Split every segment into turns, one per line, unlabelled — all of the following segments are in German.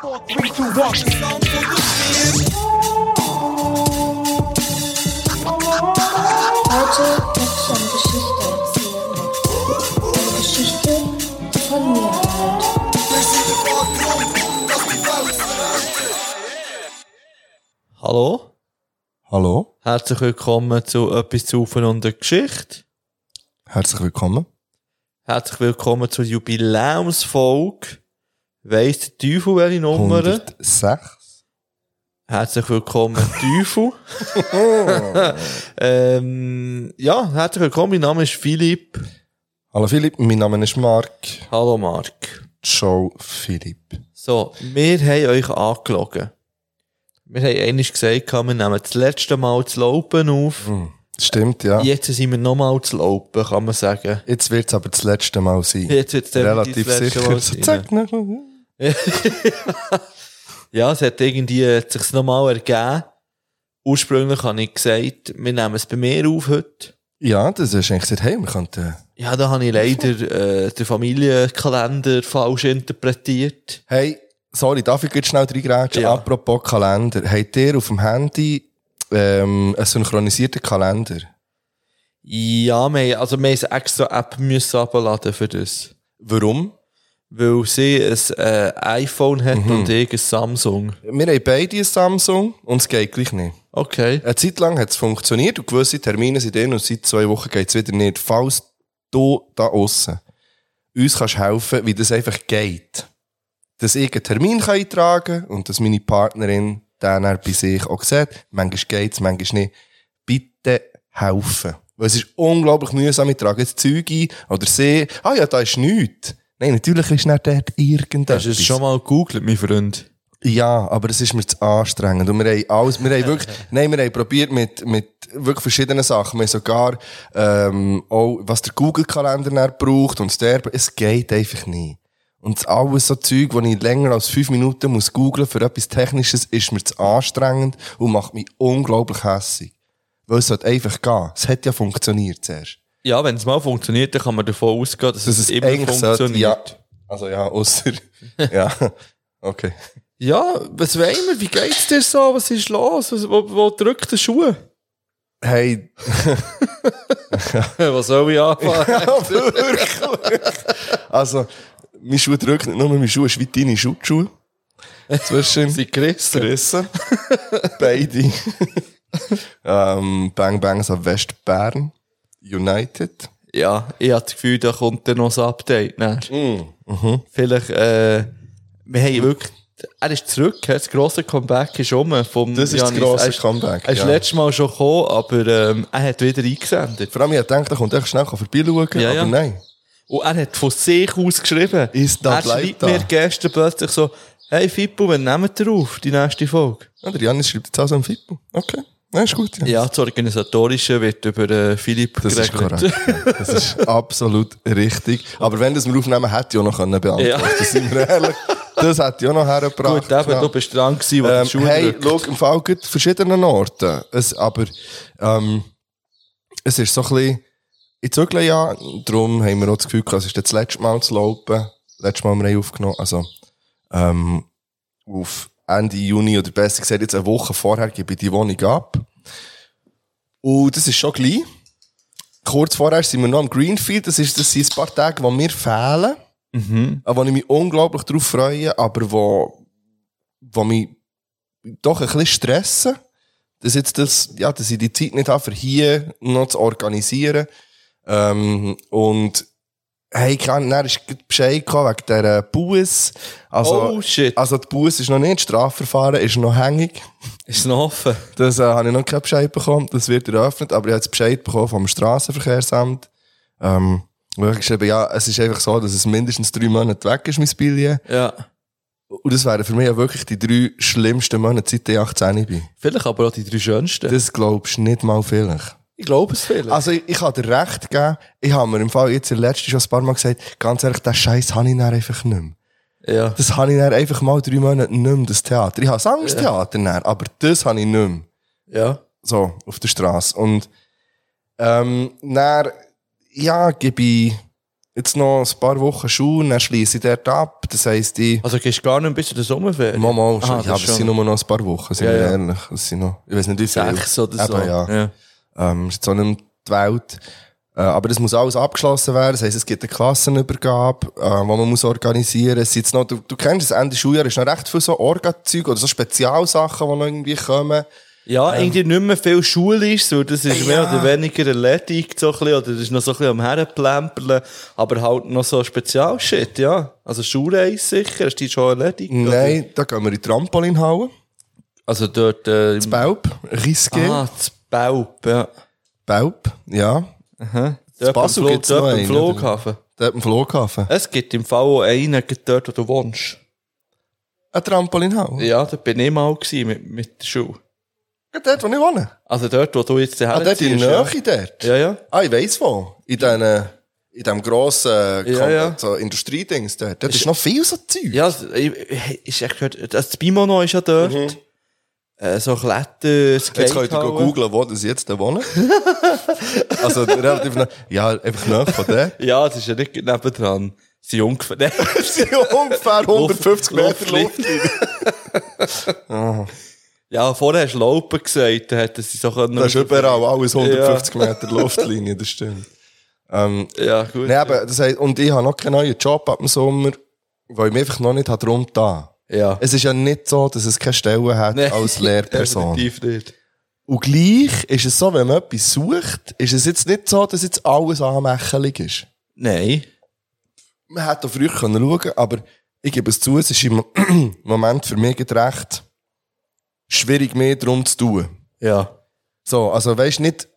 four, three, two, one. Song for the man.
Heute möchte ich eine Geschichte erzählen. Eine Geschichte, die von mir handelt.
Hallo,
Hallo,
herzlich willkommen zu «Etwas zu Ufen und der Geschichte».
herzlich willkommen.
Herzlich willkommen zur Jubiläumsfolge. Weiss der Teufel welche Nummer?
106.
Herzlich willkommen, Teufel. ähm, ja, herzlich willkommen, mein Name ist Philipp.
Hallo Philipp, mein Name ist Marc.
Hallo Marc.
Joe Philipp.
So, wir haben euch angelogen. Wir haben einiges gesagt, wir nehmen das letzte Mal das Lopen auf.
Stimmt, ja.
Jetzt sind wir nochmal zu Lopen, kann man sagen.
Jetzt wird es aber das letzte Mal sein.
Jetzt wird's definitiv das
Relativ
letzte
sicher.
Mal
So,
sein.
zack, ne?
Ja, es hat irgendwie hat sich's nochmal ergeben. Ursprünglich habe ich gesagt, wir nehmen es bei mir auf heute.
Ja, das ist eigentlich gesagt, hey, wir könnten...
Ja, da habe ich leider äh, den Familienkalender falsch interpretiert.
Hey, sorry, darf ich jetzt schnell reingrätschen?
Ja.
Apropos Kalender. Habt ihr auf dem Handy ähm, einen synchronisierten Kalender?
Ja, wir, haben- also wir haben eine extra App müssen abladen für das.
Warum?
Weil sie ein äh, iPhone hat und ich ein Samsung.
Wir haben beide ein Samsung und es geht gleich nicht.
Okay.
Eine Zeit lang hat es funktioniert und gewisse Termine sind drin und seit zwei Wochen geht es wieder nicht. Falls du da aussen uns kannst helfen, wie das einfach geht. Dass ich einen Termin kann eintragen kann und dass meine Partnerin den dann bei sich auch sieht. Manchmal geht es, manchmal nicht. Bitte helfen. Weil es ist unglaublich mühsam, ich trage jetzt Zeug ein oder sehe, ah ja, da ist nichts. Nein, natürlich ist nicht dort irgendetwas.
Hast du es schon mal gegoogelt, mein Freund?
Ja, aber es ist mir zu anstrengend. Und wir haben alles, wir haben wirklich, nein, wir haben probiert mit, mit wirklich verschiedenen Sachen. Wir haben sogar, ähm, auch, was der Google-Kalender dann braucht und sterben. Es geht einfach nicht. Und alles so Zeug, wo ich länger als fünf Minuten muss googlen für etwas Technisches, ist mir zu anstrengend und macht mich unglaublich hässig. Weil es sollte einfach gehen. Es hat ja funktioniert zuerst.
Ja, wenn es mal funktioniert, dann kann man davon ausgehen, dass es, immer funktioniert.
sollte- ja. Also ja, ausser, ja. Okay.
Ja, was wollen wir? Wie geht's dir so? Was ist los? Was, wo, wo drückt der Schuh?
Hey,
Was soll ich anfangen?
Ja, wirklich. Also, mein Schuh drückt nicht nur, mein Schuh ist wie deine Schutzschuhe. Zwischen
Sie gerissen.
Rissen. Beide. ähm, Bang Bangs an Westbern. United.
Ja, ich habe das Gefühl, da kommt dann noch ein Update. Nein.
Mm, mhm.
Vielleicht, äh, wir haben wirklich, er ist zurück, he? das grosse Comeback ist um. Vom
Das ist das
Giannis.
grosse
Er ist-
Comeback,
Er ist
ja.
letztes Mal schon gekommen, aber ähm, er hat wieder eingesendet.
Vor allem, ich dachte, da kommt echt schnell vorbeischauen,
Ja,
aber
ja.
nein.
Und er hat von sich aus geschrieben.
Ist da,
er
bleibt
schreibt
da.
mir gestern plötzlich so, hey Fippo, wir nehmen dir auf, die nächste Folge.
Ja, der Janis schreibt jetzt also am Fippo. Okay. Nein, ist gut.
Ja, das Organisatorische wird über äh, Philipp
Das ist korrekt. ja. Das ist absolut richtig. Aber wenn das wir aufnehmen, hätte ich auch noch können beantworten
Ja.
können. Sind wir ehrlich? Das hätte ich auch noch hergebracht.
Gut, eben,
Ja.
du bist dran gewesen, wo die
Ähm,
Schuhe
hey,
drückt.
schau, im Fall gibt verschiedenen Orten. Es, aber ähm, es ist so ein bisschen, ich zügle ja, darum haben wir auch das Gefühl, gehabt, es ist jetzt das letzte Mal zu laufen. Letztes Mal haben wir ihn aufgenommen, also ähm, auf Ende Juni oder besser gesagt jetzt eine Woche vorher gebe ich die Wohnung ab. Und das ist schon gleich. Kurz vorher sind wir noch am Greenfield, das, ist, das sind ein paar Tage, die mir fehlen,
Mhm.
an die ich mich unglaublich darauf freue, aber wo, wo mich doch ein bisschen stressen, dass jetzt das, ja, dass ich die Zeit nicht habe, für hier noch zu organisieren. Ähm, und, hey, kann, dann ist gerade Bescheid gekommen wegen dieser Buß. Also,
Oh, shit.
Also, die Buß ist noch nicht, das Strafverfahren ist noch hängig.
Ist noch offen?
Das äh, habe ich noch keinen Bescheid bekommen. Das wird eröffnet, aber ich habe jetzt Bescheid bekommen vom Straßenverkehrsamt. Ähm, wo ich geschrieben, ja, es ist einfach so, dass es mindestens drei Monate weg ist, mein Billion.
Ja.
Und das wären für mich ja wirklich die drei schlimmsten Monate, seit ich 18 bin.
Vielleicht aber auch die drei schönsten.
Das glaubst du nicht mal vielleicht.
ich glaube es vielleicht.
Also ich, ich habe dir recht gegeben. Ich habe mir im Fall jetzt im letzten schon ein paar Mal gesagt, ganz ehrlich, den Scheiß habe ich dann einfach nicht mehr.
ja.
Das habe ich dann einfach mal drei Monate nicht mehr, das Theater. Ich habe das Angsttheater dann, aber das habe ich nicht mehr.
ja.
so auf der Straße. Und ähm, dann, ja, gebe ich jetzt noch ein paar Wochen Schule, dann schliesse ich dort ab. Das heisst, ich...
Also gehst du gar nicht bis zu den Sommerferien?
Mama,
Ah,
schon, ja, aber
das
es sind nur noch ein paar Wochen, sind
Ja,
wir
ja.
ehrlich. Es sind noch, ich weiß nicht, wie viel.
sechs oder so.
Eben, ja. Ähm, ist jetzt auch nicht mehr die Welt. Äh, aber das muss alles abgeschlossen werden. Das heisst, es gibt eine Klassenübergabe, äh, die man muss organisieren muss. Jetzt noch, du, du kennst das Ende Schuljahr, ist noch recht viel so Orga-Zeug oder so Spezialsachen, die noch irgendwie kommen.
Ja,
Ähm.
irgendwie nicht mehr viel schulisch, weil das
Äh,
ist mehr oder weniger erledigt, so ein bisschen, oder das ist noch so ein bisschen am Herrenplemperlen, aber halt noch so Spezialshit, ja. Also Schulreise sicher, ist die schon erledigt? oder?
Nein, da gehen wir in die Trampolinhalle.
Also dort, äh, im-
Belp, Risky,
ah, das Baub, ja.
Belp, ja.
Dort
Basel
am Flo-
gibt's noch
dort am
einen,
Flughafen.
Dort am Flughafen.
Es gibt im Fall auch einen, gerade dort, wo du wohnst.
Eine Trampolinhalle.
Ja, da bin ich mal gewesen mit, mit der Schule.
Ja. Dort, wo ich wohne.
Also dort, wo du jetzt
Ah, dort in der
ja.
Nähe dort.
ja, ja.
Ah, ich weiss wo. In diesen, in diesem grossen äh,
Ja, ja.
So Industriedings dort. Dort ist, noch viel so Zeug.
Ja, es- ich, ich, ich hab gehört, das Bimono ist ja dort. Äh, so Kletter, Skate
Mhm. Jetzt könnt ihr go googlen, wo das jetzt da wohnen. also relativ nah. Ja, einfach nach von der.
Ja, es ist ja nicht gerade nebendran. Sie sind ungefähr. Nein,
Das sind ungefähr 150 Meter Ah. Luft.
Luftlinie. ja, vorher hast du Laupen gesagt, da hätten sie so können.
Das ist überall alles 150 Meter Luftlinie, das stimmt.
Ja, gut.
Nee, aber das heißt, und ich habe noch keinen neuen Job ab dem Sommer, weil ich mich einfach noch nicht habe drum da.
ja.
Es ist ja nicht so, dass es keine Stelle hat
Nee.
als Lehrperson.
Definitiv nicht.
Und gleich ist es so, wenn man etwas sucht, ist es jetzt nicht so, dass jetzt alles anmächelig ist.
Nein.
Man hätte auch früher können schauen aber ich gebe es zu, es ist im Moment für mich gerade recht schwierig, mehr drum zu tun.
Ja.
So, also weisst nicht,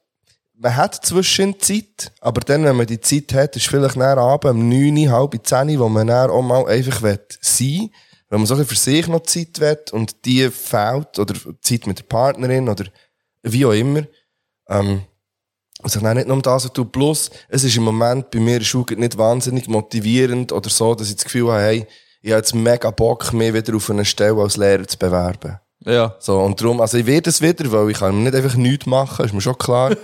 man hat zwischen Zeit, aber dann, wenn man die Zeit hat, ist vielleicht näher abends um 9, halb 10, wo man dann auch mal einfach will sein will, wenn man so ein bisschen für sich noch Zeit will und die fehlt, oder Zeit mit der Partnerin, oder wie auch immer. Ähm, also nein, nicht nur um das, was du plus, es ist im Moment bei mir in der Schule gerade nicht wahnsinnig motivierend oder so, dass ich das Gefühl habe, hey, ich habe jetzt mega Bock, mich wieder auf eine Stelle als Lehrer zu bewerben.
Ja.
So, und darum, also ich werde es wieder, weil ich kann nicht einfach nichts machen, ist mir schon klar.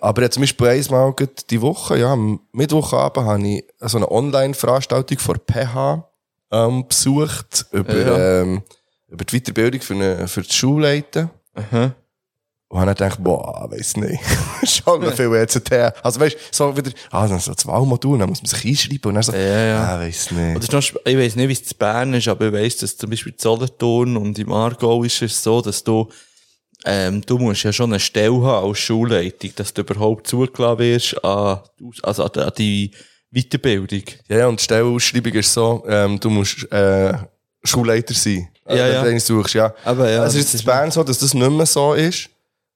Aber jetzt zum Beispiel einmal gerade die Woche, ja, am Mittwochabend habe ich so eine Online-Veranstaltung von PH ähm, besucht, über,
Ja.
ähm, über die Weiterbildung für, eine, für die Schulleiter.
Aha.
Und habe dann gedacht, boah, weiss nicht. Schon noch viel ECT. Also weißt so wieder, ah, dann so das Wahlmodul, dann muss man sich einschreiben und dann so,
Ja, ja.
ah, weiss
Oder
nicht.
Also ist noch, sp- ich weiß nicht, wie es in Bern ist, aber ich weiß, dass zum Beispiel in Solothurn und im Aargau ist es so, dass du, ähm, du musst ja schon eine Stelle haben als Schulleitung, dass du überhaupt zugelassen wirst an, die Aus- also an, die- an die Weiterbildung.
Ja, ja, und die Stellenausschreibung ist so, ähm, du musst äh, Schulleiter sein. äh,
Ja,
wenn
ja.
du einen suchst, ja.
Aber ja,
es ist
das
jetzt in Bern so, dass das nicht mehr so ist.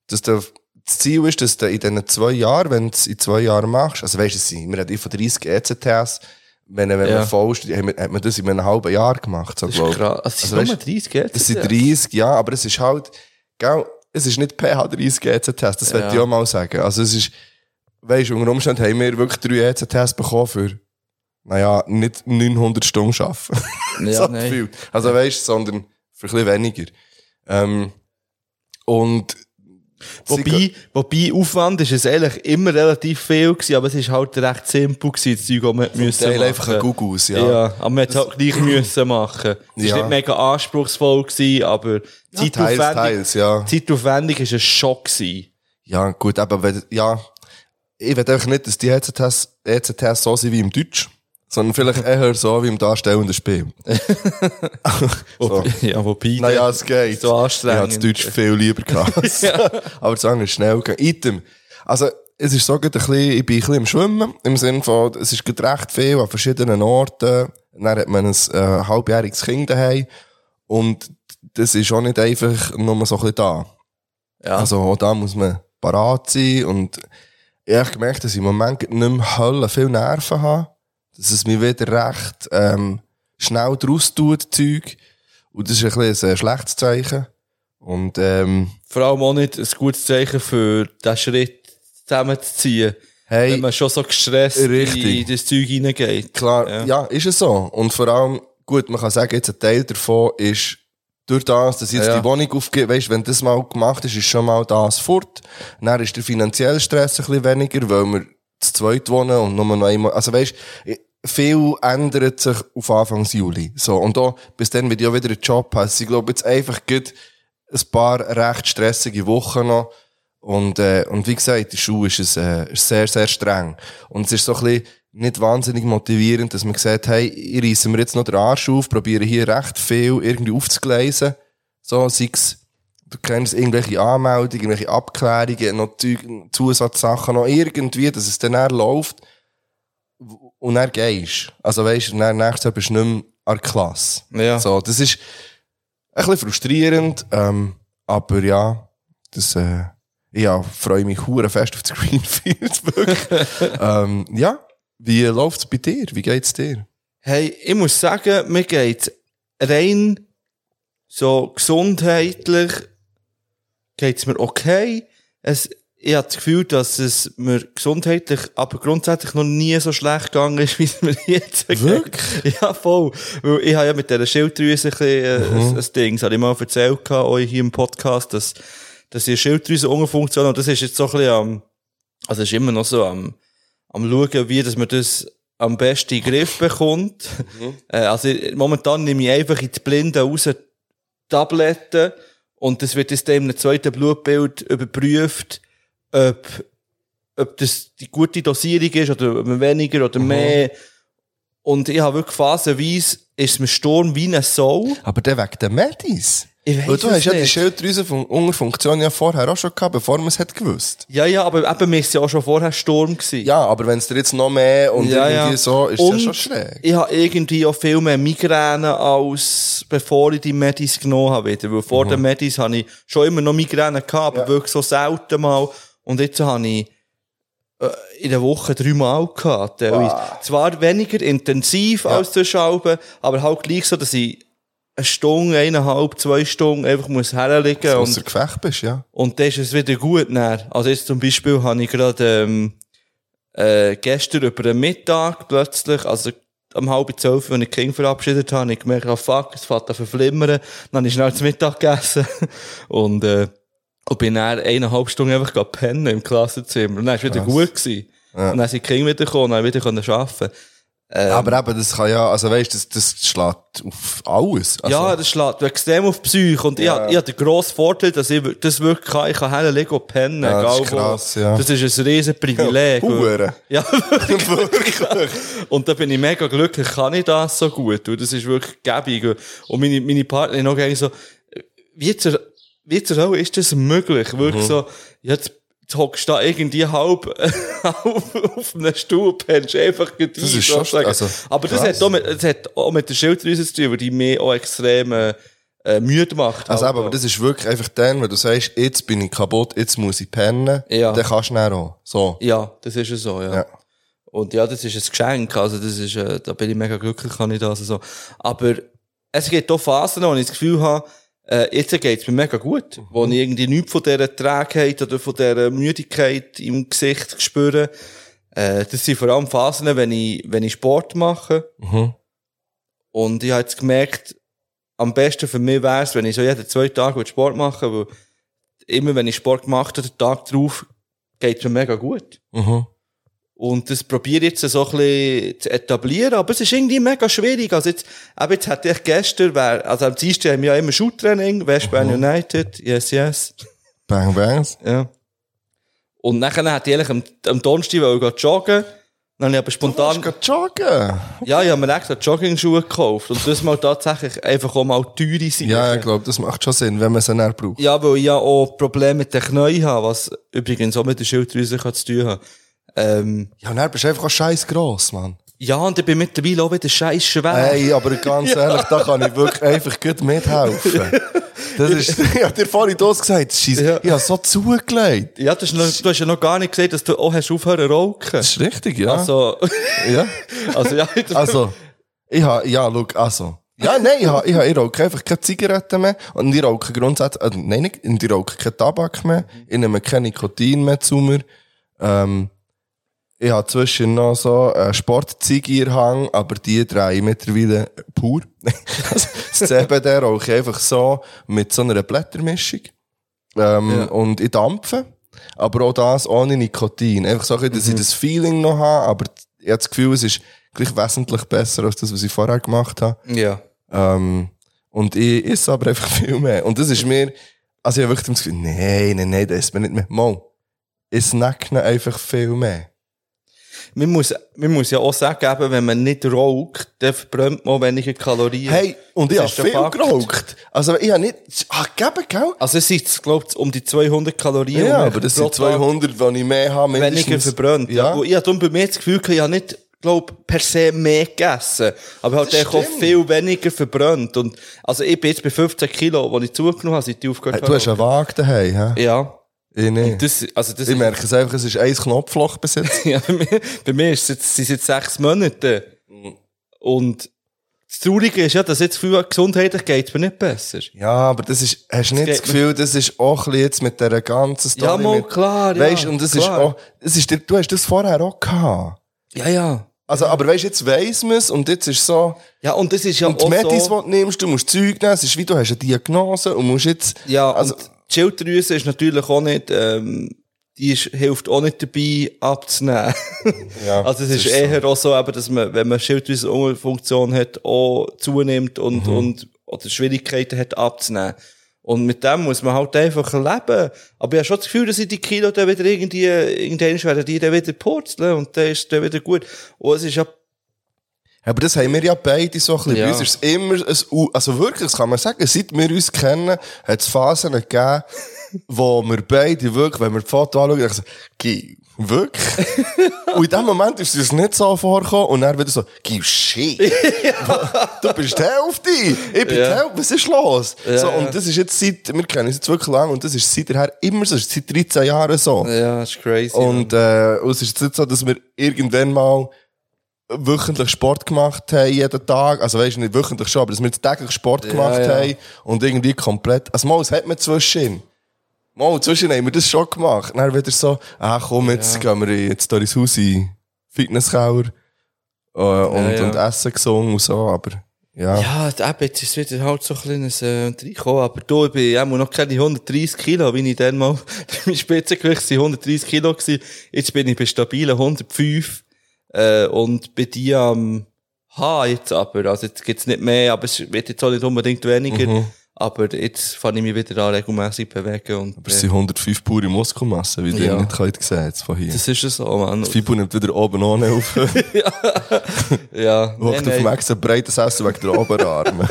Dass der, das Ziel ist, dass du in diesen zwei Jahren, wenn du es in zwei Jahren machst, also weißt du, es sind- wir reden von E 30 ECTS, wenn, wenn
Ja.
man voll studiert, hat man- hat man das in einem halben Jahr gemacht, so
Das
glaub
ist
ich.
krass. Also, es sind
Also,
nur
weißt-
30, gell?
Das sind 30, ja, aber es ist halt, gell, es ist nicht PH 30 EZ-Test, E das
Ja.
ja. ich auch mal sagen. Also es ist, weisst du, unter Umständen haben wir wirklich drei EZ-Tests bekommen für, naja, nicht 900 Stunden arbeiten.
Ja,
so
nein.
gefühlt. Also weisst du, sondern für ein bisschen weniger. Ähm, und,
Wobei, wobei, Aufwand ist es eigentlich immer relativ viel gewesen, aber es ist halt recht simpel gewesen, das Zeug, das man hat müssen
Teil
machen.
einfach ein Google aus,
Ja.
ja.
aber man hat es halt gleich müssen machen. Es
Ja.
war nicht mega anspruchsvoll, gewesen, aber zeitaufwendig,
Teils, teils, ja.
zeitaufwendig ist es schon gewesen.
Ja, gut, aber wenn, ja, ich will einfach nicht, dass die E EZ-Tests EZ-Tests so sind wie im Deutsch, sondern vielleicht eher so wie im darstellenden Spiel. so.
Wobei- Ja, wobei.
Naja, es geht.
So
Ich
anstrengend.
hatte das Deutsch viel lieber gehabt. Aber das andere ist schnell gegangen. Item. Also, es ist so gerade ein bisschen, ich bin ein bisschen im Schwimmen. Im Sinne von, es ist gerade recht viel an verschiedenen Orten. Dann hat man ein äh, halbjähriges Kind daheim. Und das ist auch nicht einfach nur so ein bisschen da.
Ja.
Also, auch da muss man parat sein. Und ich habe gemerkt, dass ich im Moment nicht mehr Hölle viel Nerven habe. Dass es mir wieder recht ähm, schnell draus tut, Zeug. Und das ist ein, bisschen ein schlechtes Zeichen. Und ähm,
Vor allem auch nicht ein gutes Zeichen für den Schritt zusammenzuziehen,
hey,
wenn man schon so gestresst in
Richtig.
das Zeug hineingeht.
Klar,
Ja.
ja. ist es so. Und vor allem, gut, man kann sagen, jetzt ein Teil davon ist, durch das, dass jetzt
Ja.
die Wohnung aufgeht, weißt, wenn das mal gemacht ist, ist schon mal das fort. Dann ist der finanzielle Stress ein bisschen weniger, weil wir zu zweit wohnen und nur noch einmal. Also weißt, viel ändert sich auf Anfang Juli. So, und da, bis dann wird ich auch wieder einen Job haben. Also Ich glaube, jetzt einfach gut ein paar recht stressige Wochen noch. Und, äh, und wie gesagt, die Schule ist, es, äh, ist sehr, sehr streng. Und es ist so ein bisschen nicht wahnsinnig motivierend, dass man sagt, hey, ich reisse mir jetzt noch den Arsch auf, probiere hier recht viel irgendwie aufzugleisen. So, sei es, du kennst irgendwelche Anmeldungen, irgendwelche Abklärungen, noch Zeug, Zusatzsachen, noch irgendwie, dass es dann eher läuft. Und dann gehst Also weisst du, dann nächstes Jahr bist du nicht mehr an der Klasse.
Ja.
So, das ist ein bisschen frustrierend, ähm, aber ja, das, äh, ja, freue mich hure fest auf das Greenfield, wirklich. ähm, ja, wie läuft's bei dir? Wie geht's dir?
Hey, ich muss sagen, mir geht's rein so gesundheitlich geht's mir okay. Es, ich habe das Gefühl, dass es mir gesundheitlich, aber grundsätzlich noch nie so schlecht gegangen ist, wie es mir jetzt geht.
Wirklich?
Ja, voll. Weil ich habe ja mit dieser Schilddrüse ein, bisschen, äh, ein, ein Ding, das habe ich mal erzählt, gehabt, auch hier im Podcast, dass, dass ich eine Schilddrüse umfunktioniert und das ist jetzt so ein bisschen am, also ist immer noch so am, am schauen, wie dass man das am besten in den Griff bekommt. Äh, Also ich- momentan nehme ich einfach in die Blinde raus Tabletten und das wird jetzt dann im zweiten Blutbild überprüft, ob, ob das die gute Dosierung ist oder ob man weniger oder mehr. Und ich habe wirklich phasenweise, ist mir Sturm wie ein Soul.
Aber der wegen der Medis.
Ich weiss
Weil du
es
hast ja die
nicht.
Schilddrüse von Unterfunktion ja vorher auch schon gehabt, bevor man es hat gewusst.
Ja, ja, aber eben, mir ist ja auch schon vorher Sturm gewesen.
Ja, aber wenn es dir jetzt noch mehr und
Ja,
irgendwie
ja.
so, ist
und
das schon schräg.
Ich habe irgendwie auch viel mehr Migräne als bevor ich die Medis genommen habe. Wieder. Weil vor den Medis habe ich schon immer noch Migräne gehabt, aber wirklich so selten mal. Und jetzt habe ich äh, in der Woche dreimal gehabt. teilweise. Zwar weniger intensiv als der Schalbe, aber halt gleich so, dass ich eine Stunde, eineinhalb, zwei Stunden einfach muss herlegen muss.
Außer Gefecht bist, ja.
Und dann ist es wieder gut näher. Also jetzt zum Beispiel habe ich gerade ähm, äh, gestern über den Mittag plötzlich, also um halb zwölf, wenn ich die Kinder verabschiedet habe, habe ich gemerkt, oh fuck, es fährt an zu flimmern. Dann habe ich schnell zu Mittag gegessen und, äh, und bin dann eineinhalb Stunden einfach gerade pennen im Klassenzimmer. Und dann ist es wieder
Krass.
gut gewesen. Und dann sind die Kinder wieder gekommen und dann wieder können arbeiten. Ähm.
aber eben, das kann ja, also weißt du, das, das schlägt auf alles. Also,
ja, das schlägt extrem auf die Psyche. Und ich,
Ja.
hab- ich habe den grossen Vorteil, dass ich das wirklich kann. Ich kann hinlegen und pennen.
Ja, das
egal
ist
wo.
krass, ja.
Das ist ein riesen Privileg.
Hure.
Ja, wirklich. Und da bin ich mega glücklich, kann ich das so gut. Und das ist wirklich gäbig. Und meine, meine Partnerin auch eigentlich so, wie zur, wie zur Hölle ist das möglich?
Mhm.
Wirklich so, jetzt, jetzt hockst du da irgendwie halb auf, auf einem Stuhl, pennst einfach gleich
Das
ein,
ist schon-
sozusagen.
also,
Aber das
krass.
hat, auch mit, das hat auch mit der Schilddrüse zu tun, weil die mich auch extrem äh, äh, müde macht.
Also
halt
eben, aber
auch.
das ist wirklich einfach dann, wenn du sagst, jetzt bin ich kaputt, jetzt muss ich pennen,
Ja.
dann kannst du dann auch. So.
Ja, das ist ja so, ja.
Ja.
Und ja, das ist ein Geschenk. Also, das ist, äh, da bin ich mega glücklich, kann ich das so. Aber es gibt auch Phasen, wo ich das Gefühl habe, äh, jetzt geht's mir mega gut. Wo ich irgendwie nichts von dieser Trägheit oder von dieser Müdigkeit im Gesicht spüre. Äh, das sind vor allem Phasen, wenn ich, wenn ich Sport mache.
Mhm.
Und ich habe jetzt gemerkt, am besten für mich wäre es, wenn ich so jeden zwei Tage würde Sport machen würde, weil immer wenn ich Sport gemacht habe, den Tag drauf, geht's mir mega gut.
Mhm.
Und das probiere ich jetzt so ein bisschen zu etablieren, aber es ist irgendwie mega schwierig. Also jetzt, aber jetzt hatte ich gestern, wär, also am Dienstag haben wir ja immer Shoot-Training, West Bern United, yes, yes,
Bang, bang.
ja. Und nachher hätte ich eigentlich am, am Donnerstag wollen gehen joggen dann habe ich aber
Dann
spontan,
gehst joggen.
ja, ich habe mir extra Jogging-Schuhe gekauft und das mal tatsächlich einfach auch mal teure sind.
Ja, ich glaube, das macht schon Sinn, wenn man es dann braucht.
Ja, weil ich ja oh, auch Probleme mit den Knien habe, was übrigens auch mit der Schilddrüse kann zu tun hat. Ähm,
Ja, und dann bist du einfach auch scheiß gross, Mann.
ja, und ich bin mittlerweile auch wieder scheiß schwer.
Hey, aber ganz ehrlich, da kann ich wirklich einfach gut mithelfen. Das ist, ich hab dir vorhin das gesagt, Scheiss,
Ja.
ich hab so zugelegt.
Ja, das ist noch, du hast ja noch gar nicht gesagt, dass du auch hast aufhören zu rauchen.
Das ist richtig, ja.
Also,
ja.
also ja,
Also, ich habe, ja, schau, also. Ja, nein, ich habe, ich, hab, ich rauche einfach keine Zigaretten mehr und ich rauche grundsätzlich, äh, nein, nicht, und ich rauche keinen Tabak mehr, ich nehme kein Nikotin mehr zu mir, ähm, ich habe zwischen noch so einen Sportzeige in der Hand, aber die drehe ich mittlerweile pur. Also, das CBD rauche ich einfach so mit so einer Blättermischung, ähm,
Ja.
und ich dampfe. Aber auch das ohne Nikotin. Einfach so, ein bisschen, dass
Mhm.
ich das Feeling noch habe, aber ich habe das Gefühl, es ist gleich wesentlich besser als das, was ich vorher gemacht habe.
Ja.
Ähm, und ich esse aber einfach viel mehr. Und das ist mir, also ich habe wirklich das Gefühl, nein, nein, nein, das isst man nicht mehr. Mal, ich snackne einfach viel mehr.
Man muss, man muss ja auch sagen, eben, wenn man nicht raucht, dann verbrennt man auch weniger Kalorien.
Hey, und ich
Das
habe
ist der
viel
Fakt.
geraucht. Also ich habe nicht, ah, gegeben, gell?
Also es sind, glaube ich, um die 200 Kalorien. die
Ja,
man
aber das
pro
sind
Tag
200, die ich mehr habe,
Weniger
mindestens.
verbrannt. Ja.
Ja.
Und ich habe darum bei mir das Gefühl, gehabt, ich habe nicht, glaube per se mehr gegessen. Aber halt
Das
echt auch
stimmt.
viel weniger verbrannt. Und, also ich bin jetzt bei 15 Kilo, die ich zugenommen habe, seit ich aufgehört
Hey, du hast
habe.
einen Wagen daheim, hä?
Ja.
Ich nicht.
Das, also das
ich merke es einfach, es ist ein Knopfloch bis jetzt.
Ja, bei mir, bei mir ist es jetzt, sind es jetzt sechs Monate. Und das Traurige ist ja, dass jetzt viel gesundheitlich geht es mir nicht besser.
ja, aber das ist, hast du nicht
geht
das Gefühl, das ist auch ein bisschen jetzt mit dieser ganzen Story.
Ja, mal
mit,
klar, ja,
Weißt, und das
klar.
ist auch, das ist, dir- du hast das vorher auch gehabt.
Ja, ja.
Also, aber weißt, jetzt weiss man es und jetzt ist so,
Ja, und das ist ja
und die
auch
Medis,
so,
die du nimmst, du musst Zeug nehmen, es ist wie du hast eine Diagnose und musst jetzt,
Ja,
also,
und die Schilddrüse ist natürlich auch nicht, ähm, die ist, hilft auch nicht dabei, abzunehmen.
ja,
also es ist,
das
eher auch so, eben, dass man, wenn man Schilddrüsenunterfunktion hat, auch zunimmt und, und, oder Schwierigkeiten hat, abzunehmen. Und mit dem muss man halt einfach leben. Aber ich habe schon das Gefühl, dass ich die Kilo dann wieder irgendwie, irgendwann werden die dann wieder purzeln und dann ist es dann wieder gut. Und es ist ja,
Aber das haben wir ja beide so ein bisschen.
Ja.
Bei uns ist es immer ein, U- also wirklich, das kann man sagen, seit wir uns kennen, hat es Phasen gegeben, wo wir beide wirklich, wenn wir die Foto anschauen, denken so, «Gih, wirklich? und in dem Moment ist es uns nicht so vorgekommen und dann wieder so, «Gih, shit. Du bist die Hälfte. Ich bin die
Ja.
Hälfte. Was ist los? so,
ja.
und das ist jetzt seit, wir kennen uns jetzt wirklich lange und das ist seither immer so, seit 13 Jahren so.
ja, ist crazy.
Und äh, und es ist jetzt nicht so, dass wir irgendwann mal wöchentlich Sport gemacht haben, jeden Tag. Also weißt du, nicht wöchentlich schon, aber dass wir jetzt täglich Sport gemacht
ja.
haben und irgendwie komplett. Also mal, das hat man zwischen. Mal, zwischen haben wir das schon gemacht. Dann wieder so, ah komm, jetzt gehen wir jetzt hier ins Haus in Fitnesskauer äh, und,
ja.
und essen gesungen und so, aber ja.
Ja, eben, jetzt ist es wieder halt so ein kleines äh, Reinkommen, aber du, ich bin immer noch keine 130 Kilo, wie ich dann mal, mein Spitzengewicht waren 130 Kilo, gewesen. jetzt bin ich bei stabilen 105 äh, und bei dir am H jetzt aber, also jetzt gibt's nicht mehr, aber es wird jetzt auch nicht unbedingt weniger,
Mhm.
aber jetzt fange ich mich wieder an regelmässig bewegen und
Aber es
äh,
sind 105 pure Muskelmasse, wie ja.
Ja.
ihr nicht könnt sehen jetzt von hier.
das ist es so, Mann.
Die Fibu nimmt wieder oben ohne auf.
Ja,
Hockt auf dem Ex ein breites Essen wegen der Oberarme.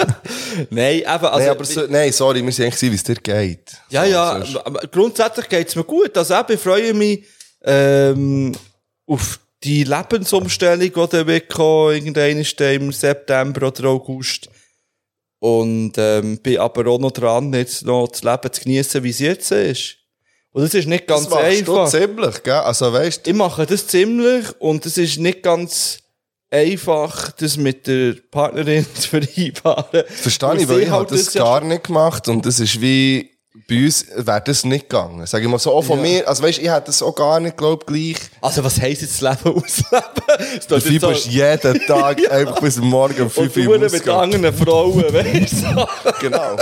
nein, eben, also,
nein, aber so, nein, sorry, wir sind eigentlich gewesen, wie es dir geht.
Ja,
So,
ja,
sonst-
aber grundsätzlich geht's mir gut. Also eben, ich freue mich ähm, auf die Lebensumstellung, die dann wird kommen, irgendwann ist dann im September oder August. Und ähm, bin aber auch noch dran, jetzt noch das Leben zu genießen, wie es jetzt ist. Und das ist nicht ganz
das machst du
einfach.
ziemlich, gell? Also weißt du,
Ich mache das ziemlich und es ist nicht ganz einfach, das mit der Partnerin zu vereinbaren.
verstehe
Und
ich, weil
sie
ich halt das
ja
gar nicht gemacht und das ist wie, bei uns wäre das nicht gegangen. Sag ich mal so, auch von mir, also weißt du, ich hätte das auch gar nicht, glaub gleich.
Also was heisst jetzt das Leben ausleben? Das
Der
klingt jetzt
Fibu
so-
ist jeden Tag einfach bis morgen um 5
Und
Uhr
Uhr
im
mit
Ausgang.
anderen Frauen, weißt du?
Genau.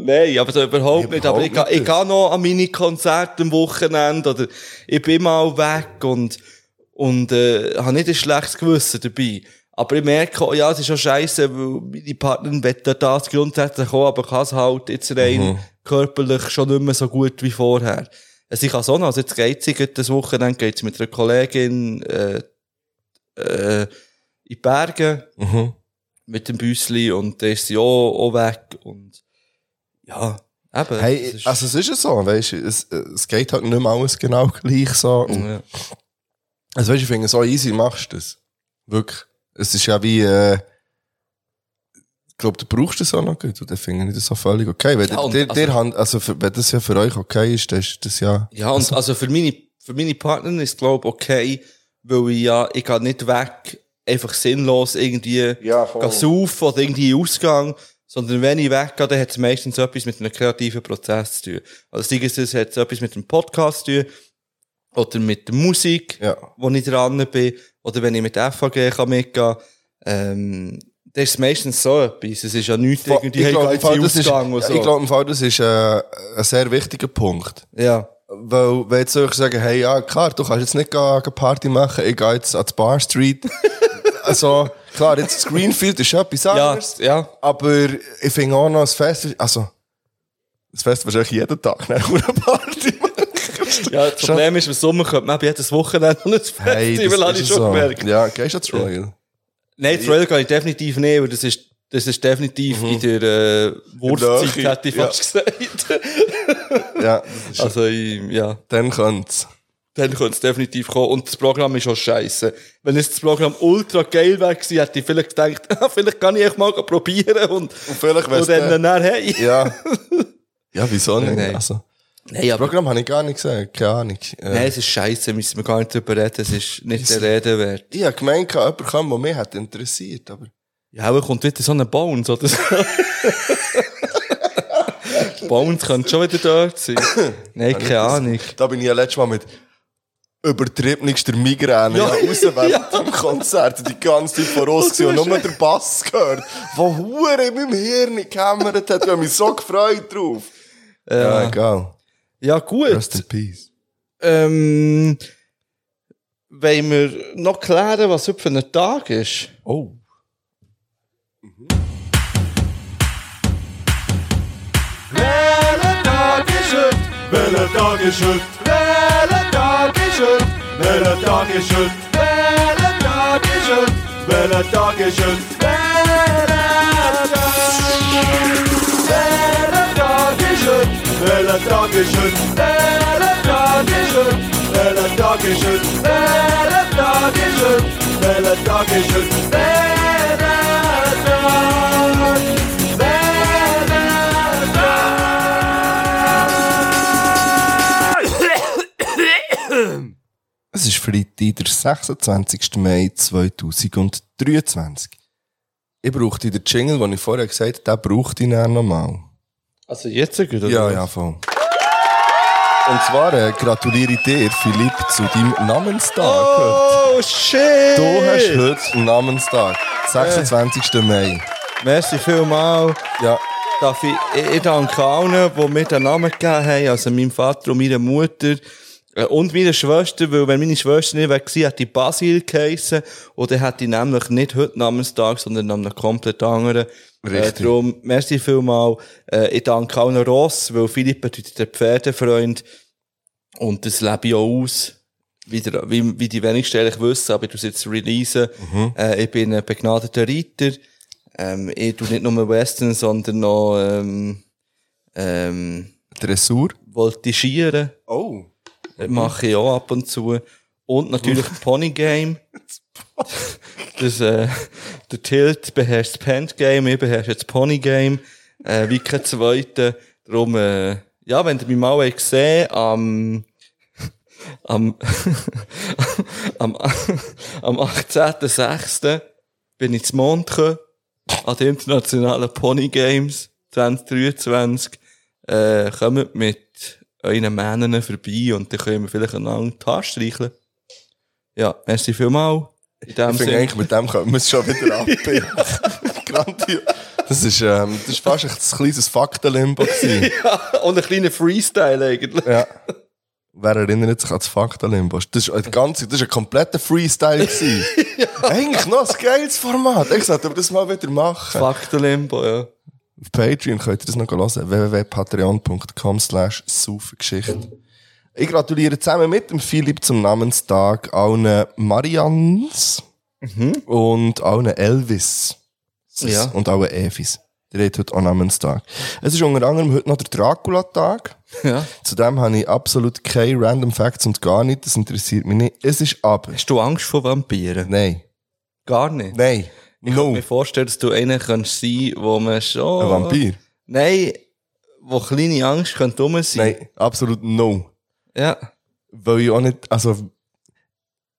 Nein, aber so überhaupt nicht. Aber ich,
Überhaupt
ga- ich
nicht.
gehe noch an meine Konzerte am Wochenende oder ich bin mal weg und, und äh, habe nicht ein schlechtes Gewissen dabei. Aber ich merke, auch, ja, es ist schon scheiße, weil meine Partnerin will das grundsätzlich auch, aber kann es halt jetzt rein
Mhm.
körperlich schon nicht mehr so gut wie vorher. Also ich kann es auch noch, also jetzt geht sie gerade das Wochenende geht's mit einer Kollegin äh, äh, in die Berge
Mhm.
mit dem Büsli und der ist ja auch weg und ja, eben. das
Hey,
ist-
also es ist ja so, weißt du, es, es geht halt nicht mehr alles genau gleich so. Und
ja.
Also weißt du, ich finde, so easy machst du das. Wirklich. Es ist ja wie, äh, ich glaube, du brauchst das auch noch gut. Und dann finde ich das so völlig okay. Wenn,
Ja,
dir-
und
dir,
also-
dir hand, also für, wenn das ja für euch okay ist, dann ist das ja...
ja, und also für meine, für meine Partnerin ist glaube ich okay, weil ich ja, ich gehe nicht weg, einfach sinnlos irgendwie
Ja,
gehen saufen oder irgendwie in den Ausgang, sondern wenn ich weggehe, dann hat es meistens etwas mit einem kreativen Prozess zu tun. Also sei es, es hat etwas mit dem Podcast zu tun oder mit der Musik.
Ja.
wo ich dran bin, oder wenn ich mit FAG kann mitgehen ähm, das ist meistens so etwas. Es ist ja nichts irgendwie,
Ich
hey,
glaube,
geht's
im Fall,
in
das ist,
Ausgang oder
ja,
so.
ich glaube, im Fall, das ist äh, ein sehr wichtiger Punkt.
ja.
Weil, wenn jetzt solche sagen, hey, ja, klar, du kannst jetzt nicht gehen, eine Party machen, ich gehe jetzt an die Bar Street. also, klar, jetzt das Greenfield ist etwas
Ja,
anderes.
ja.
Aber ich finde auch noch, das Fest ist, also, das Fest wahrscheinlich jeden Tag nach einer Party machen.
Ja, das Problem ist, im Sommer könnte man eben jedes Wochenende noch ein Festival, habe ich schon gemerkt.
Ja, gehst du jetzt Royal?
Nein, das Royal kann ich definitiv nicht, weil das ist, das ist definitiv Mhm. in der äh, Wurfzeit,
Nähe,
hätte ich
ja.
fast gesagt.
Ja, das ist,
also, ich- ja.
dann könnte
Dann könnte es definitiv kommen. Und das Programm ist auch scheiße. Wenn jetzt das Programm ultra geil wäre gewesen, hätte ich vielleicht gedacht, ah, vielleicht kann ich echt mal probieren und,
Und vielleicht wär's
und dann,
dann-
dann hey.
Ja. ja, wieso nicht?
Nein.
Also,
Nein,
das Programm habe ich gar nicht gesehen, keine Ahnung. Äh,
Nein, es ist scheiße, müssen wir gar nicht drüber reden, es ist nicht der Rede wert.
Ich habe gemeint, jemand kommt, der mich hat interessiert, aber...
Ja, aber kommt wieder so ein Bounce, oder so. Bounce könnte schon wieder dort sein. Nein, keine Ahnung.
Da bin ich ja letztes Mal mit übertriebenster Migräne ja.
Ja.
raus während dem Konzert die ganze Zeit vor uns gewesen und nur der Bass gehört, der Hure in meinem Hirn gekämmert hat. Ich habe mich so gefreut drauf. Ja, egal.
Ja, gut.
Rest in peace.
Ähm, wollen wir noch klären, was heute für ein Tag ist?
Oh. Mhm. Es ist Freitag, der 26. Mai 2023. Ich brauchte den Jingle, den ich vorher gesagt habe, den brauchte ich dann nochmal.
Also jetzt gut, oder?
Ja, ja, voll. Und zwar äh, gratuliere ich dir, Philipp, zu deinem Namenstag.
Oh, shit!
heute. Du hast heute einen Namenstag. 26. Mai.
Merci vielmals.
Ja.
Darf ich, ich, ich danke allen, die mir den Namen gegeben haben, also meinem Vater und meiner Mutter äh, und meiner Schwester, weil wenn meine Schwester nicht weg war, hätte ich Basil geheissen und dann hätte ich nämlich nicht heute Namenstag, sondern an einem komplett anderen.
Richtig.
Äh, darum, merci vielmals. Äh, ich danke allen Ross, weil Philipp bedeutet der Pferdefreund und das lebe ich auch aus. Wie, der, wie, wie die wenigsten eigentlich wissen, aber ich es jetzt releasen. Äh, ich bin ein begnadeter Reiter. Ähm, ich tu nicht nur Western, sondern noch ähm, ähm,
Dressur.
Voltigieren.
Oh.
Das mache ich auch ab und zu. Und natürlich Pony Game. Das, äh, der Tilt beherrscht das Pant Game, ich beherrsche das Pony Game. Äh, wie kein zweiter. Darum, äh, ja, wenn ihr mich mal habt gesehen am, am, am, am 18.06. bin ich zu Montke an den internationalen Pony Games 2023. Äh, kommt mit euren Männern vorbei und dann können wir vielleicht einander die Haare streicheln. Ja, merci vielmals. In dem
Ich finde
Sinne.
eigentlich, mit dem können wir es schon wieder abbinden. Grandios. Das ist, ähm, das ist fast ein kleines Faktenlimbo gewesen.
Und ein kleiner Freestyle eigentlich.
Ja. Wer erinnert sich an das Faktenlimbo? Das ist ein ganze, das ist ein kompletter Freestyle gewesen. Eigentlich noch ein geiles Format. Ich sollte aber das mal wieder machen.
Faktenlimbo, ja.
Auf Patreon könnt ihr das noch hören. www.patreon.com slash saufengeschichte. Ich gratuliere zusammen mit dem Philipp zum Namenstag allen Marians und allen Elvis
Ja.
und allen Evis. Der hat heute auch Namenstag. Es ist unter anderem heute noch der Dracula-Tag.
ja.
Zudem habe ich absolut keine Random Facts und gar nicht. Das interessiert mich nicht. Es ist aber.
Hast du Angst vor Vampiren?
Nein.
Gar nicht.
Nein. No.
Ich kann mir vorstellen, dass du einer kannst sein wo man schon...
Ein Vampir?
Nein, wo kleine Angst könnte rum sein.
Nein. Absolut no.
Ja,
Weil ich auch nicht, also,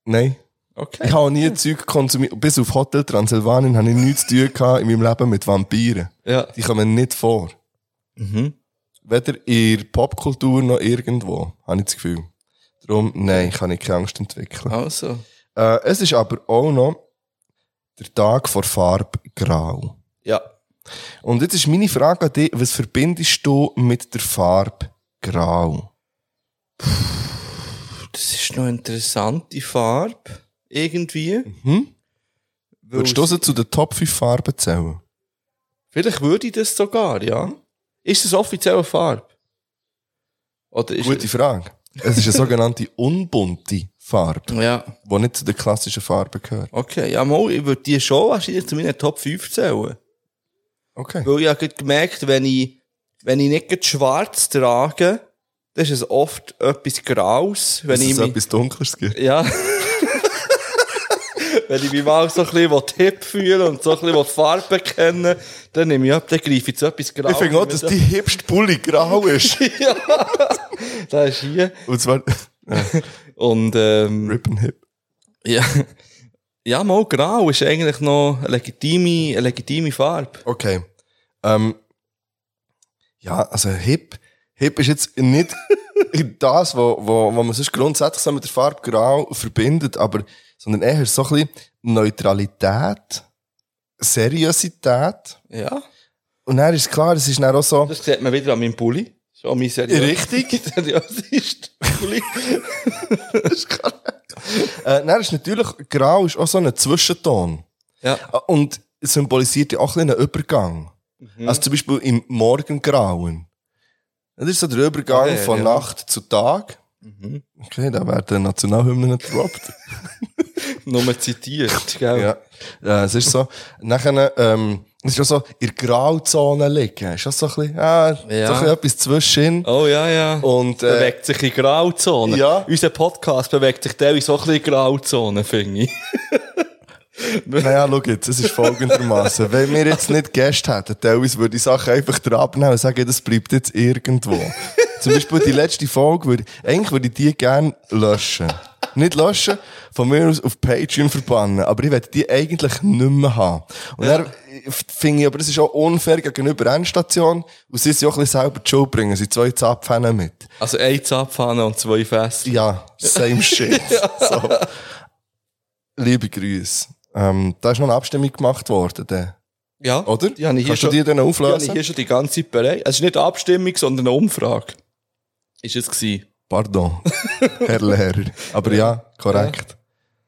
nein. Ich
okay.
habe nie Zeug konsumiert. Bis auf Hotel Transylvanien habe ich nichts zu tun gehabt in meinem Leben mit Vampiren.
Ja.
Die kommen nicht vor.
Mhm.
Weder in der Popkultur noch irgendwo, habe ich das Gefühl. Darum, nein, kann ich keine Angst entwickeln.
Also.
Äh, es ist aber auch noch der Tag vor Farbe Grau.
Ja.
Und jetzt ist meine Frage an dich, was verbindest du mit der Farbe Grau?
Das ist noch eine interessante Farbe. Irgendwie.
Mhm.
Weil
Würdest du
es-
sie zu den Top 5 Farben zählen?
Vielleicht würde ich das sogar, ja. Ist das offiziell eine Farbe? Oder ist
Gute Frage. Es ist eine sogenannte unbunte Farbe,
Ja,
die nicht zu den klassischen Farben gehört.
okay. Ja, mal, ich würde die schon wahrscheinlich zu meinen Top 5 zählen.
Okay.
Weil ich habe gerade gemerkt, wenn ich, wenn ich nicht gerade schwarz trage, dann ist es oft etwas Graus. Wenn
Wenn
ich
es
mich-
etwas Dunkles gibt.
Ja. Wenn ich mich mal so ein bisschen hip fühle und so ein bisschen Farbe kennen dann nehme ich ab, dann greife ich zu etwas Grau.
Ich finde auch, dass die hipste Bulli grau ist.
Da ist hier.
Und zwar
Und, ähm,
Ribbon Hip.
ja. Ja, mal Grau ist eigentlich noch eine legitime, eine legitime Farbe.
Okay. Ähm, ja, also Hip. Hip ist jetzt nicht das, wo, wo, wo man sonst grundsätzlich so mit der Farbe grau verbindet, aber, sondern eher so ein bisschen Neutralität, Seriosität.
Ja.
Und dann ist klar, es ist dann auch so,
Das sieht man wieder an meinem Pulli. So, mein seriös.
Richtig.
Seriösist. Pulli.
Äh, dann ist natürlich, grau ist auch so ein Zwischenton.
Ja.
Äh, Und es symbolisiert ja auch ein bisschen einen Übergang.
Mhm.
Also zum Beispiel im Morgengrauen. Das ist so der Übergang
Okay,
von
ja. Mhm.
Nacht zu Tag. Okay, da werden Nationalhymnen gedroppt.
Nur zitiert, gell?
ja. ja, es ist so. Nachher, ähm, es ist auch so, in der Grauzone liegen. Ist auch so ein bisschen, äh, so ein
Ja.
bisschen etwas zwischen.
Oh ja, ja.
Und, äh,
bewegt sich in Grauzonen.
Ja.
Unser Podcast bewegt sich teilweise so ein bisschen in Grauzonen, finde ich.
Naja, schau jetzt, es ist folgendermaßen. Wenn wir jetzt nicht Gäste hätten, teilweise würde ich Sachen einfach drauf nehmen und sagen, das bleibt jetzt irgendwo. Zum Beispiel die letzte Folge würde, eigentlich würde ich die gerne löschen. Nicht löschen, von mir aus auf Patreon verbannen, aber ich werde die eigentlich nicht mehr haben. Und dann finde ich, aber das ist auch unfair gegenüber Endstation, und sie sind ja auch ein bisschen selber die Schuld bringen, sie zwei Zapfhähne mit.
Also eine Zapfhahne und zwei Fässer.
Ja, same shit. so. Liebe Grüße. Ähm, da ist noch eine Abstimmung gemacht worden, dann.
Ja.
Oder?
Die habe ich hier
Kannst du
schon,
die dann
die habe ich
auflösen?
hier schon die ganze Zeit bereit. Es ist nicht eine Abstimmung, sondern eine Umfrage. Ist es gewesen.
Pardon, Herr Lehrer. Aber ja, korrekt.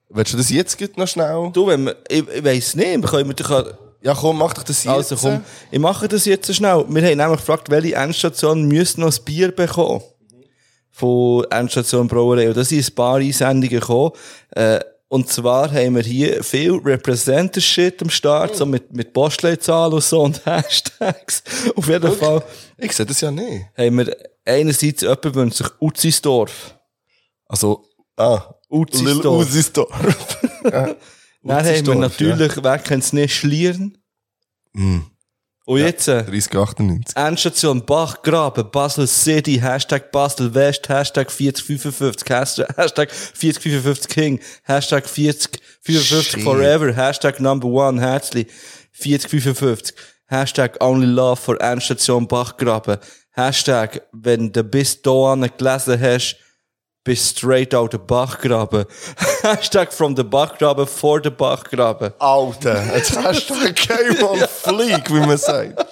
Willst du das jetzt gleich noch schnell?
Du, wenn wir, ich, ich weiss nicht, können wir doch,
Ja, komm, mach doch das jetzt.
also komm, ich mache das jetzt so schnell. Wir haben nämlich gefragt, welche Endstation müsste noch ein Bier bekommen? Von Endstation Brauerei. Und da sind ein paar Einsendungen gekommen. Äh, und zwar haben wir hier viel Representer-Shit am Start, so mit, mit Postleitzahlen und so und Hashtags. Auf jeden Fall
Ich sehe das ja nicht.
haben wir einerseits jemanden wünscht sich Uzisdorf.
Also, ah, Lil
Uzisdorf.
Usisdorf. ja.
Dann haben wir
Uzisdorf,
natürlich, wer kennt's nicht, Schlieren.
Ja. Mm,
Und jetzt... äh,
3098.
Endstation Bachgraben, Basel City, Hashtag Basel West, Hashtag 4055, Hashtag Hashtag 4055 King, Hashtag 4055
Shit.
Forever, Hashtag Number One, herzlich, 4055, Hashtag Only Love for Endstation Bachgraben, Hashtag, wenn du bis dahin gelesen hast, bist straight out the Bachgraben, Hashtag from the Bachgraben for the Bachgraben.
Alter, jetzt hast du Game on Fleek, wie man sagt.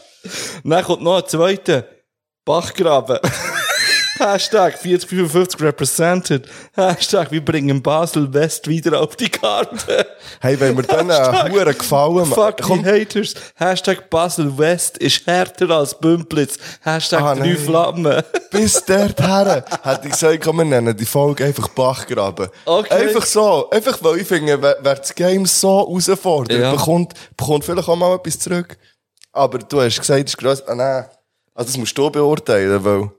Dann kommt noch ein zweiter. Bachgraben. Hashtag 4055 represented. Hashtag wir bringen Basel West wieder auf die Karte.
Hey, wenn wir denen einen Huren gefallen
Fuck die Haters. Hashtag Basel West ist härter als Bümplitz. Hashtag
Ah,
drei
nein.
Flammen.
Bis dorthin hätte ich gesagt, komm, wir nennen die Folge einfach Bachgraben.
Okay.
Einfach so. Einfach, weil ich finde, wer, wer das Game so herausfordert,
Ja.
bekommt, bekommt vielleicht auch mal etwas zurück. Aber du hast gesagt, es ist gross. Ah, nein. Also, das musst du beurteilen, weil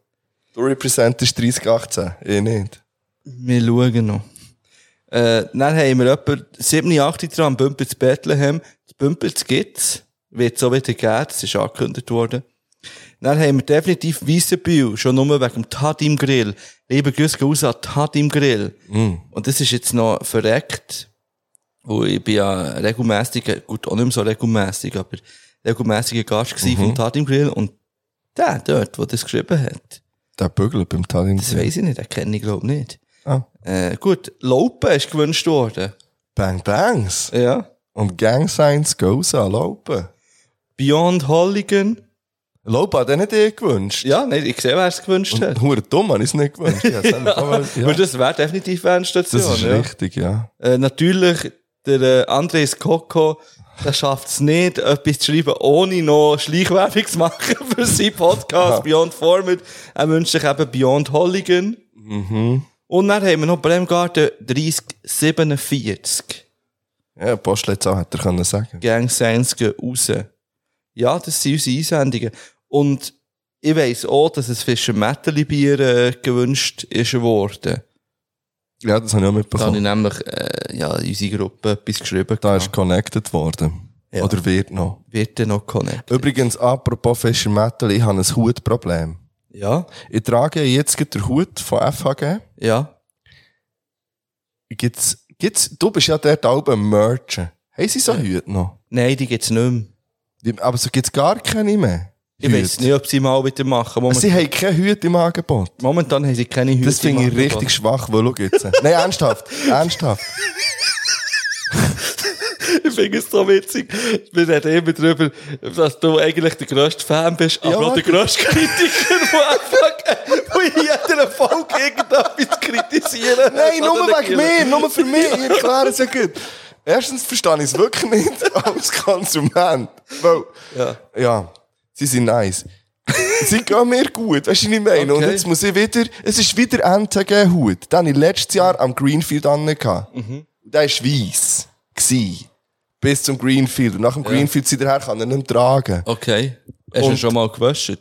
du repräsentierst 3018. Ich nicht.
Wir schauen noch. Äh, dann haben wir etwa 7, 8 dran, Bümpels Bethlehem. Das Bümpels gibt's. Wird so wieder geben, das ist angekündigt worden. Dann haben wir definitiv Weissenbühl, schon nur wegen dem Tad im Grill. Liebe Grüße gehen raus an Tad im Grill. Und das ist jetzt noch verreckt. Wo ich bin ja regelmässig, gut, auch nicht mehr so regelmässig, aber regelmäßiger Gast gewesen vom Tad im Grill. Und der dort, der das geschrieben hat,
Der Bügel beim Tallinn.
das weiss ich nicht, den kenne ich glaube nicht.
Ah.
Äh, gut, Laupen ist gewünscht worden.
Bang Bangs.
Ja.
Und Gang Signs goes an Laupen.
Beyond Holligan.
Lopa hat er nicht eh gewünscht.
Ja, nein, ich sehe, wer es gewünscht hat.
Hure dumm, habe ich es nicht gewünscht. Ich hab's einfach mal- ja.
Aber das wäre definitiv eine Station.
Das ist
ja.
richtig, ja.
Äh, natürlich, der äh, Andres Coco, der schafft es nicht, etwas zu schreiben, ohne noch Schleichwerbung zu machen für seinen Podcast Beyond Format. Er wünscht sich eben Beyond Holligan.
Mhm.
Und dann haben wir noch Bremgarten 3047.
Ja, Postleitzahl hätte er können sagen.
Gang Science gehen raus. Ja, das sind unsere Einsendungen. Und ich weiss auch, dass es Fischer Metteli Bier äh, gewünscht ist worden.
Ja, das habe ich auch
Da habe ich
mitbekommen.
nämlich äh, ja, in unserer Gruppe etwas geschrieben.
Da ist connected worden.
Ja.
Oder wird noch.
Wird dann noch connected.
Übrigens, apropos Fischer Metal, ich habe ein Hutproblem.
Ja,
Ich trage jetzt gerade den Hut von FHG.
ja.
Gibt's, gibt's, du bist ja dort auch beim Merchen. Haben sie so Hüte noch?
Nein, die gibt's nicht mehr.
Die- Aber so gibt's gar keine mehr.
Ich weiss nicht, ob sie mal wieder machen. Moment,
Sie haben keine Hüte im Angebot.
momentan haben sie keine Hüte.
Das finde ich
im Angebot.
richtig schwach, weil schau jetzt. Nein, ernsthaft. ernsthaft.
Ich finde es so witzig. Wir reden immer darüber, dass du eigentlich der grösste Fan bist, aber
Ja,
auch der grösste Kritiker, der einfach wo in jeder Folge irgendetwas kritisieren
Nein, nur
Sondern
wegen mir, nur für mich. Ich erkläre es ja gut. Erstens verstehe ich es wirklich nicht als Konsument. Weil,
Ja.
ja, sie sind nice. Sie gehen mir gut, weißt du, was ich meine? Und
Okay.
jetzt muss ich wieder, es ist wieder NTG-Hut. Den hatte ich letztes Jahr am Greenfield an. Mhm. Und der war weiss. Gsi. Bis zum Greenfield. Und nach dem Greenfield sind er her, kann er nicht mehr tragen.
Okay. Hast du ihn
Und-
schon mal gewaschen?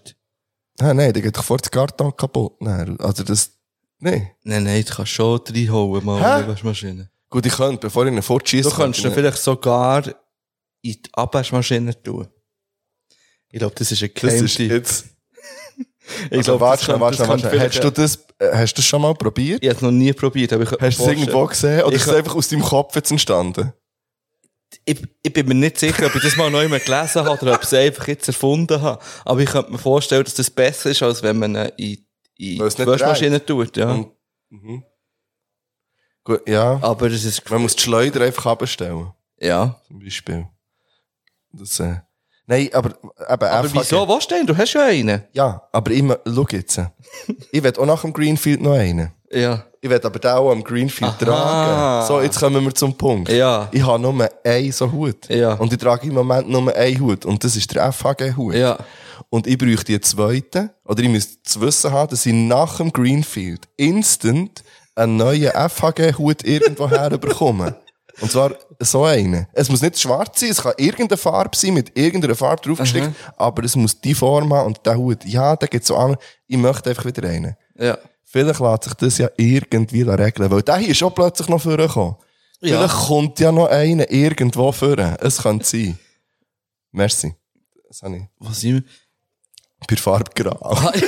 Ah, nein, der geht doch vor den Karton kaputt. Nein, also das, nein.
Nein, nein, du kannst schon reinhauen, mal
Hä?
in die Waschmaschine.
Gut, ich könnte, bevor ich ihn fortschieße.
Du kannst ihn vielleicht sogar in die Abwaschmaschine tun. Ich glaube, das ist ein
Das ist
Geheimtipp.
jetzt,
Ich
Also,
glaube,
warte,
das
warte,
könnte- das
warte, warte.
könnte
Hast du
vielleicht-
das, äh, hast du das schon mal probiert?
Ich habe es noch nie probiert, aber ich
Hast du es irgendwo gesehen? Oder
Ich-
ist es einfach aus deinem Kopf jetzt entstanden?
ich, ich bin mir nicht sicher, ob ich das mal neu mal gelesen habe oder ob ich es einfach jetzt erfunden habe. Aber ich könnte mir vorstellen, dass das besser ist, als wenn man ihn in, in die
Weil es nicht
Waschmaschine tut. Ja.
Und- Gut, ja.
Aber es ist...
Man muss die Schleuder einfach abstellen.
Ja.
Zum Beispiel. Das, äh, nein, aber, eben,
Aber wieso? Wo stehen? Du hast ja einen.
Ja, aber immer, schau jetzt. äh, ich will auch nach dem Greenfield noch einen.
Ja.
Ich will aber den auch am Greenfield tragen. So, jetzt kommen wir zum Punkt.
Ja.
Ich habe nur einen so Hut.
Ja.
Und ich trage im Moment nur einen Hut. Und das ist der FHG-Hut.
Ja.
Und ich bräuchte einen zweiten. Oder ich müsste zu wissen haben, dass ich nach dem Greenfield instant einen neuen FHG-Hut irgendwo herbekomme. Und zwar so einen. Es muss nicht schwarz sein, es kann irgendeine Farbe sein, mit irgendeiner Farbe draufgestickt, aber es muss die Form haben und der Hut. Ja, der gibt so an. Ich möchte einfach wieder einen.
Ja.
Vielleicht lässt sich das dus, ja irgendwie regeln, weil der hier ist auch plötzlich noch vorgekommen.
Ja.
Vielleicht kommt ja nou noch einer irgendwo vor. Es kann sein. Merci. Das habe ich.
Was sind
Per Farbe grau.
wir?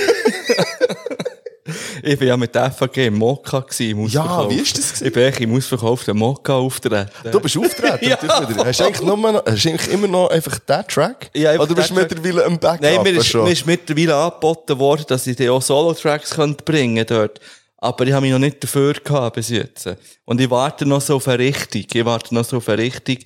Ich war ja mit FAG im Mokka gewesen, im
Ja,
Ausverkauf.
wie ist das gewesen?
Ich bin eigentlich im ausverkauften Mokka auftreten.
Du bist auftreten.
Ja.
ja. Hast du eigentlich, nur noch, hast du eigentlich immer noch einfach diesen Track?
Ja, einfach
Oder bist du
den Track.
mittlerweile im Backup
Nein, mir ist,
schon?
mir ist mittlerweile angeboten worden, dass ich dir auch Solo-Tracks könnte bringen dort. Aber ich habe mich noch nicht dafür gehabt bis jetzt. Und ich warte noch so auf eine Richtung. Ich warte noch so auf eine Richtung.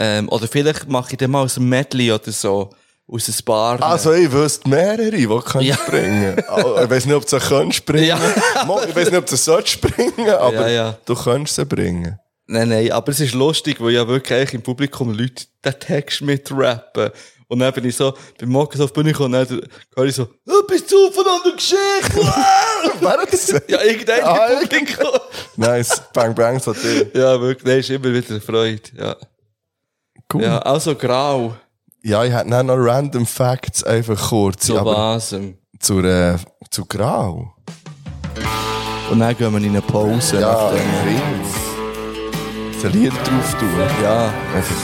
Ähm, oder vielleicht mache ich dann mal aus einem Medley oder so. Aus einem Bar.
also, ich wüsste mehrere, die kannst
Ja.
springen. Oh, Aber Ich weiß nicht, ob du sie können springen.
Ja.
Mo, Ich weiß nicht, ob du sie springen,
Ja,
aber
ja.
du kannst sie bringen.
Nein, nein, aber es ist lustig, weil ja wirklich eigentlich im Publikum Leute den Text mitrappen. Und dann bin ich so, beim Morgen so auf die Bühne gekommen und dann höre ich so, du bist zu von einer Geschichte.
Wer hat das gesagt?
ja, irgendein
Ah,
im Publikum.
Nice. Bang, bang, so dir.
ja, wirklich, das ist immer wieder eine Freude, ja.
Cool.
Ja, also grau.
Ja, ich hätte dann noch Random Facts einfach kurz.
So
aber
Basen.
zu, äh, zu Grau.
Und dann gehen wir in eine Pause.
Ja,
nachdem.
Rings. Ein Lied drauf tun.
ja.
Einfach.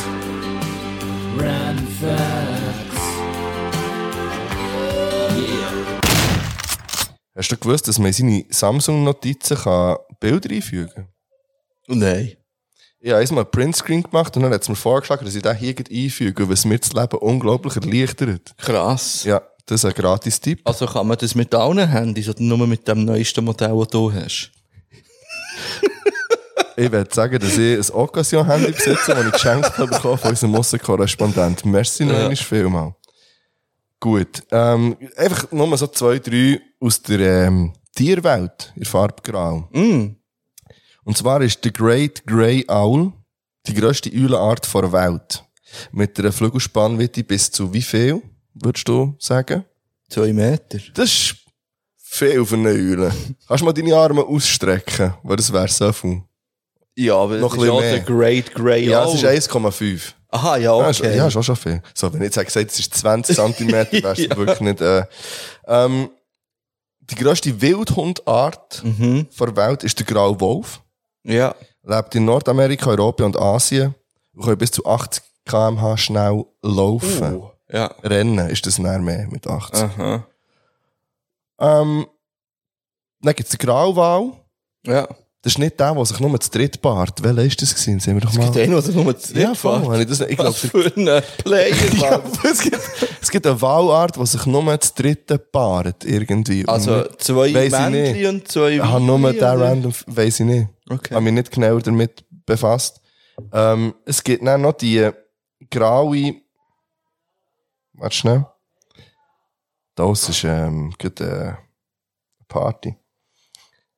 Hast du gewusst, dass man in seine Samsung-Notizen kann Bilder einfügen kann?
Oh, Nein.
Ich habe einmal einen Printscreen gemacht und dann hat es mir vorgeschlagen, dass ich den hier gleich einfüge, weil es mir das Leben unglaublich erleichtert.
Krass.
Ja, das ist ein gratis Tipp.
Also kann man das mit allen Handys oder nur mit dem neuesten Modell, das du hast?
Ich würde sagen, dass ich ein Occasion-Handy besitze, das ich geschenkt habe bekommen von unserem Mossenkorrespondent. Merci noch
Ja.
ja. vielmals. Gut. Ähm, einfach nur so zwei, drei aus der ähm, Tierwelt, in Farbe Grau.
Mm.
Und zwar ist der Great Grey Owl die grösste Eulenart der Welt. Mit einer Flügelspannweite bis zu wie viel, würdest du sagen?
Zwei Meter.
Das ist viel für eine Eule. Kannst du mal deine Arme ausstrecken? Weil das wäre so viel.
Ja, aber
Noch
noch
ein
ist auch
bisschen
der Great Grey
Ja,
Owl.
es ist 1,5.
Aha, ja,
Ja, schon-
okay.
Ja, schon schon viel. So, wenn ich jetzt hätte gesagt, es ist 20 cm, wärst du
Ja.
wirklich nicht... Äh, ähm, die grösste Wildhundart
Mhm.
der Welt ist der Graue Wolf.
Ja.
Lebt in Nordamerika, Europa und Asien und kann bis zu 80 km/h schnell laufen.
Ja.
Rennen ist das näher mehr mit 80.
Aha. Ah.
Ähm, dann gibt es den Grauwal.
Ja.
Das ist nicht der, der sich nur zu dritt paart. Welcher ist das gewesen? Sehen wir doch mal.
Den, was ich nur zu
Ja, voll. habe Ich, das nicht- ich glaube,
Was für ein Player,
ja,
Mann.
es, gibt, es gibt eine Wahlart, die sich nur zu dritt paart. Irgendwie.
Also
Und
zwei
Weiss ich
Männchen
nicht.
und zwei
ich habe nur
Weibchen,
den
oder?
random, weiss ich nicht.
Okay.
habe mich nicht genauer damit befasst. Ähm, es gibt dann noch die graue. Warte schnell. Das ist ähm, gerade eine Party.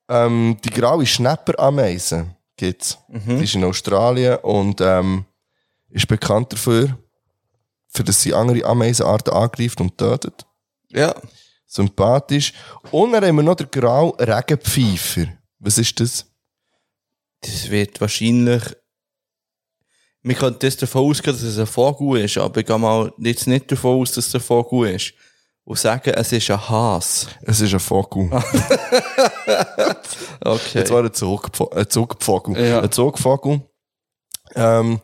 Ähm, die graue Schnepperameise gibt es. Die ist in Australien und ähm, ist bekannt dafür, für dass sie andere Ameisenarten angreift und tötet.
Ja.
Sympathisch. Und dann haben wir noch den grauen Regenpfeifer. Was ist das?
Das wird wahrscheinlich. Man könnte das davon ausgehen, dass es ein Vogel ist, aber ich gehe mal jetzt nicht davon aus, dass es ein Vogel ist. Und sagen, es ist ein Hase.
Es ist ein Vogel.
Okay.
Jetzt war äh, ein Zugpfo- ein Zugvogel.
Ja.
Ein Zugvogel. Ähm,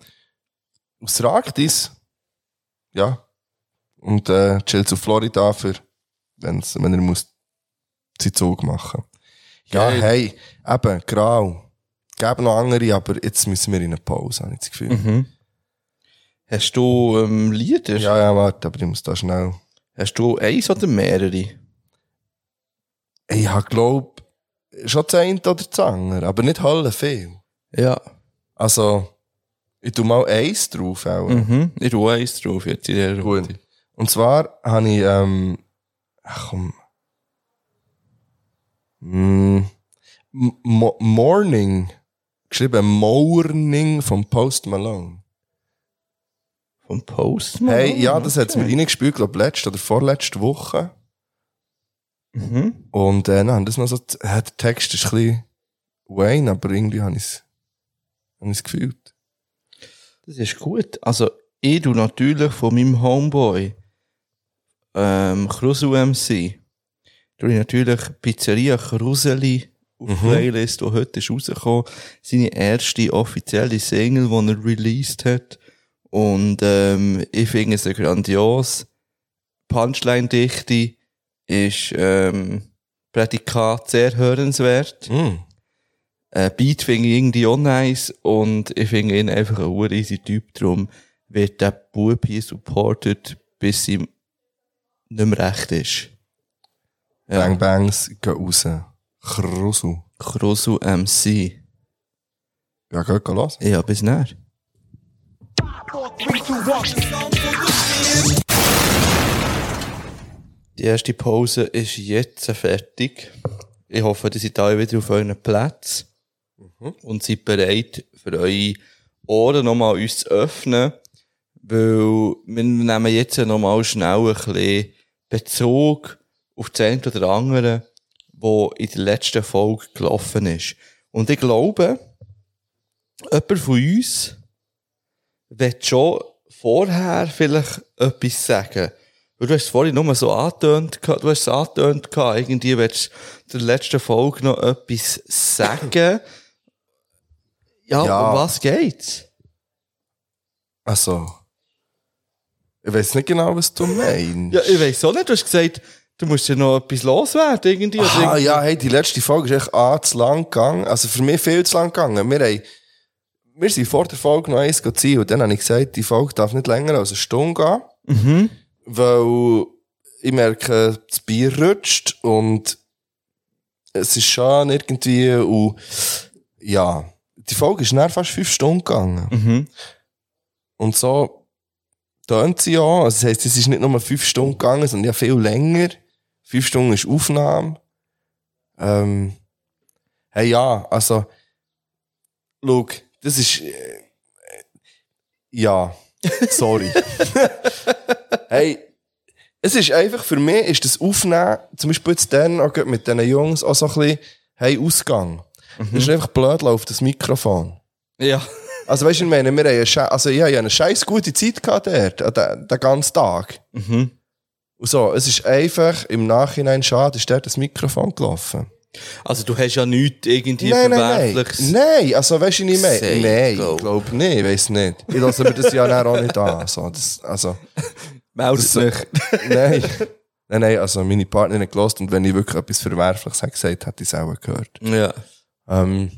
aus der Arktis. Ja. Und äh, chillt zu Florida für, wenn's, wenn er muss seinen Zug machen. Ja,
Geil.
hey, eben, grau. Gäbe noch andere, aber jetzt müssen wir in eine Pause, habe ich das Gefühl.
mhm. Hast du ähm, Lieder?
Ja, ja, warte, aber ich muss da schnell.
Hast du eins oder mehrere?
Ich habe, glaub, schon das eine oder das andere, aber nicht alle viel.
Ja.
Also, ich tu mal eins drauf, auch.
Mhm. Ich tue eins drauf jetzt in der
Gut. Und zwar habe ich, ähm, ach komm. Mm, M- Mo Morning. Geschrieben Morning vom Post Malone.
Vom Postman?
Hey, ja, das hat's mir reingespült, glaub letzte oder vorletzte Woche.
Mhm.
Und äh, nein, das noch so, äh, der Text ist ein bisschen Wayne, aber irgendwie habe ich es hab ich's gefühlt.
Das ist gut. Also, ich tu natürlich von meinem Homeboy, ähm, Krusel MC, tu ich natürlich Pizzeria Kruseli auf die Playlist, die heute ist rausgekommen. Seine erste offizielle Single, die er released hat. Und, ähm, ich finde es grandios. Punchline-Dichte ist, ähm, Prädikat sehr hörenswert.
Mm.
Äh, Beat finde ich irgendwie auch nice und ich finde ihn einfach ein ur easy Typ. Darum wird der Bub hier supported, bis ihm nicht mehr recht ist. Ja.
Bang Bangs, geh raus. Krusel.
Krosu MC.
Ja, geh, geh los.
Ja, bis näher. Die erste Pause ist jetzt fertig. Ich hoffe, ihr seid alle wieder auf euren Platz und seid bereit, für eure Ohren nochmal uns zu öffnen, weil wir nehmen jetzt nochmal schnell ein bisschen Bezug auf das eine oder andere, was in der letzten Folge gelaufen ist. Und ich glaube, jemand von uns will schon vorher vielleicht etwas sagen. Weil du hast es vorhin nur so angetönt, gehabt- du hast es angetönt, gehabt, irgendwie willst du der letzten Folge noch etwas sagen. Ja,
Ja.
um was geht's?
Also. Ich weiß nicht genau, was du meinst.
Ja, ich weiss auch nicht, du hast gesagt, du musst ja noch etwas loswerden, irgendwie. oder
Ah,
irgendwie-
ja, hey, die letzte Folge ist echt an zu lang gegangen. Also für mich viel zu lang gegangen. Wir, haben, wir sind vor der Folge noch eins gezogen und dann habe ich gesagt, die Folge darf nicht länger als eine Stunde gehen. Weil ich merke, das Bier rutscht und es ist schon irgendwie und ja, die Folge ist dann fast fünf Stunden gegangen.
Mhm.
Und so tönt sie ja. Also das heisst, es ist nicht nur fünf Stunden gegangen, sondern ja viel länger. Fünf Stunden ist Aufnahme. Ähm, hey, ja, also, look, das ist, äh, äh, ja, sorry. hey, es ist einfach, für mich ist das Aufnehmen, zum Beispiel jetzt dann, auch gerade mit diesen Jungs, auch so ein bisschen, hey, Ausgang. Das ist einfach blöd, läuft das Mikrofon.
Ja.
Also weißt du, ich meine, wir haben eine Sche also ich habe eine scheiß gute Zeit gehabt dort, an den- den ganzen Tag.
Mhm.
Und so, es ist einfach im Nachhinein schade, ist dort das Mikrofon gelaufen.
Also du hast ja nichts irgendwie
nein, nein, nein.
Verwerfliches.
Nein, also weißt du nicht mehr.
Sei,
Nein,
glaub.
ich glaube nicht, ich weiß nicht. Ich lasse mir das ja dann auch nicht an. So, das, also,
Meldet
so-
mich.
nein. Nein, nein, also meine Partnerin hat gelost und wenn ich wirklich etwas Verwerfliches hätte gesagt, hätte ich es auch gehört.
Ja.
Ähm,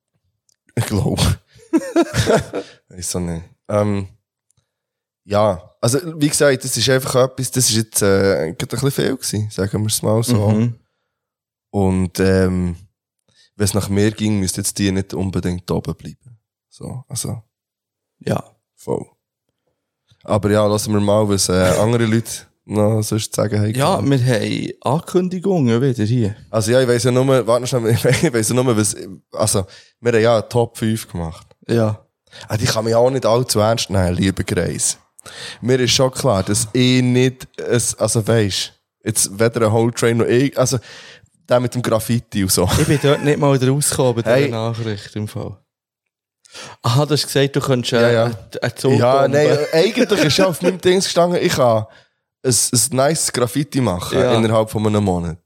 ich glaube. Weiß auch nicht. Ähm, ja, also wie gesagt, das ist einfach etwas, das ist jetzt äh, gerade ein bisschen viel gewesen, sagen wir es mal so.
Mhm.
Und ähm, wenn es nach mir ging, müsste jetzt die nicht unbedingt oben bleiben. So, also
Ja.
voll. Aber ja, lassen wir mal, was äh, andere Leute noch sonst zu sagen haben.
Ja, wir haben Ankündigungen wieder hier.
Also ja, ich weiss ja nur, warte noch schnell, ich weiss ja nur, was, also wir haben ja eine Top 5 gemacht.
Ja.
Also ich kann mich auch nicht allzu ernst nehmen, lieber Greis. Mir ist schon klar, dass ich nicht, es, also weisst, jetzt weder ein Whole Train noch ich, also der mit dem Graffiti und so.
Ich bin dort nicht mal rausgekommen bei dieser
Hey.
Nachricht im Fall. Aha, du hast gesagt, du könntest äh,
Ja, ja.
einen Zug
ja,
bomben.
nein, äh, eigentlich ist ja auf meinem Dings gestanden, ich kann ein, ein nice Graffiti machen
Ja.
innerhalb von einem Monat.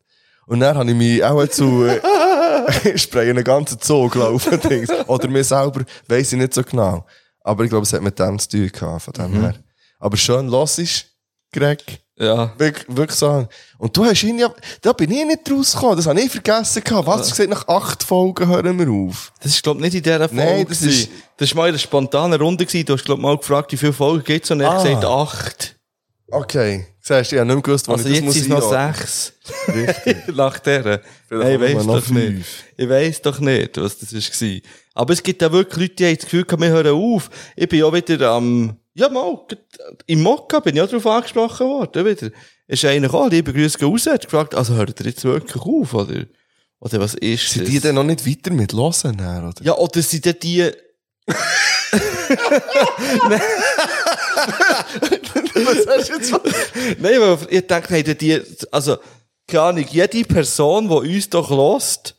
Und dann habe ich mich auch zu äh, sprayen, einen ganzen Zug laufen. Dings. Oder mir selber, weiß ich nicht so genau. Aber ich glaube, es hat mit dem zu tun gehabt, von dem her. Aber schön los ist, Greg.
Ja.
Wirk- Wirklich so. Und du hast ihn ja, da bin ich nicht rausgekommen, das habe ich vergessen gehabt. Was hast du gesagt, nach acht Folgen hören wir auf?
Das ist, glaube ich, nicht in dieser Folge.
Nein, das
gewesen. das ist mal in einer spontanen Runde. Gewesen. Du hast, glaube ich, mal gefragt, wie viele Folgen gibt es und er hat
Ah.
gesagt acht.
Okay. Siehst du, ich habe nicht mehr gewusst, wann
Also
ich
jetzt
das muss
sind es noch
einordnen.
sechs.
Richtig.
Nach dieser.
Vielleicht
Hey,
haben wir
weiss
noch
doch nicht.
fünf.
Ich weiss doch nicht, was das war. Aber es gibt ja wirklich Leute, die haben das Gefühl, gehabt, wir hören auf. Ich bin ja wieder am, ja mal, im Mokka bin ich auch darauf angesprochen worden, wieder. Ist einer gekommen, liebe Grüße gehen raus, hat gefragt, also hört ihr jetzt wirklich auf, oder? Oder was ist
Sind
das?
die denn noch nicht weiter mit hören, dann, oder?
ja, oder sind denn die,
was hast du jetzt von-
Nein, aber ich denke, hey, die, also, keine Ahnung, jede Person, die uns doch lost,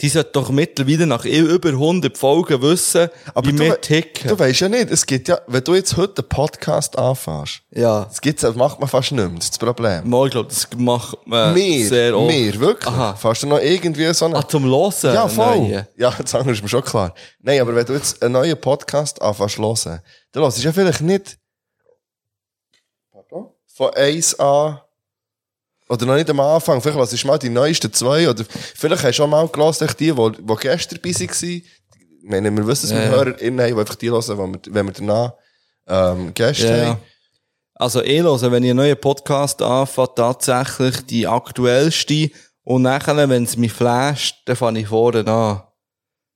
die sollte doch mittlerweile nach eh über 100 Folgen wissen,
Aber
wie
du
wir
we-
ticken.
Du weißt ja nicht, es gibt ja, wenn du jetzt heute einen Podcast anfängst,
ja.
das gibt's, das macht man fast nicht mehr, das ist das Problem.
Mal, ich glaube, das macht man
Mehr,
sehr oft.
mehr, wirklich.
Aha.
Fast noch irgendwie so einen
Ah, zum Hören.
Ja, voll.
Neue.
Ja, das andere ist mir schon klar. Nein, aber wenn du jetzt einen neuen Podcast anfängst zu hören, dann hörst du ja vielleicht nicht Pardon? von 1 an oder noch nicht am Anfang. Vielleicht hörst du mal die neuesten zwei oder vielleicht hast du auch mal gehört, echt die, die, die gestern bei waren. Ich meine, wir wissen es, wir
Ja.
HörerInnen haben, die einfach die hören, die wir, wenn wir danach ähm, Gäste
Ja,
haben.
ja. Also, ich höre, wenn ich einen neuen Podcast anfange, tatsächlich die aktuellste. Und nachher, wenn es mich flasht, dann fange ich vorne an.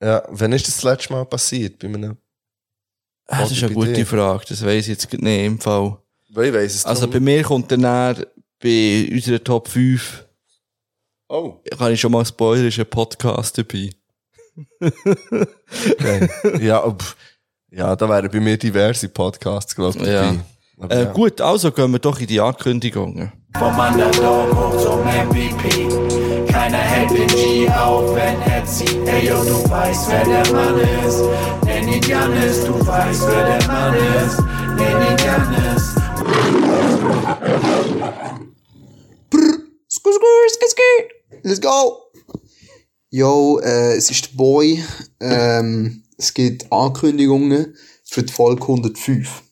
Ja, wann ist das, das letzte Mal passiert? Bei einem,
Ah, Das ist eine
Bei dir?
gute Frage. Das weiss ich jetzt grad nicht im Fall.
weil ich weiss es
Also bei
darum-
mir kommt dann eher bei unserer Top 5,
Oh,
kann ich schon mal spoilern, ist ein Podcast dabei.
okay. ja, pff. ja, da wären bei mir diverse Podcasts, glaube ich,
Ja.
dabei. Aber
Äh,
ja.
Gut, also gehen wir doch in die Ankündigungen.
Vom Underdog hoch zum MVP. Keiner hält den G auf, wenn er zieht. Ey, yo, du weißt, wer der Mann ist. Nenn ihn Janis, du weißt, wer der Mann ist. Nenn ihn Janis.
Skur, skur, skur, skur. Let's go! Yo, äh, es ist der Boy. Ähm, es gibt Ankündigungen für die Folge 105.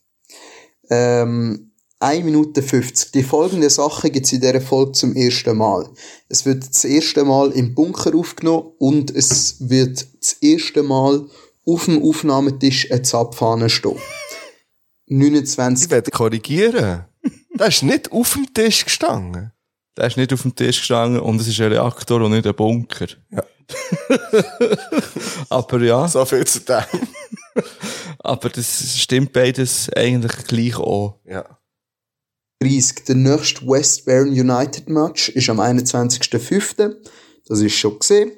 Ähm, 1 Minute 50. Die folgenden Sachen gibt es in dieser Folge zum ersten Mal. Es wird das erste Mal im Bunker aufgenommen und es wird das erste Mal auf dem Aufnahmetisch eine Zapfhahne stehen. 29
Ich werde korrigieren. Das ist nicht auf dem Tisch gestanden.
Der ist nicht auf dem Tisch gestanden und es ist ein Reaktor und nicht ein Bunker.
Ja,
Aber ja,
So viel zu dem.
aber das stimmt beides eigentlich gleich auch.
Ja.
30. Der nächste West Bern United Match ist am 21.05. Das ist schon gesehen.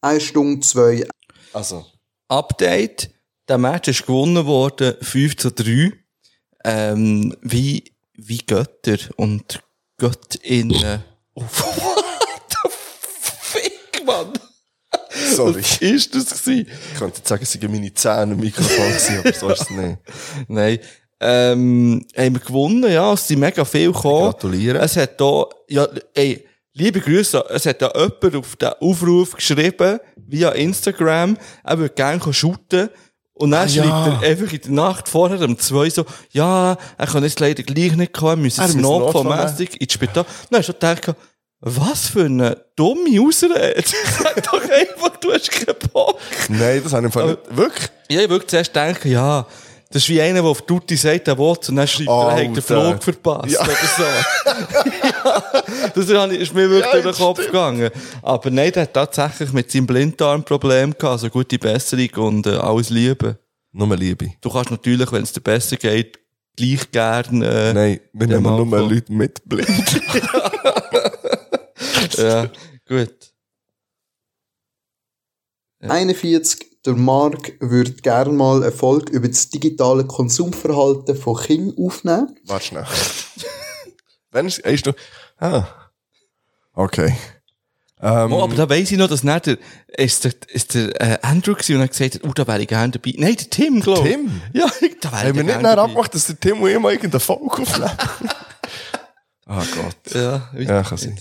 Eine Stunde, zwei.
Also,
Update. Der Match ist gewonnen worden, 5 zu 3. Ähm, wie, wie Götter und Göttinnen. Oh, what the fick, Mann?
sorry.
Was ist das gewesen?
Ich könnte jetzt sagen, es seien meine Zähne im Mikrofon gewesen, aber so ist es nicht.
Nein. Ähm, haben wir gewonnen, ja. Es sind mega viel gekommen.
Gratuliere.
Es hat da, ja, ey, liebe Grüße, es hat da jemand auf den Aufruf geschrieben, via Instagram, er würde gerne shooten. Und dann schreibt
Ah, ja.
er einfach in der Nacht vorher um zwei so, ja, er kann jetzt leider gleich nicht kommen, er muss
Ah, Er
jetzt
muss
notfallmässig ins Spital. Dann hast du gedacht, was für eine dumme Ausrede. Sag doch einfach, du hast keinen Bock.
Nein, das habe ich im Fall nicht. Wirklich?
Ja, ich würde zuerst denken, ja, das ist wie einer, der auf Tutti sagt, er will, und dann schreibt er, er hat den
Alter.
Flug verpasst,
Ja.
oder so. ja, das habe ich- ist mir wirklich
Ja,
durch
das
den Kopf gegangen. Aber nein, der hat tatsächlich mit seinem Blinddarm Problem gehabt, also gute Besserung und äh, alles Liebe.
Nur Liebe.
Du kannst natürlich, wenn es dir besser geht, gleich gern, äh,
Nein, wir
der
nehmen nur
Marco.
Leute mit blind.
ja, äh, gut.
41. Der Marc würde gerne mal Erfolg über das digitale Konsumverhalten von Kindern aufnehmen.
Warte schnell. Wenn es, ist du, ah. Okay. Ähm,
Oh, aber da weiss ich noch, dass nicht der, ist der, ist der äh, Andrew gewesen und hat gesagt, oh, da wäre ich gerne dabei. Nein, der Tim, glaube ich.
Tim?
Ja, da wäre ich
haben wir nicht
gerne
näher
dabei.
abgemacht, dass der Tim und ich mal irgendeinen Volk aufnehmen? Ah Gott.
Ja, weiter
Ja, kann
geht's.
sein.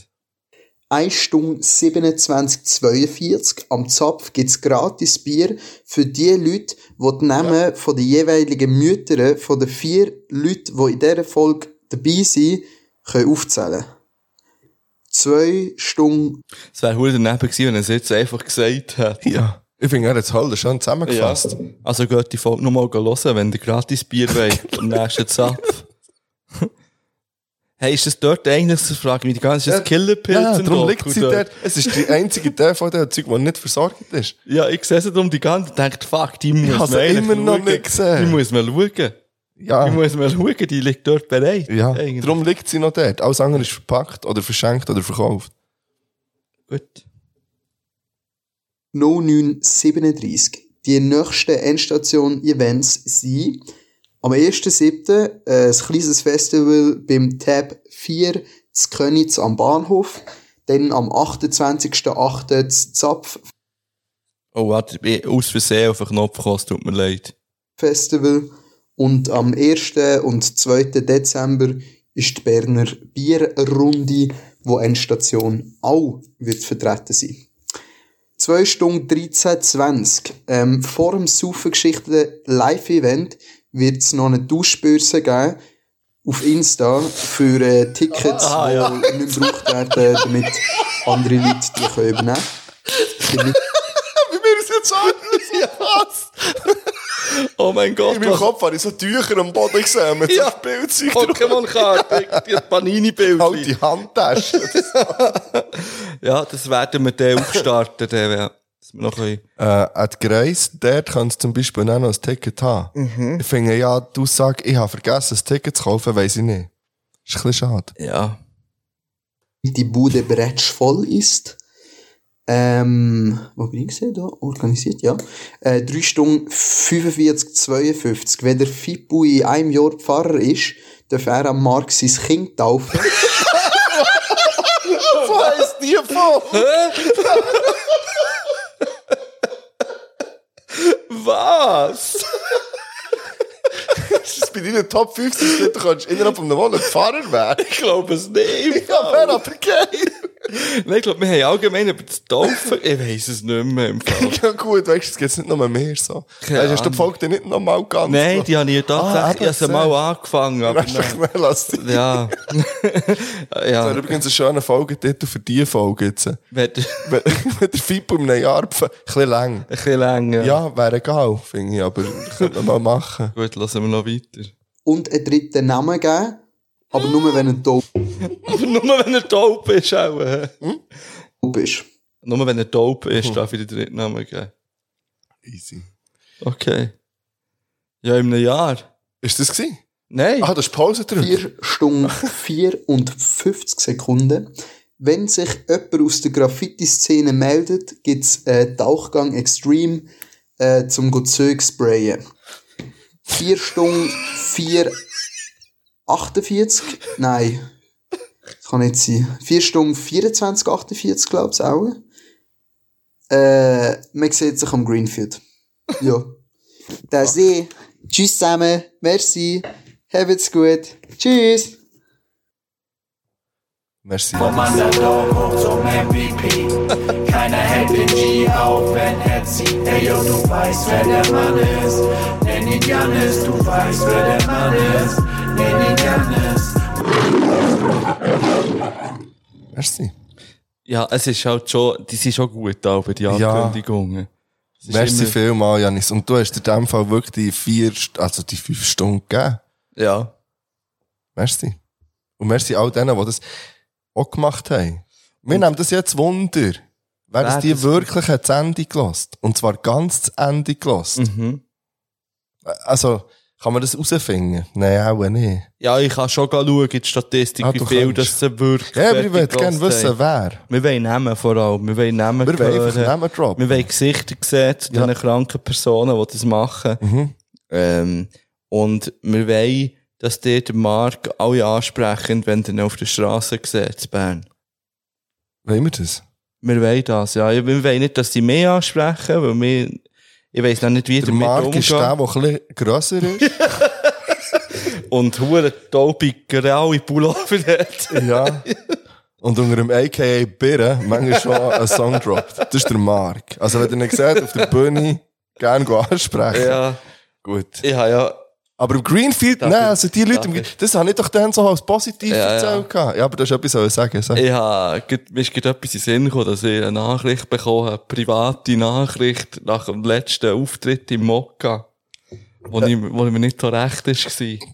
Eine Stunde 27,42. Am Zapf gibt's gratis Bier für die Leute, die die Namen von den jeweiligen Müttern von den vier Leuten, die in dieser Folge dabei sind, können aufzählen. Zwei Stunden
Es wäre hure daneben gewesen, wenn er es jetzt einfach gesagt hätte.
Ja. Ich finde, er hat das Halder schon zusammengefasst.
Also geht die Folge nochmal hören, wenn ihr gratis Bier wollt. Im nächsten Zapf. hey, ist das dort eigentlich, das frage ich mich die ganze Zeit, ist das Killerpilz
Ja,
im
darum
Doku
liegt sie dort. Es ist die einzige der von der Zeug, die nicht versorgt ist.
Ja, ich sehe sie darum die ganze Zeit und denke, fuck, die muss
habe sie
man eigentlich
Also immer noch
schauen.
nicht gesehen.
Die muss man schauen.
Ja.
Die muss man schauen, die liegt dort bereit.
Ja,
Eigentlich.
darum liegt sie noch dort. Alles andere ist verpackt oder verschenkt oder verkauft.
Gut.
0937. Die nächsten Endstation-Events sind am 1.7. äh, ein kleines Festival beim Tab 4 zu Könitz am Bahnhof. Dann am 28.8. das Zapf-Festival.
Oh, warte, ich bin aus Versehen auf den Knopf gekommen, es tut mir leid.
Und am 1. und 2. Dezember ist die Berner Bierrunde, wo Endstation auch wird vertreten sein 2 Stunden 13.20. Ähm, vor dem Saufengeschichten Live-Event wird es noch eine Duschbörse geben auf Insta für äh, Tickets, die nicht mehr gebraucht werden, damit andere Leute die können übernehmen können.
Wie mir ist jetzt anders?
Oh mein Gott,
In meinem Kopf habe ich so Tücher am Boden gesehen mit
Ja.
so Bildzeug drauf. Halt
Pokémon-Karte, die Panini-Bild.
Alte Handtasche.
Ja, das werden wir dann aufstarten, dann, ja. Dass wir noch können.
äh, at Greis, dort kannst du zum Beispiel auch noch ein Ticket haben. Ich finde ja, die Aussage, ich habe vergessen, ein Ticket zu kaufen, weiss ich nicht. Ist ein bisschen schade.
Ja.
die Bude bereits voll ist. Ähm, wo bin ich gesehen? Da, organisiert, ja. Äh, 3 Stunden 45, 52. Wenn der Fippo in einem Jahr Pfarrer ist, darf er am Markt sein Kind taufen.
Was heisst die von?
Was?
Das ist bei deinen Top 5, du kannst innerhalb von einem Monat Pfarrer werden.
Ich glaube es nicht.
Ich habe mehr aber geil.
Nein, ich glaube, wir haben allgemein über das Taufen. Ich weiß es nicht mehr im Fall.
Ja gut, weißt du, es gibt nicht noch mehr so.
Keine
Weißt du, hast du
Ahnung.
die Folge dann nicht noch mal ganz?
Nein, die habe ich
Ah,
tatsächlich
eben,
erst einmal angefangen. Aber
Weißt du,
nein.
schnell lass die.
Ja.
Das wäre
ja.
übrigens ein schöner Folgetitel für diese Folge jetzt.
Wenn- Ein
Wenn wenn der Fippo in einem Jahr, pf- ein bisschen lang.
bisschen länger.
Ja, wäre egal, finde ich, aber könnte man mal machen.
Gut, lassen wir noch weiter.
Und einen dritten Namen geben. Aber nur wenn er taub
Aber nur wenn er taub ist, auch. hä?
ist.
Nur wenn er dope ist,
Hm.
darf ich den dritten Namen geben.
Easy.
Okay. Ja, in einem Jahr.
Ist das gewesen?
Nein.
Ah, das ist Pause drin.
4 Stunden 54 Sekunden. Wenn sich jemand aus der Graffiti-Szene meldet, gibt es äh, Tauchgang Extreme äh, zum go Zeug sprayen. 4 Stunden 4 48? Nein. Das kann nicht sein. 4 Stunden 24, 48 glaube ich auch. Äh, man sieht sich am Greenfield. Ja. Der See. Tschüss zusammen. Merci. Habt's gut. Tschüss.
Merci.
Vom Underdog hoch zum MVP. Keiner hält den G auf, wenn er zieht. Ey, yo, du weißt, wer der Mann ist. Nenn ihn Janis, du weißt, wer der Mann ist. Nenn ihn Janis.
Merci.
Ja, es ist halt schon, die sind schon gut da über die
Ja.
Ankündigungen. Es ist
Merci
immer-
vielmal, Janis. Und du hast in dem Fall wirklich die vier, St- also die fünf Stunden gegeben.
Ja.
Merci. Und merci all denen, die das auch gemacht haben. Wir nehmen das jetzt Wunder. Wer das
Wer
die
das-
wirklich hat zu Ende gelost? Und zwar ganz zu Ende gelost.
Mhm.
Also, kann man das herausfinden? Nein, auch nicht.
Ja, ich kann schon schauen in die Statistik,
Ah,
wie
du
viel
kannst.
das sie wirklich
Ja, aber ich
fertig
würde gerne
gehört
wissen,
haben.
wer.
Wir wollen Namen vor allem. Wir wollen Namen eh,
Wir wollen einfach
hören.
Namen droppen.
Wir wollen Gesichter sehen zu
Ja.
diesen kranken Personen, die das machen.
Mhm.
Ähm, und wir wollen, dass dir der Marc alle ansprechen, wenn du ihn auf der Straße siehst, in Bern.
Wollen wir das?
Wir wollen das, ja. Wir wollen nicht, dass sie mich ansprechen, weil wir, ich weiss noch nicht, wie
Der Marc ist der, der ein bisschen grösser ist.
Und hure taube, graue Pullover hat.
ja. Und unter dem AKA Birre manchmal schon einen Song droppt. Das ist der Marc. Also, wenn ihr ihn seht, auf der Bühne, gerne go ansprechen.
ja.
Gut.
Ich habe ja,
Aber im Greenfield,
Das
nein,
ist-
also die Leute, im
das
Gre- das habe ich doch dann so als positiv
Ja,
erzählt. Ja. ja, aber das ist etwas, was ich sagen soll.
ich habe, grad- mir ist gerade etwas in den Sinn gekommen, dass ich eine Nachricht bekommen habe, eine private Nachricht nach dem letzten Auftritt im Mokka, wo, ich, wo ich mir nicht so recht war.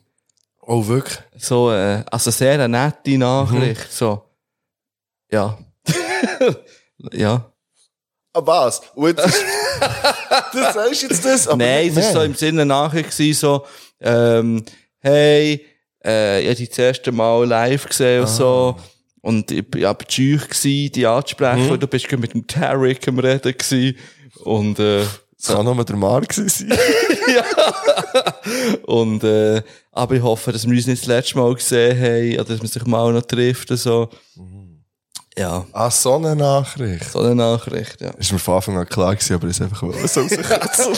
Oh, wirklich?
so, äh, also sehr eine nette Nachricht,
Mhm.
so. Ja. ja.
Ah, was? Und jetzt ist- das sagst jetzt das? Aber
Nein,
nicht
es war so
mehr.
im Sinne eine Nachricht, gewesen, so, ähm, hey, äh, ich habe dich das erste Mal live gesehen und so. Und ich war aber scheu, gewesen, dich anzusprechen, weil du bist gerade mit dem Tarek am Reden gewesen. Und, äh,
Das kann nur der Marc sein.
Und, äh, aber ich hoffe, dass wir uns nicht das letzte Mal gesehen haben, oder dass man sich mal noch trifft, und so. Ja,
ah, so eine Nachricht.
so eine Nachricht, ja.
Ist mir von Anfang an klar gewesen, aber ist einfach mal so rausgekratzt.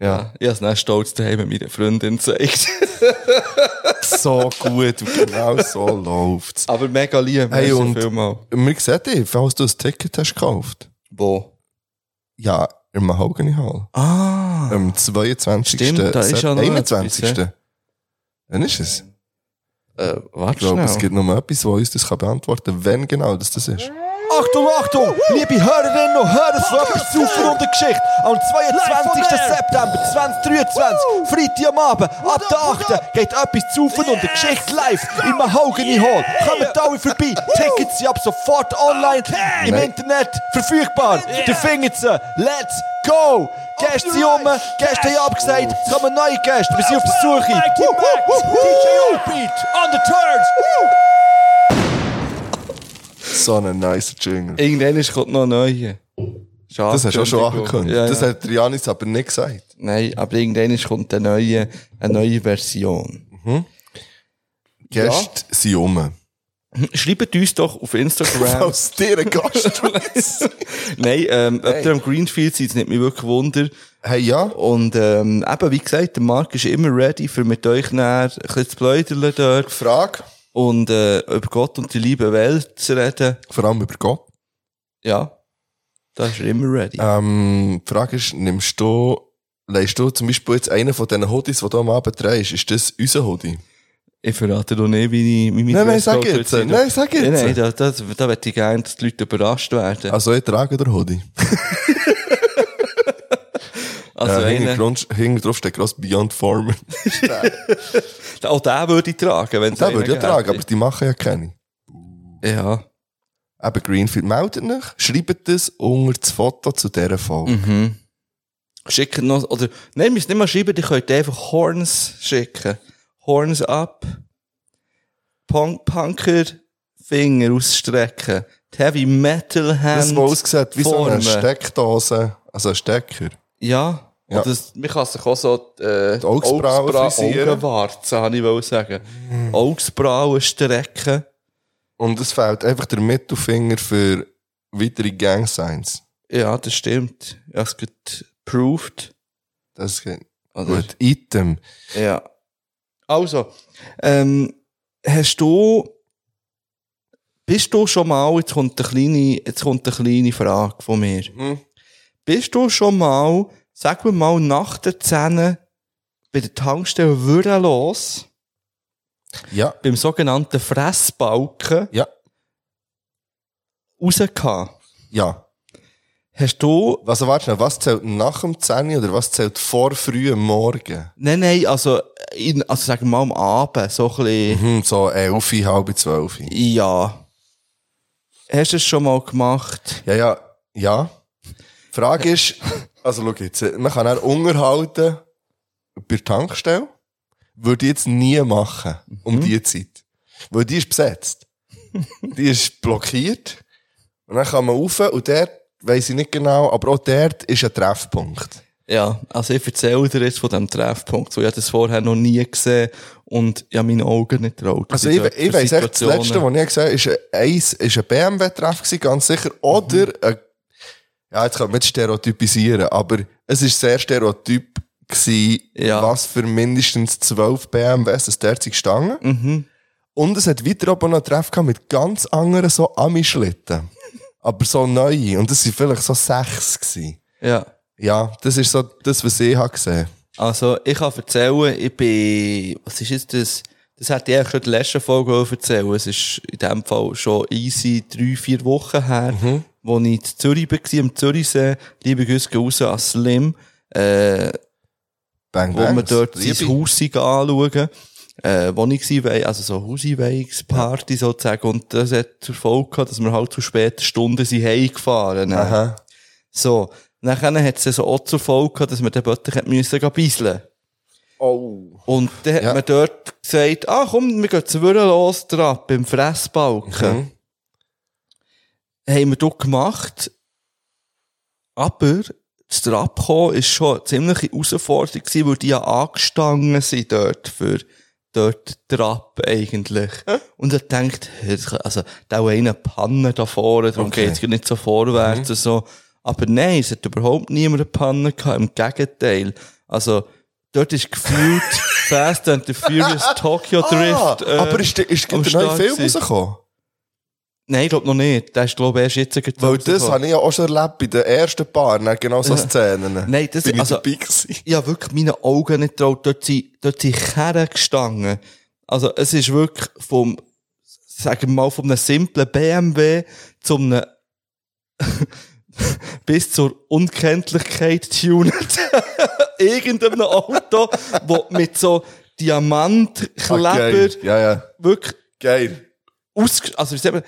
ja,
Ja, ich habe es dann stolz daheim mit meiner Freundin gezeigt.
so gut und genau so läuft's.
Aber mega lieb.
Hey,
merci
und-
vielmals.
Wir sehen dich, falls du ein Ticket hast gekauft.
Wo?
Ja, im Mahogany Hall.
Ah.
Am 22.
Stimmt, da ist ja noch
Sep- 21.
etwas,
Wann ist es?
Eh,
Äh, warte
Ich glaube, es
schnell.
gibt nur etwas, wo uns das kann beantworten kann, wenn genau das das ist.
Achtung, Achtung! Liebe Hörerinnen und Hörer von etwas zu verrundeter Geschichte. Am 22. September 2023, Freitag am Abend, ab der 8. geht etwas zu verrundeter Geschichte live im Mahogany Hall. Kommt alle vorbei, Tickets sind ab sofort online im
Nein.
Internet verfügbar. Ihr findet sie. Let's go! Gäste sind um, Gäste haben abgesagt, es kommen neue Gäste, wir sind auf der Suche. Woo, woo, woo, woo. DJ Upbeat, on the turns! Woo.
So ein nice Jingle.
Irgendwann ist- kommt noch ein neuer. Schade.
Das hast du auch schon
Entschuldigung.
angekündigt.
Ja,
Das
ja.
hat Janis aber nicht gesagt.
Nein, aber irgendwann ist- kommt eine neue, eine neue Version.
Gäste sind um.
Schreibt uns doch auf Instagram.
Aus dir ein Gast.
Nein, ähm, ob ihr am Greenfield seid, es nimmt mich wirklich Wunder.
hey, ja.
Und ähm, eben, wie gesagt, der Marc ist immer ready, für mit euch näher ein bisschen zu pläudern dort
Frage.
und äh, über Gott und die liebe Welt zu reden.
Vor allem über Gott.
Ja, da ist er immer ready.
Ähm, die Frage ist, nimmst du, leihst du zum Beispiel jetzt einen von diesen Hoodies, die du am Abend trägst, ist das unser Hoodie?
Ich verrate doch nicht, wie ich meine
Nein, nein, sag jetzt. Nein, sag jetzt.
Nein, nein, da, da, da möchte ich gerne, dass die Leute überrascht werden. Also,
Also ich trage den Hoodie. Also äh, hinten
einen,
Grund- hinten drauf steht gross Beyond Form.
auch den würde ich tragen, wenn es
Den
einen
würde ich ja
gäbe.
tragen, aber die machen ja keine.
Ja.
eben Greenfield, meldet euch, schreibt es unter das Foto zu dieser Folge.
Schicken noch, oder, nein, ihr müsst nicht mal schreiben, ihr könnt einfach Horns schicken. Horns up. Punk, Punker, Finger ausstrecken. Die Heavy Metal Hand.
Das, was aussieht wie so
formen.
eine Steckdose, also ein Stecker.
Ja.
Ja.
Oder das, man kann sich auch so, äh, die
Augsbrauen
Augsbra-
frisieren.
Augenwarzen, habe ich wollen sagen.
Hmm.
Augsbrauen strecken.
Und es fehlt einfach der Mittelfinger für weitere Gang-Signs.
Ja, das stimmt. Ja, es gibt proved.
Das geht.
Oder?
Gut, Item.
Ja. Also, ähm, hast du, bist du schon mal, jetzt kommt eine kleine, jetzt kommt eine kleine Frage von mir.
Mhm.
Bist du schon mal, sagen wir mal, nach der Zähne bei der Tankstelle würdelos,
Ja,
beim sogenannten Fressbalken,
ja,
rausgekommen?
ja.
Hast du,
Also warte schnell, was zählt nach dem 10 Uhr oder was zählt vor früh am Morgen?
nein, nein, also, in, also sagen wir mal am Abend, so ein bisschen,
Hm, so 11, halb 12.
ja. Hast du es schon mal gemacht?
Ja, ja, ja. Die Frage ist, also schau jetzt, man kann auch unterhalten bei der Tankstelle. Würde ich jetzt nie machen, um diese Zeit. Weil die ist besetzt. die ist blockiert. Und dann kann man rauf und dort, weiss ich nicht genau, aber auch dort ist ein Treffpunkt.
Ja, also ich erzähle dir jetzt von dem Treffpunkt, weil ich hab das vorher noch nie gesehen und ich habe meine Augen nicht traut.
Also ich, ich weiss echt, das Letzte, was ich gesehen habe, ist ein, Eis- ist ein BMW-Treff gewesen, ganz sicher. Oder
Mhm.
ein, ja, jetzt kann man nicht stereotypisieren, aber es ist sehr stereotyp gewesen,
Ja.
was für mindestens zwölf BMWs es dort sind gestanden.
Mhm.
Und es hat weiter oben noch einen Treff gehabt mit ganz anderen so Ami-Schlitten. aber so neue. Und das waren vielleicht so sechs gewesen.
Ja,
Ja, das ist so das, was ich habe gesehen
also ich kann erzählen, ich bin, was ist jetzt das? Das hätte ich eigentlich schon in der letzten Folge auch erzählen Es ist in dem Fall schon easy drei, vier Wochen her,
Mhm.
wo ich in Zürich war, am Zürichsee. Liebe Grüße gehen raus an Slim. Äh,
Bang,
wo wir
Bangs.
dort
Liebe.
sein Haus anschauen, äh, wo ich war, also so Hauseinweihungsparty sozusagen, und das hat zur Folge gehabt, dass wir halt zu späten Stunden sind heimgefahren.
Aha.
So. Nachher hat es so auch zur Folge gehabt, dass wir den Böttich hätten müssen gehen bisseln.
Oh.
Und dann hat
Ja.
man dort gesagt, ah komm, wir gehen zu los dran, beim Fressbalken.
Mhm.
haben wir doch gemacht. Aber das Abkommen ist schon eine ziemliche Herausforderung gewesen, weil die ja angestangen sind dort für dort Trab eigentlich. Und er denkt, also, da auch eine Panne da vorne, darum
Okay. Mhm.
geht's geht nicht so vorwärts und so. Aber nein, es hat überhaupt niemand eine Panne gehabt, im Gegenteil. Also, dort ist gefühlt Fast and the Furious Tokyo
Ah,
Drift. äh,
aber ist, der- ist,
am
ist der neue
Start
Film
gewesen.
rausgekommen?
Nein, ich glaube noch nicht. Der ist, glaube ich, erst jetzt gerade
Weil das
rausgekommen.
habe ich ja auch schon erlebt bei den ersten paar, ne, genau so Szenen.
Nein, das-
Bin ich
also-
dabei gewesen.
ich habe wirklich meine Augen nicht traut. Dort sind, dort sind Kerne gestanden. Also, es ist wirklich vom, sagen wir mal, von einem simplen BMW zum einem bis zur Unkenntlichkeit tuned. Irgendeinem Auto, wo mit so
Ah,
Diamantkleber
geil. Ja, ja.
wirklich
Geil.
ausgesch... Also, wie sagt man,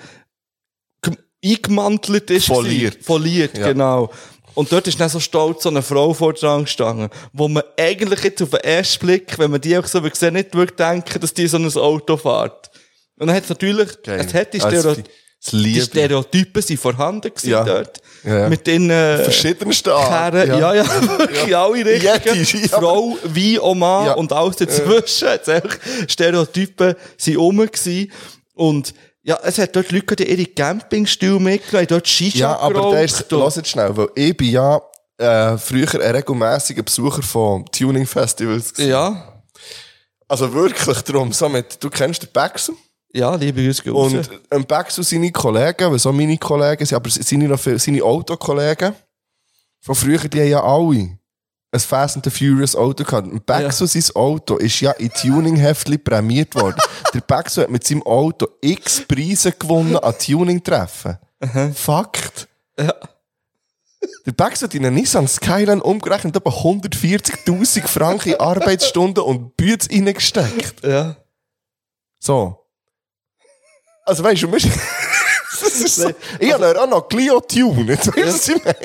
gem- eingemantelt ist.
Foliert.
gewesen. Foliert,
Ja.
genau. Und dort ist dann so stolz so eine Frau vor dran gestanden, wo man eigentlich jetzt auf den ersten Blick, wenn man die auch so würde sehen, nicht wirklich denken, dass die so ein Auto fährt. Und dann hat es natürlich,
geil.
es hat die,
Also,
Stereo
Das
die
Liebe.
Stereotypen sind vorhanden gewesen
Ja.
dort.
Ja, ja.
Mit den, äh,
Verschiedenste Art.
Herren, ja, ja, wirklich alle
Jede,
richtig.
ja.
Frau, wie Oma
Ja.
und alles dazwischen. Jetzt einfach Stereotypen sind rum gewesen. Und, ja, es hat dort Leute gehabt, die ihre Campingstühle mitgenommen, dort Shisha
Ja, aber der ist,
geraucht und-
lass jetzt schnell, weil ich bin ja, äh, früher ein regelmäßiger Besucher von Tuning-Festivals. gewesen.
Ja,
Also wirklich drum, somit, du kennst den Baxen.
ja, liebe Grüße gehen raus.
Und ein Baxu seine Kollegen, weil so meine Kollegen sind, aber seine, noch viel- seine Autokollegen von früher, die haben ja alle ein Fast and the Furious Auto gehabt. Ein Baxu, sein Auto, ist ja in Tuning-Heftli prämiert worden. der Baxu hat mit seinem Auto x Preise gewonnen an Tuning-Treffen. Fakt. Der Bex hat in einen Nissan Skyline umgerechnet etwa 140.000 Franken in Arbeitsstunden und Bütz reingesteckt.
ja.
So. Also weißt du, wir- Das ist so. Ich habe dann auch noch Clio Tune, jetzt weißt du, was ich meine.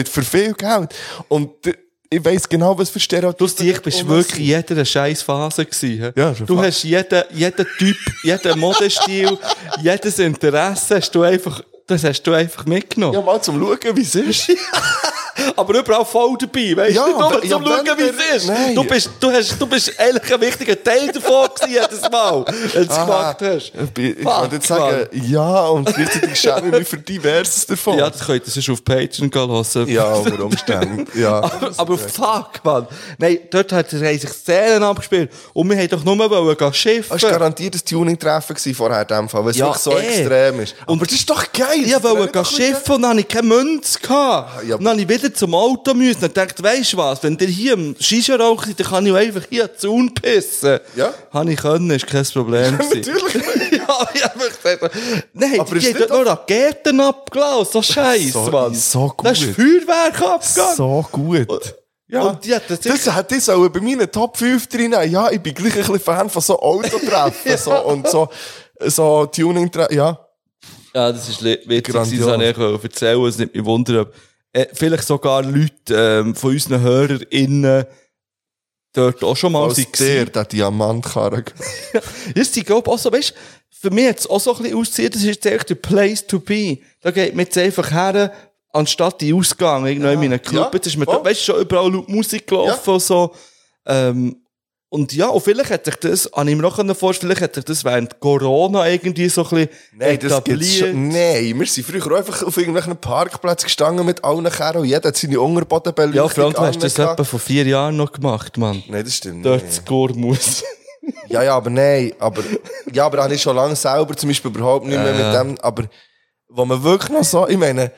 Mit für viel Geld. Und d- ich weiss genau, was für
Du,
Stereotypen.
ich bist wirklich in jeder scheiß Phase gewesen. hä?
Ja, schon
du
fa-
hast jeden, jeden Typ, jeden Modestil, jedes Interesse hast du einfach, das hast du einfach mitgenommen.
Ja, mal zum Schauen, wie es ist.
Aber überall voll dabei, weißt
Ja,
du? Nur
ja,
zum Schauen,
wenn
wie
wir-
es ist.
Nein.
Du bist, du hast, du bist eigentlich ein wichtiger Teil davon gewesen, jedes Mal, als du es
Aha.
gemacht hast.
Ah, Ich, bin-
dus.
ich
Fuck,
kann jetzt sagen, ja, und gleichzeitig schäme ich mich für Diverses davon.
Mann. Ja, das könnt ihr sonst auf Patreon gehen hören.
ja unter Umständen. Ja.
Aber, aber fuck, Mann. Nein, dort hat haben sich Szenen abgespielt. Und wir haben doch nur wollen gehen schiffen.
Das war garantiert ein Tuning-Treffen gewesen vorher, in dem Fall, weil es
Ja,
wirklich so
eh.
extrem ist.
Und-
Aber das ist doch geil!
Ich wollte
Doch
gehen schiffen und dann hatte ich keine Münze. Gehabt.
ja.
Dann habe ich wieder zum Auto müssen. Dann dachte ich, weisst du was, wenn ihr hier im Shisha raucht, seid, dann kann ich auch einfach hier an den Zaun pissen.
Ja.
Habe ich können, ist kein Problem. gewesen.
Natürlich.
ja, ich habe gesagt, nein,
Aber ist
die haben
nicht
dort nur Raketen abgelassen. So scheiße,
so-
Mann.
so gut.
Das ist Feuerwerk abgegangen.
So gut. Ja.
Und die hat das-
das hätte ich sollen bei meinen Top 5 drin. haben. Ja, ich bin gleich ein bisschen Fan von so Autotreffen so, und so, so Tuning-Treffen. Ja.
Ja, das ist li- witzig, das
Grandios.
habe ich euch erzählen. Es nimmt mich wunder, ob äh, vielleicht sogar Leute ähm, von unseren HörerInnen dort auch schon mal
Als
sind
der, der Diamantkarren.
Ja, sie glaube auch so, weißt du, für mich hat es auch so ein bisschen ausgesehen, das ist jetzt echt der Place to be. Da geht man jetzt einfach her, anstatt die Ausgang, irgendwo in meinen Club.
ja,
jetzt ist man,
voll.
da, weißt du, schon überall laut Musik gelaufen und so. Ähm, und ja, und vielleicht hat sich das, an ihm noch vorstellen, vielleicht hat sich das während Corona irgendwie so ein bisschen
Nein, das gibt's schon. Nein, wir sind früher auch einfach auf irgendwelchen Parkplätzen gestanden mit allen Kerlen. Jeder hat seine Unterbodenbeleuchtung
Ja, Frank, du hast das
angehabt.
etwa vor vier Jahren noch gemacht, Mann.
Nein, das stimmt
Dort
nicht.
das Gormus.
Ja, ja, aber nein. Aber, ja, aber habe ich schon lange selber zum Beispiel überhaupt nicht mehr mit dem. Aber wo man wirklich noch so, ich meine,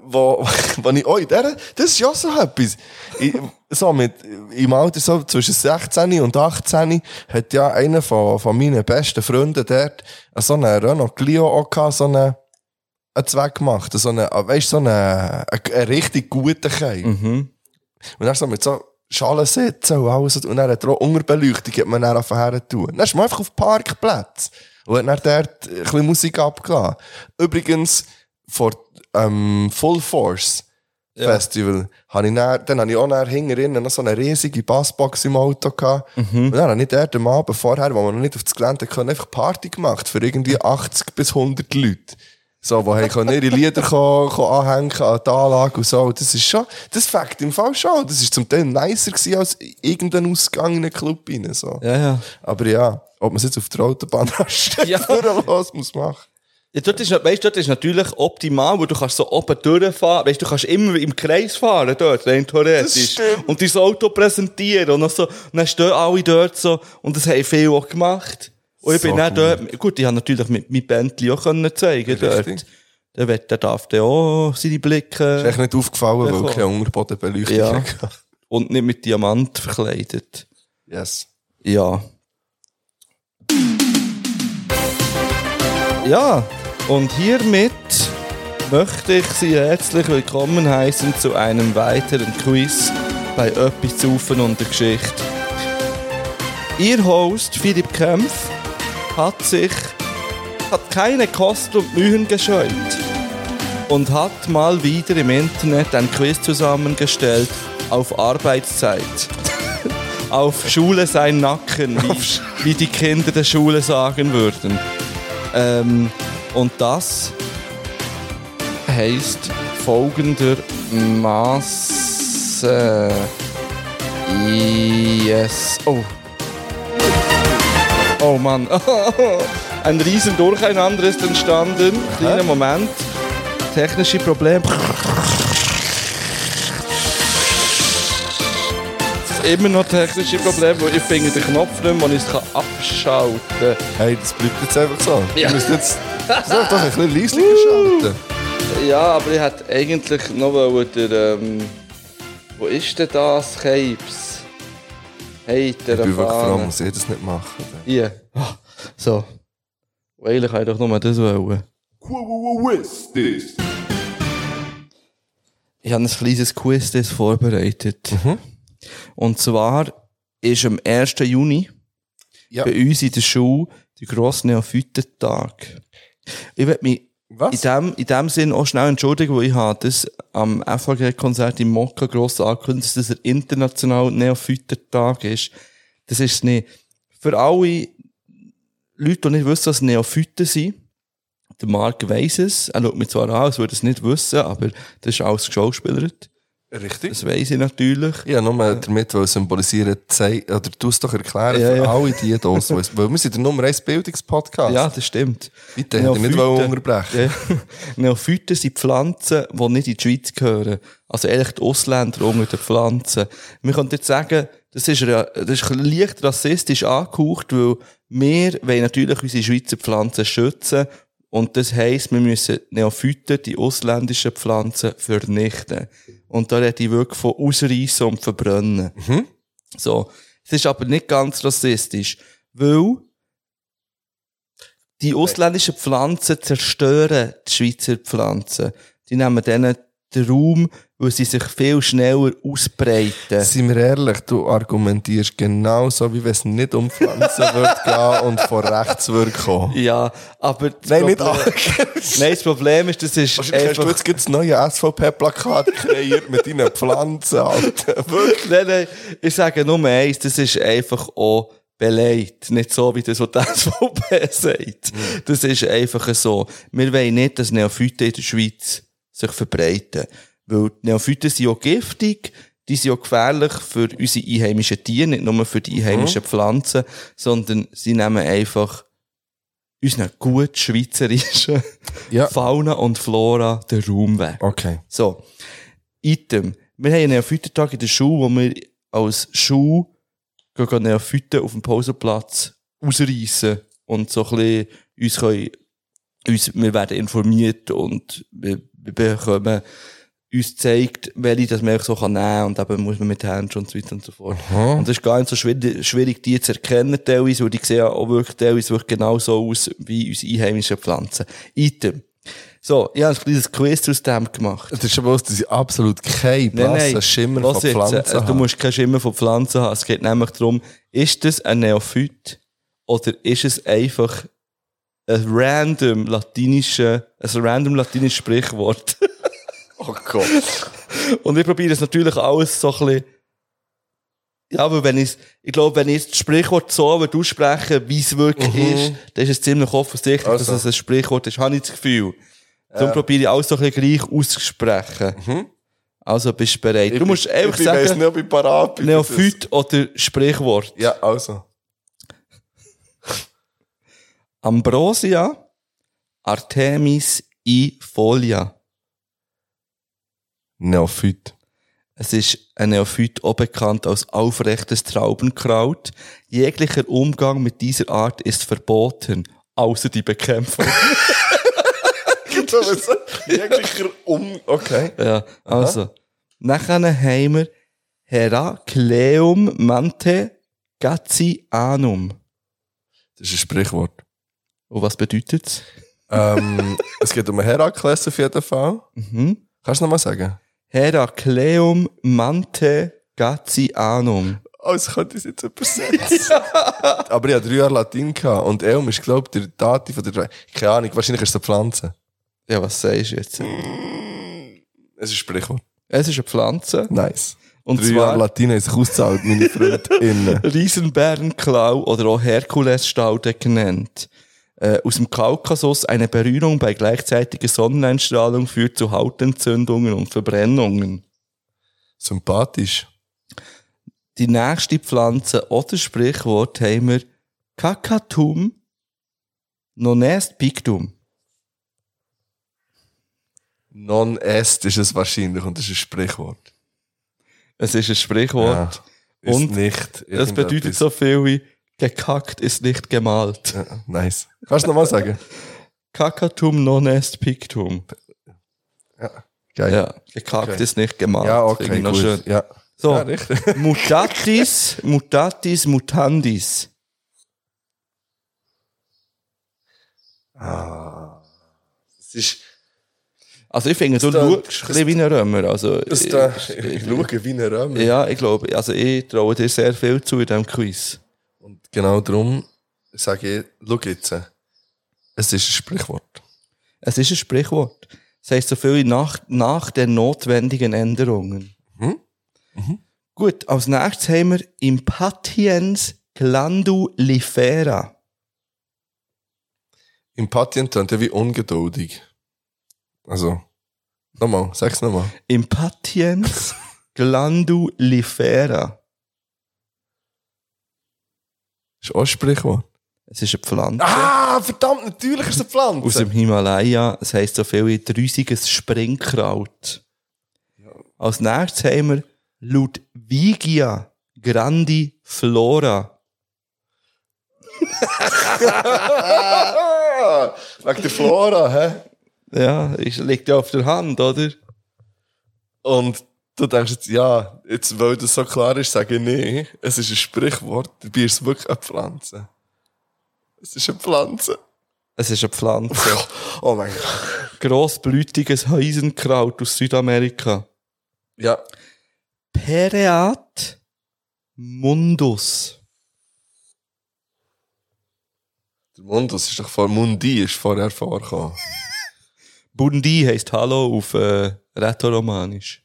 wo, wo ich, oh, der, das ist ja so etwas. Ich, so mit, im Alter so zwischen 16 und 18 hat ja einer von, von meinen besten Freunden dort so einen Renault Clio auch gehabt, so einen, einen Zweck gemacht. So einen, weißt so einen, einen, einen richtig guten Keim.
Mhm.
Und dann so mit so Schalen sitzen und alles. Und dann hat er auch Unterbeleuchtung, hat man dann angefangen tun. Dann ist man einfach auf Parkplätze. Und hat dann dort ein bisschen Musik abgelassen. Übrigens, vor, ähm, Full Force Festival, habe ich dann, dann habe ich auch nachher hinterher noch so eine riesige Bassbox im Auto gehabt.
Mhm.
Und dann habe ich dort am Abend vorher, wo wir noch nicht aufs Gelände können, einfach Party gemacht für irgendwie 80 bis 100 Leute. So, wo haben können ihre Lieder ko- ko anhängen an die Anlage und so. Das ist schon, das fängt im Fall schon. Das ist zum Teil nicer gewesen als irgendein Ausgang in einen Club rein, so.
Ja, ja.
Aber ja, ob man es jetzt auf der Autobahn anstellt,
Ja.
oder los muss machen.
Ja, dort ist, weißt, dort ist natürlich optimal, weil du kannst so oben durchfahren, weißt, du kannst immer im Kreis fahren dort, rein theoretisch.
Das stimmt.
Und dein Auto präsentieren und dann so, und dann stehen alle dort so, und das haben viele auch gemacht. Und ich
So
bin dann dort, gut, ich habe natürlich mit meinem Bändchen auch können zeigen dort.
Richtig.
Der, wird- der darf dann auch seine Blicke.
Ist echt nicht aufgefallen, weil
Ja,
keine Unterbodenbeleuchtung
Ja.
hatte.
Und nicht mit Diamant verkleidet.
Yes.
Ja. Ja, und hiermit möchte ich Sie herzlich willkommen heißen zu einem weiteren Quiz bei Öppis Zaufen und der Geschichte. Ihr Host Philipp Kempf hat sich hat keine Kosten und Mühen gescheut und hat mal wieder im Internet ein Quiz zusammengestellt auf Arbeitszeit auf Schule sein Nacken, wie, wie die Kinder der Schule sagen würden. Ähm, und das heißt folgendermaßen. Yes. Oh. Oh Mann. Ein riesen Durcheinander ist entstanden. Kleiner Moment. Technische Probleme. Immer noch technische Probleme, weil ich finde den Knopf nicht, wo ich es kann abschalten kann.
Hey, das bleibt jetzt einfach so. Ja. Müsst jetzt, soll doch ein bisschen leislicher schalten.
Ja, aber ich hätte eigentlich noch wollen, der, ähm, Wo ist denn das, Capes? Hey, der
Ich bin wirklich froh,
Fahne.
muss ich das nicht machen.
Hier. Ah, So. Und Eigentlich kann ich doch nur das wollen. Ich habe ein kleines Quiz das vorbereitet. Und zwar ist am 1. Juni
Ja.
bei uns in der Schule der grosse Neophytentag. Ich werde mich In
Was?
dem, in dem Sinn auch schnell entschuldigen, weil ich habe das am FAG-Konzert in Mokka gross angekündigt, dass das der internationale Neophytentag ist. Das ist es nicht. Für alle Leute, die nicht wissen, was Neophyten sind, der Marc weiss es, er schaut mich zwar an, als würde es nicht wissen, aber das ist alles geschauspielert.
Richtig.
Das weiss ich natürlich.
Ja, nur damit, weil symbolisieren, zei- oder du es doch erklären
Ja,
für
ja.
alle, die da so ist. Weil wir sind der Nummer 1 Bildungspodcast.
Ja, das stimmt.
Bitte, hätte ich nicht wollen
Neophyten-
unterbrechen.
Ja. Neophyten sind Pflanzen, die nicht in die Schweiz gehören. Also ehrlich, die Ausländer unter den Pflanzen. Man könnte jetzt sagen, das ist, ra- das ist leicht rassistisch angehaucht, weil wir wollen natürlich unsere Schweizer Pflanzen schützen. Und das heisst, wir müssen Neophyten, die ausländischen Pflanzen, vernichten. Und da rede ich wirklich von ausreißen und verbrennen. So. Es ist aber nicht ganz rassistisch, weil die ausländischen Pflanzen zerstören die Schweizer Pflanzen. Die nehmen denen den Raum, weil sie sich viel schneller ausbreiten.
Seien wir ehrlich, du argumentierst genauso, wie wenn es nicht um Pflanzen wird gehen und von rechts wird kommen.
Ja, aber... das
Nein, nicht
Problem-
arg.
Nein, das Problem ist, das ist
Wahrscheinlich hast du
einfach...
jetzt gerade das neue SVP-Plakat kreiert mit deinen Pflanzen, Alter. Wirklich.
Nein, nein, ich sage nur eins, das ist einfach auch beleidigt. Nicht so, wie das, was die SVP sagt. Das ist einfach so. Wir wollen nicht, dass Neophyten in der Schweiz sich verbreiten. Weil die Neophyten sind auch giftig, die sind auch gefährlich für unsere einheimischen Tiere, nicht nur für die einheimischen Pflanzen, sondern sie nehmen einfach unseren gut schweizerischen
Ja.
Fauna und Flora den Raum weg.
Okay.
So. Item. Wir haben einen Neophytentag in der Schule, wo wir als Schule gehen gehen Neophyten auf dem Pausenplatz ausreißen und so ein bisschen uns können, uns, wir werden informiert und wir, wir bekommen, uns zeigt, welche das man einfach so kann nehmen kann und eben muss man mit Händen und so weiter und so fort.
Hm?
Und es ist gar nicht so schwierig, schwierig die zu erkennen teilweise, weil die sehen auch wirklich teilweise wirklich genau so aus wie unsere einheimischen Pflanzen. Item. So, ich habe ein kleines Quiz aus dem gemacht.
Das ist aber aus, dass ich absolut keinen blassen Schimmer
Lass
von
jetzt,
Pflanzen
äh, Du
habe.
musst keinen Schimmer von Pflanzen haben. Es geht nämlich darum, ist das ein Neophyt oder ist es einfach ein random latinische, ein random latinisches Sprichwort?
Oh Gott.
Und ich probiere es natürlich alles so ein bisschen. Ja, weil wenn ich, ich glaube, wenn ich das Sprichwort so würde aussprechen, wie es wirklich ist, dann ist es ziemlich offensichtlich,
Mhm. Also.
dass es ein Sprichwort ist. Habe ich das Gefühl. Darum probiere ich alles so ein bisschen gleich auszusprechen. Also bist du bereit. du musst einfach
Mhm. ich Ich weiss
sagen,
nicht, ob ich parat bin.
Neophyt oder Sprichwort.
Ja, also.
Ambrosia, Artemis i Folia.
Neophyt.
Es ist ein Neophyt auch bekannt als aufrechtes Traubenkraut. Jeglicher Umgang mit dieser Art ist verboten, außer die Bekämpfung.
Jeglicher Um... Okay.
ja, also. Nachher haben wir Heracleum mante gazianum.
Das ist ein Sprichwort.
Und was bedeutet's?
ähm, es geht um eine Herakles auf jeden Fall.
Mhm.
Kannst du nochmal sagen?
Heracleum mante gazianum.
Oh, ich könnte es jetzt übersetzen. Aber ich hatte drei Jahre Latein gehabt und Elm ist, glaube ich, der Dati von der drei. Keine Ahnung, wahrscheinlich ist es eine Pflanze.
Ja, was sagst du jetzt?
Es ist ein Sprichwort.
Es ist eine Pflanze.
Nice.
Und
Drei Jahre
zwar
Latein haben sich ausgezahlt, meine Freundinnen.
Riesenbärenklau oder auch Herkulesstaude genannt. Äh, aus dem Kaukasus eine Berührung bei gleichzeitiger Sonneneinstrahlung führt zu Hautentzündungen und Verbrennungen.
Sympathisch.
Die nächste Pflanze oder Sprichwort haben wir Kakatum nonest pictum.
Non-est ist es wahrscheinlich und es ist ein Sprichwort.
Es ist ein Sprichwort.
Ist
Und
nicht.
das bedeutet so viel wie gekackt ist nicht gemalt.
Ja, nice. Kannst du nochmal sagen?
Kakatum nonest pictum.
Geil.
Ja, gekackt
Äh, Okay.
ist nicht gemalt.
Ja,
Finde
okay,
ich noch schön.
gut. Ja.
So,
Ja, richtig.
mutatis, mutatis, mutandis.
Es ist,
Also ich finde, du
Das tönt-
schaust ein bisschen wie ein Römer. Also,
das
ich-
da,
ich-
ich schaue wie ein Römer.
ja, ich glaube, also ich traue dir sehr viel zu in diesem Quiz.
Und genau darum sage ich, schau jetzt, es ist ein Sprichwort.
Es Es ist ein Sprichwort. Es heisst so viel nach, nach den notwendigen Änderungen.
Mhm.
Gut, als nächstes haben wir Impatiens glandulifera.
Impatient tönt ja wie ungeduldig. Also, nochmal, sag's nochmal.
Impatiens glandulifera.
Ist auch ein Sprichwort.
Es ist eine Pflanze
Ah, verdammt, natürlich ist es eine Pflanze.
aus dem Himalaya. Es heisst so viel wie drüsiges Springkraut. Als nächstes haben wir Ludwigia grandiflora.
Ah, wegen der Flora, hä?
Ja, ist, liegt ja auf der Hand, oder?
Und du denkst jetzt, ja, jetzt, weil das so klar ist, sage ich nee. Es ist ein Sprichwort, dabei ist es wirklich eine Pflanze. Es ist eine Pflanze.
Es ist eine Pflanze.
Oh mein Gott.
Grossblütiges Heusenkraut aus Südamerika.
Ja,
Pereat mundus.
der Mundus ist doch vor Mundi, ist vorher vorgekommen.
Bundi heisst Hallo auf äh, Rätoromanisch.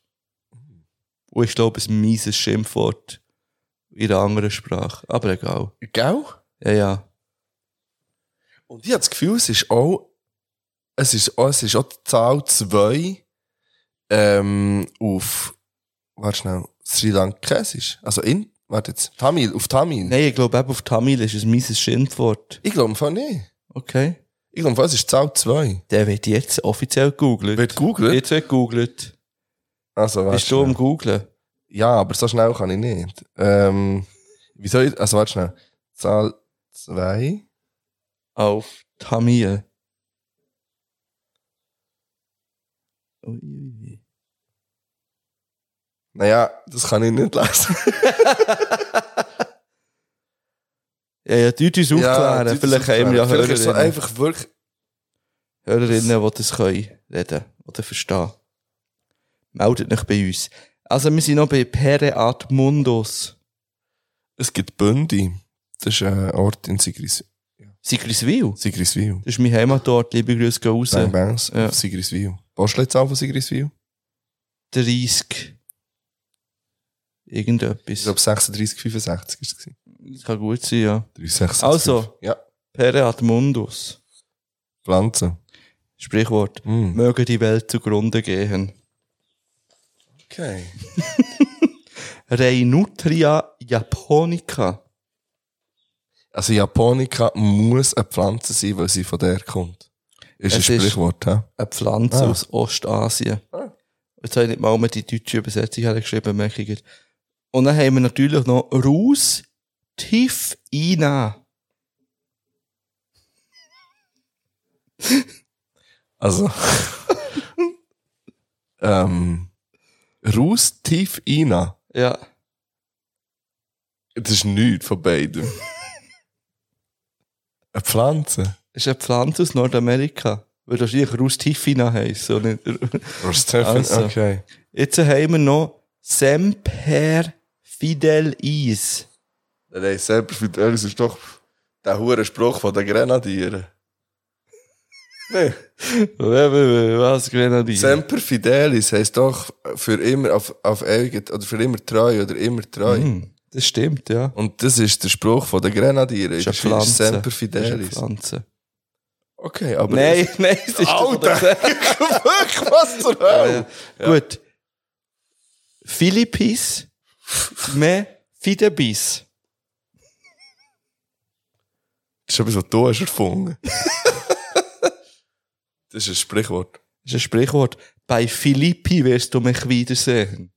Und ich glaube, ein mieses Schimpfwort in einer anderen Sprache. Aber egal.
Gell?
Ja, ja.
Und ich habe das Gefühl, es ist auch, es ist auch, es ist auch die Zahl 2 ähm, auf, warte schnell, Sri Lankesisch. Also in, warte jetzt, Tamil, auf Tamil.
Nein, ich glaube, eben auf Tamil ist es mieses Schimpfwort.
Ich glaube im Fall nicht.
Okay.
Ich glaube, es ist die Zahl 2.
Der wird jetzt offiziell gegoogelt.
Wird gegoogelt?
Jetzt wird gegoogelt.
Also, warte
Bist du um am
schnell.
Googlen?
Ja, aber so schnell kann ich nicht. Ähm, wieso, ich- also warte schnell. Zahl 2.
auf Tamil.
Naja, das kann ich nicht lesen.
Ja, ja, tut uns
Ja,
aufklären.
das
Vielleicht haben wir ja
Vielleicht ist es so
Hörerinnen,
einfach wirklich,
Hörerinnen, die das können reden oder verstehen. Meldet euch bei uns. Also, wir sind noch bei Pereat Mundus.
es gibt Bündi. Das ist äh, ein Ort in Sigris,
Sigriswil.
Sigriswil.
Das ist mein Heimatort. Liebe Grüße gehen raus.
Bang Bangs
Ja.
auf Sigriswil. Postleitzahl von Sigriswil?
30.
Ich
Irgendetwas.
glaube 36, 65 ist es. gewesen.
Das kann gut sein, ja.
366.
Also.
Ja,
Pereat Mundus.
Pflanzen.
Sprichwort.
Mm.
Möge die Welt zugrunde gehen.
Okay.
Reinutria japonica.
Also Japonica muss eine Pflanze sein, weil sie von der kommt. Ist
Es
ein
ist-
Sprichwort, hä?
Eine Pflanze
Ah.
aus Ostasien.
Ah.
Jetzt habe ich nicht mal mehr die deutsche Übersetzung hergeschrieben, merke ich. jetzt. Und dann haben wir natürlich noch Rus Tief Ina.
Also. ähm. Raus tief rein.
Ja.
Das ist nichts von beidem. eine Pflanze.
Ist eine Pflanze aus Nordamerika. Würde wahrscheinlich Rus Tief Ina heissen. und nicht- Also.
Okay.
Jetzt haben wir noch Semper Fidel Is.
Der ist selber für uns ist doch der hure Spruch von den Grenadieren. Nee.
Was, Grenadier?
Semper Fidelis heisst doch für immer auf, auf ewig oder für immer treu oder immer treu.
Hm, das stimmt, ja.
Und das ist der Spruch von den Grenadieren.
Ist eine
In der
Pflanze.
Schweiz Semper
Ist eine
Fidelis.
Pflanze.
Okay, aber.
Nein, nein, es ist doch
Alter! Wirklich, was zur Hölle?
Gut. Philippis, me Fidebis.
Das ist etwas, was du hast erfunden. das ist ein Sprichwort.
Das ist ein Sprichwort. Bei Philippi wirst du mich wiedersehen.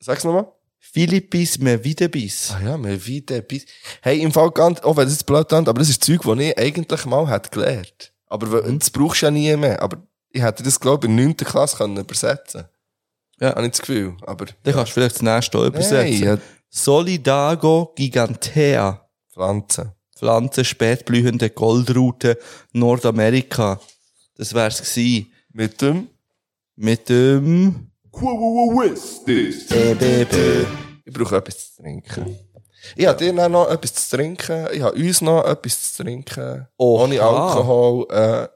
Sag's nochmal.
Philippis, me Videbis.
Ah ja, mehr wie der Biss. Hey, im Fall ganz, auch wenn es jetzt blöd klingt, aber das ist Zeug, das ich eigentlich mal hätte gelernt. Aber we- das brauchst du ja nie mehr. Aber ich hätte das, glaube ich, dus, in der 9. Klasse können übersetzen
Ja.
Habe ich das Gefühl. Aber.
Dann kannst du vielleicht das nächste auch übersetzen.
Hey, ja,
Solidago gigantea.
Pflanzen.
Pflanze, spätblühende Goldrute, Nordamerika. Das wär's gsi.
Mit dem.
Mit dem...
Ich brauche etwas zu trinken. Ich habe dir dann noch etwas zu trinken. Ich habe uns noch etwas zu trinken.
Oha.
Ohne Alkohol. Äh,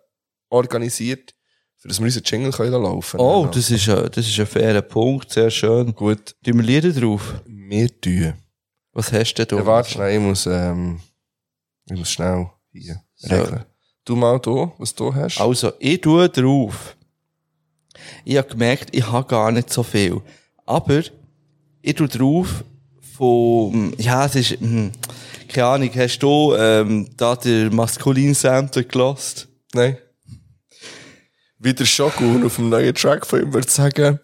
organisiert, für dass wir unseren Jingle können laufen können.
Oh, das ist, ein, das ist ein fairer Punkt, sehr schön.
Genau. Gut,
Tun wir Lieder drauf?
wir tun.
Was hast denn du?
Ja, warte schnell, ich muss, ähm, ich muss schnell hier
So.
regeln. Du mal da, was du hast.
Also, ich tue drauf. Ich habe gemerkt, ich habe gar nicht so viel. Aber ich tue drauf von, ja, es ist, hm, keine Ahnung, hast du ähm, da den maskulin Center gelost?
Nein. Wie der Shogun auf dem neuen Track von ihm würde sagen,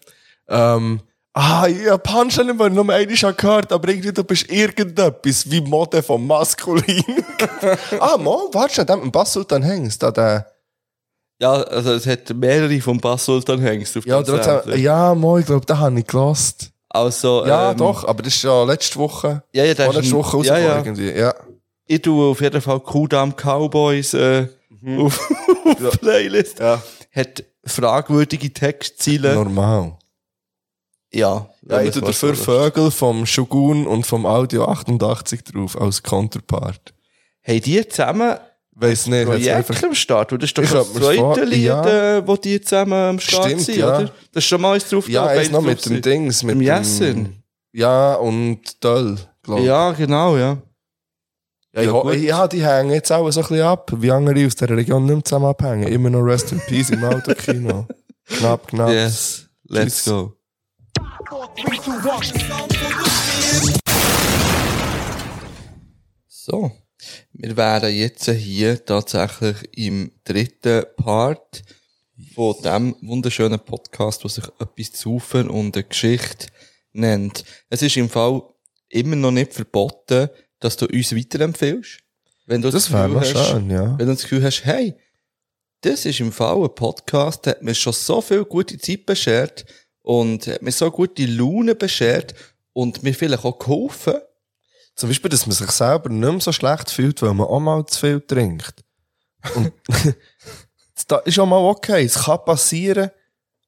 ähm, ah, ich hab Punchline immer nur einmal schon gehört, aber irgendwie du bist irgendetwas wie Mode von Maskulin. ah, Mann, warte schon, dem Bass Sultan hängst, da der,
Ja, also es hat mehrere vom Bass-Sultan hängst auf
ja,
dem Sampler.
trotzdem, ja, Mann, ich glaub, den hab ich gelost.
Also,
Ja,
ähm,
doch, aber das ist ja letzte Woche,
Ja, ja, das
vorletzte
ist ein-
Woche
ja,
rausgekommen
ja.
irgendwie, ja.
Ich tue auf jeden Fall Kudam Cowboys äh, auf, auf Playlist.
Mhm. Ja.
Hat fragwürdige Textziele.
Normal.
ja.
Ja, ich tue
das
dafür
war's.
Vögel vom Shogun und vom Audio 88 drauf als Counterpart.
Haben die zusammen
Weiß nicht, hat's
Projekt
einfach.
am Start? Oder? Das ist doch
Ich
das
glaub, mir's
zweite
vor-
Lied,
ja.
äh, wo die zusammen am Start
Stimmt,
sind,
ja.
oder? Das ist schon mal eins drauf.
Ja,
da,
eins
beide
noch
drauf
mit dem
sind.
Dings, mit
Dem
dem
Jessen.
Ja, und Döll, glaube ich.
Ja, genau, ja.
ja, ich
ja,
ho-
gut.
ja, die hängen jetzt auch so ein bisschen ab, wie andere aus dieser Region nicht mehr zusammen abhängen. Immer noch Rest in Peace im Autokino. knapp, knapp.
Yes, let's
Tschüss.
go. So, wir wären jetzt hier tatsächlich im dritten Part von dem wunderschönen Podcast, der sich etwas zufen und eine Geschichte nennt. Es ist im Fall immer noch nicht verboten, dass du uns weiterempfehlst. Wenn du
Das wäre
Gefühl
noch
hast,
schön, ja.
wenn du das Gefühl hast, hey, das ist im Fall ein Podcast, der hat mir schon so viel gute Zeit beschert und hat mir so gute Laune beschert und mir vielleicht auch geholfen.
Zum Beispiel, dass man sich selber nicht mehr so schlecht fühlt, weil man auch mal zu viel trinkt. Und das ist auch mal okay. Es kann passieren.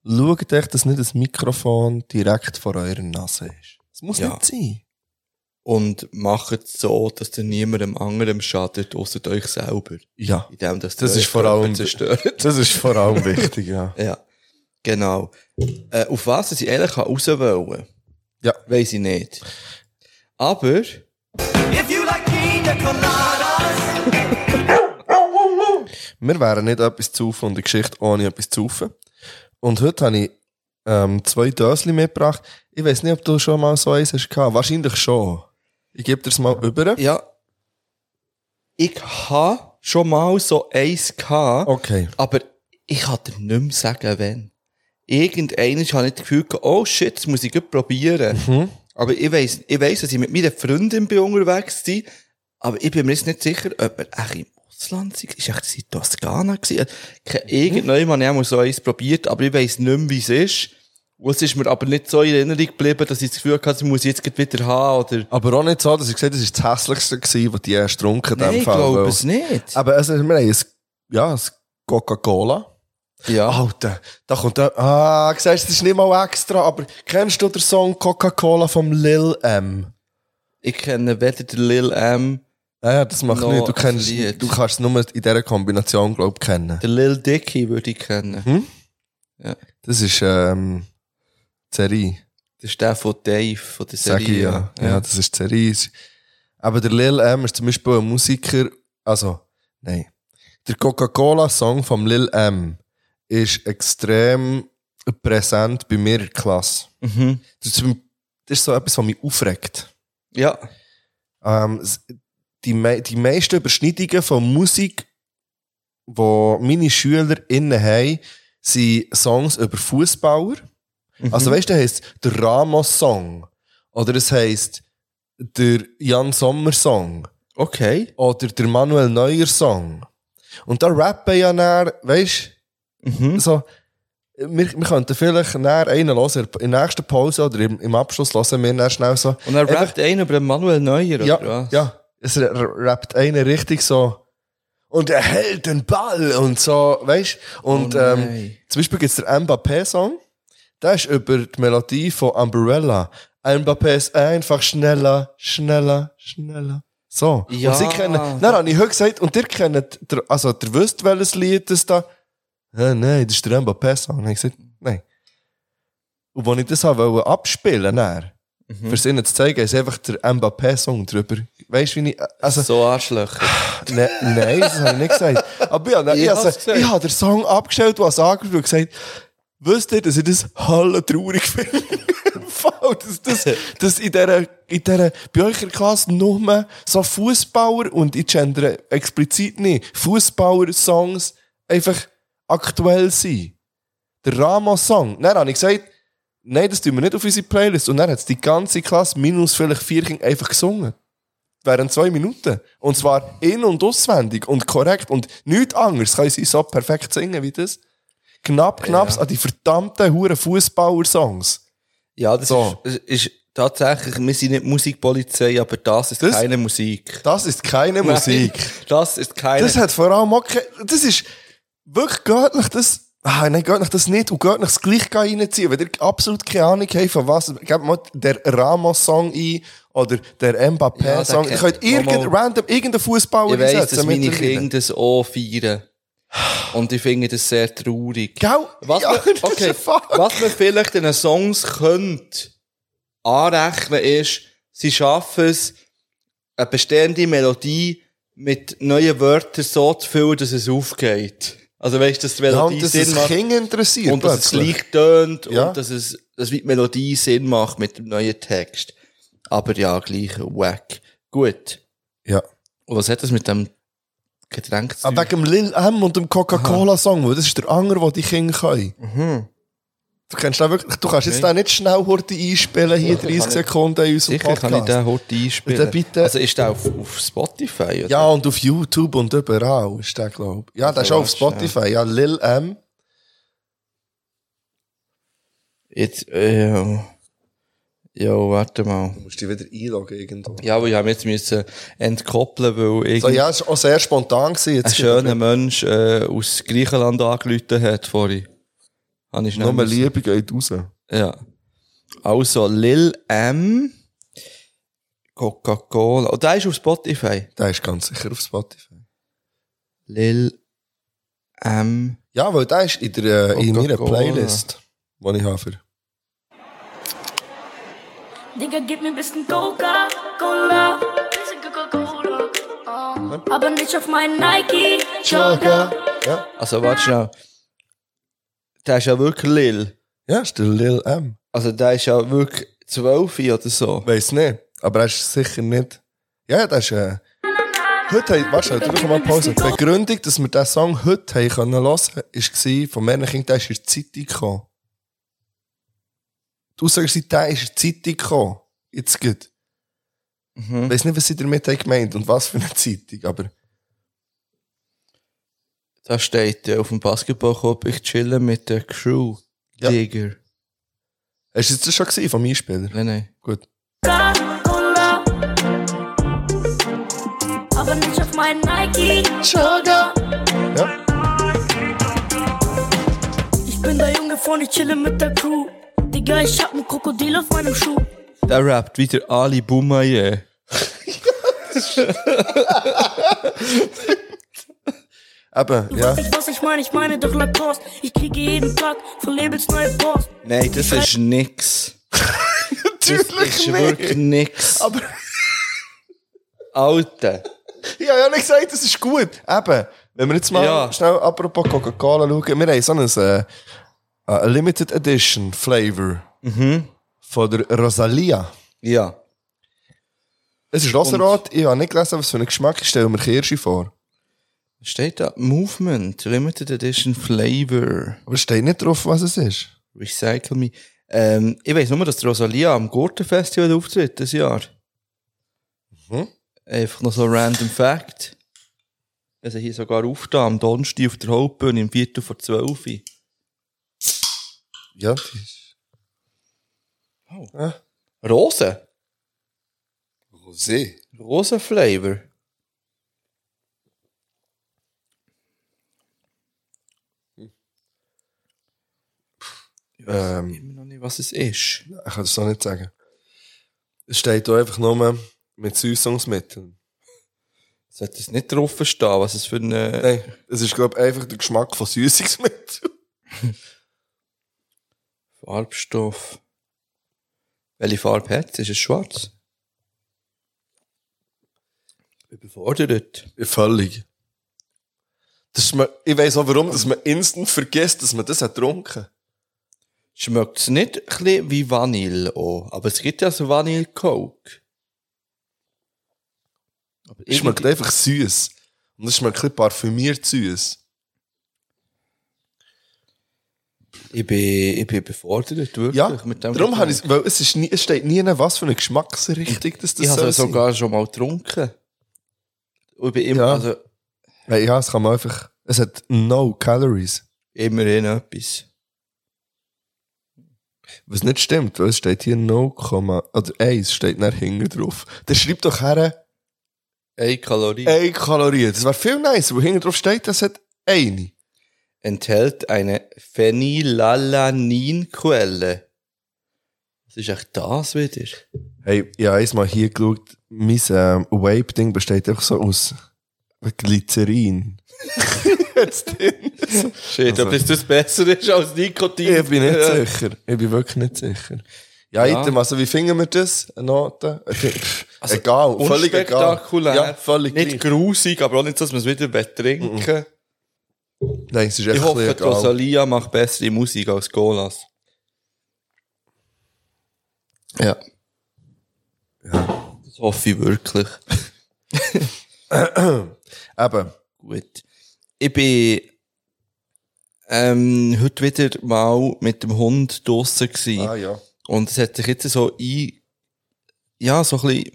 Schaut euch, dass nicht das Mikrofon direkt vor eurer Nase ist. Das muss
Ja.
nicht sein.
Und macht es so, dass ihr niemandem anderem schadet, außer euch selber.
Ja.
Indem, dass ihr
Das
euch
ist vor
selber
allem-
zerstört.
Das ist vor allem wichtig, ja.
Ja, genau. Äh, auf was ich ehrlich raus wollen
Ja.
Weiss ich nicht. Aber,
Wir wären nicht etwas zu von der Geschichte ohne etwas zu saufen. Und heute habe ich ähm, zwei Döschen mitgebracht. Ich weiß nicht, ob du schon mal so eins hast gehabt. Wahrscheinlich schon. Ich gebe dir das mal über.
ja, ich ha schon mal so eins gehabt.
Okay.
Aber ich kann dir nicht mehr sagen, wenn. Irgendeinmal habe ich das Gefühl, gehabt, oh shit, das muss ich gut probieren. Aber ich weiss, ich weiss, dass ich mit meiner Freundin bin unterwegs war, aber ich bin mir jetzt nicht sicher, ob er echt im Ausland war. Ist echt das in Toskana gewesen? Ke- Irgendjemand hat mal so eins probiert, aber ich weiss nicht mehr, wie es ist. Und es ist mir aber nicht so in Erinnerung geblieben, dass ich das Gefühl hatte, das muss ich jetzt gleich wieder haben, oder?
Aber auch nicht so, dass ich gesagt habe, das war das hässlichste, gewesen, was die erst getrunken haben.
Nein, ich glaube es nicht.
Aber also, wir haben ein, ja, ein Coca-Cola.
ja.
Alter, da kommt der, ah, siehst, das ist nicht mal extra, aber kennst du den Song Coca-Cola vom Lil M?
Ich kenne weder den Lil M,
Ja, ja, das macht
No,
nicht. Du, kennst,
ein Lied.
du kannst es nur in dieser Kombination, glaube ich, kennen.
den Lil Dicky würde ich kennen.
Das ist, ähm, die Serie.
Das ist der von Dave, von der
Sag
Serie.
ich ja. ja. das ist die Serie. Aber der Lil M ist zum Beispiel ein Musiker, also, nein. Der Coca-Cola-Song vom Lil M ist extrem präsent bei mir in der Klasse.
Mhm.
Das ist, das ist so etwas, was mich aufregt.
ja.
Ähm, s- die, mei- die meisten Überschneidungen von Musik, die meine Schüler innen haben, sind Songs über Fußballer.
Mhm.
Also weißt du, heisst der Ramos-Song. Oder es heisst der Jan Sommer-Song.
Okay.
Oder der Manuel Neuer-Song. Und da rappen ja näher, weißt
Mhm.
du, so, wir, wir könnten vielleicht näher einen hören, in der nächsten Pause oder im, im Abschluss hören wir näher schnell so.
Und er
Einfach-
rappt einen über den Manuel Neuer,
Ja,
oder was?
ja. Es ra- rappt einer richtig so. Und er hält den Ball und so, weißt Und
Oh nein.
ähm, zum Beispiel gibt's den Mbappé-Song. Der ist über die Melodie von Umbrella. Mbappé ist einfach schneller, schneller, schneller. So.
Ja.
Und sie kennen, nein, habe ich heute gesagt, und ihr kennt, der- also, ihr wisst, welches Lied das da, hä, nein, das ist der Mbappé-Song. Und ich gesagt, nein. Und als ich das habe wollte abspielen wollte, mhm. für ihnen zu zeigen, ist einfach der Mbappé-Song drüber. Weißt du, wie ich. Also,
So Arschlöcher.
ne, nein, das habe ich nicht gesagt. Aber ja, ne, ich,
Ich
also,
hab's gesagt.
ich habe den Song abgestellt, was angeschaut und gesagt, wisst ihr, dass ich das halle traurig finde? Im Fall, dass, dass, dass in dieser, in dieser, bei euch in der Klasse nur so Fußballer und ich gendere explizit nicht, Fußballer-Songs einfach aktuell sind. Der Ramos-Song. Dann habe ich gesagt, nein, das tun wir nicht auf unsere Playlist. Und dann hat die ganze Klasse, minus vielleicht vier Kinder, einfach gesungen während zwei Minuten. Und zwar in- und auswendig und korrekt und nichts anderes können sie so perfekt singen wie das. Knapp, knapp an die verdammten huren Fußballer-Songs.
Ja, das
So.
ist, ist tatsächlich, wir sind nicht Musikpolizei, aber das ist
Das-
keine Musik.
Das ist keine Musik.
Nein, das ist keine.
Das hat vor allem auch keine, das ist wirklich göttlich, das, ah, nein, göttlich das nicht und göttlich das gleich reinziehen, wenn ihr absolut keine Ahnung habt, von was, gebt mal der Ramos-Song ein oder der Mbappé-Song.
Ja,
ihr
der
könnt
kennt-
irgendein,
Mal-
random, irgendeinen Fußballer
ich weiss,
einsetzen
dass meine
mittlerweile.
Kinder das auch feiern. Und ich finde das sehr traurig.
Gell?
Was,
Ja,
man,
das ist
okay,
ein Fuck.
was man vielleicht in den Songs könnte anrechnen, ist, sie schaffen es, eine bestehende Melodie mit neuen Wörtern so zu füllen, dass es aufgeht. Also weißt du, dass die
Ja,
Melodie
und dass
Sinn
es
macht
Kinder interessiert.
und dass es
plötzlich.
gleich tönt
Ja.
und dass es dass wie die Melodie Sinn macht mit dem neuen Text. Aber ja, gleich wack. Gut.
Ja.
Und was hat das mit dem Getränk zu
Ah,
tun?
wegen dem Lil M und dem Coca-Cola-Song, weil das ist der andere, den die Kinder können. Du, kennst den wirklich, du kannst jetzt
Mhm. Okay.
den nicht schnell heute einspielen, hier 30 Sekunden in unserem
Sicher kann ich
Podcast.
den heute einspielen.
Dann bitte-
Also ist der auf, auf Spotify? Oder?
ja, und auf YouTube und überall ist der, glaube ich. Ja, der ist auch auf Spotify. Ja, Lil M.
Jetzt, äh, ja, warte mal.
Du musst dich wieder einloggen irgendwo.
Ja, aber ich habe jetzt müssen entkoppeln, weil irgendein
So, ja, es war auch sehr spontan. Gewesen, jetzt
schöner Mensch äh, aus Griechenland angerufen hat vorhin. Habe ich schnell
Nur
müssen-
Liebe geht raus.
Ja. Also Lil M, Coca-Cola. Oh, der ist auf Spotify.
Der ist ganz sicher auf Spotify.
Lil M.
Ja, weil der ist in, der, äh, in meiner
Coca-Cola.
Playlist, die ich habe. für-
Digga, gib mir ein bisschen Coca-Cola. Bisschen Coca-Cola. Oh. Aber nicht auf meinen Nike. Jogger.
Ja.
Also warte schnell. Der ist ja wirklich Lil.
ja, ist der Lil M.
Also der ist ja wirklich 12 oder so.
Weiß nicht, aber er ist sicher nicht. Ja, das ist. Äh, heute, haben- warte, tu doch mal Pause. Die Begründung, dass wir diesen Song heute haben können hören konnten, war von Männerkind, der ist in die Zeitung gekommen. Die Aussage war, der ist in die Zeitung gekommen. Jetzt gut. Ich weiß nicht, was sie damit haben gemeint und was für eine Zeitung, aber
Da steht äh, auf dem Basketballkorb, ich chille mit der Crew.
Ja.
Digger.
hast du das schon gesehen vom Einspieler?
Nein, nein.
Gut.
Coca-Cola. Aber nicht auf meinen Nike. Jogger.
Ja.
Ich bin der Junge vorne, ich chille mit der Crew. Digga, ich hab ein Krokodil auf meinem Schuh.
Der rappt wieder Ali Boumaier.
Eben,
Du
ja.
weißt nicht, was ich meine, ich meine doch Lacoste. Ich kriege jeden Tag von Labels neue Post.
Nein, das ist nix. Das
Natürlich
ist wirklich nix.
Aber
Alter.
Ich habe ja nicht gesagt, das ist gut. Eben, wenn wir jetzt mal
Ja.
schnell apropos Coca-Cola schauen, wir haben so ein äh, äh, Limited Edition Flavor Mhm. von der Rosalia.
Ja.
Es ist rosenrot, ich habe nicht gelesen, was für einen Geschmack ist, stelle mir Kirsche vor.
Was Steht da Movement, Limited Edition Flavor,
Aber es steht nicht drauf, was es ist.
Recycle Me. Ähm, ich weiß nur, dass die Rosalia am Gurtenfestival auftritt das Jahr. Einfach noch so ein random Fact. Also hier sogar aufstehen, am Donnerstag auf der Hauptbühne im Viertel vor 12 Uhr.
Ja, die ist Oh. Äh?
Rosen?
Rosé.
Rosenflavor.
Ähm,
Ich weiß noch nicht, was es ist.
ich kann das so nicht sagen. Es steht hier einfach nur mit Süßungsmitteln.
Sollte es nicht drauf stehen, was es für äh, eine...
Nein, es ist, glaube ich, einfach der Geschmack von Süßungsmittel.
Farbstoff. Welche Farbe hat es? Ist es schwarz? Überfordert.
Völlig. Das schme- ich weiss auch warum, dass man instant vergisst, dass man das hat getrunken
Schmeckt es nicht ein bisschen wie Vanille auch. Aber es gibt ja so Vanille Coke. Aber
Es schmeckt
irgendwie-
einfach süß. Und es schmeckt ein bisschen parfümiert süß.
ich, bin, ich bin überfordert, wirklich.
Ja,
mit dem
darum
Getränk.
habe ich weil es, ist nie, es steht nie, was für eine Geschmacksrichtung das, das
Ich habe
soll
es sogar schon mal getrunken. Und ich bin immer,
Ja.
also,
sein. Ja, es kann man einfach, es hat no calories.
immerhin etwas.
Was nicht stimmt, weil es steht hier 0, oder 1 steht nach hinten drauf. Dann schreibt doch her,
Eine Kalorie.
1 Kalorie. Das wäre viel nicer, weil hinten drauf steht, das hat eine.
enthält eine Phenylalaninquelle. Was ist echt das wieder?
Hey, ich habe eins mal hier geschaut, mein ähm, Vape-Ding besteht einfach so aus Glycerin. Jetzt drin.
Shit, ob das, das besser ist als Nikotin.
Ich bin nicht
Ja.
sicher. Ich bin wirklich nicht sicher. Ja,
Ja. Also,
Item, also wie finden wir das? Eine Note? Okay, pff, Äh, egal, völlig egal.
Unspektakulär.
Ja, völlig
Nicht
gleich.
grusig, aber auch nicht, so, dass man es wieder will trinken
Nein, es ist echt
Ich
ein
hoffe,
bisschen egal.
Rosalia macht bessere Musik als Golas. Ja. ja. Das hoffe ich wirklich.
Eben,
Gut. Ich bin ähm, heute wieder mal mit dem Hund draussen gewesen.
ah ja.
Und es hat sich jetzt so ein, ja, so ein bisschen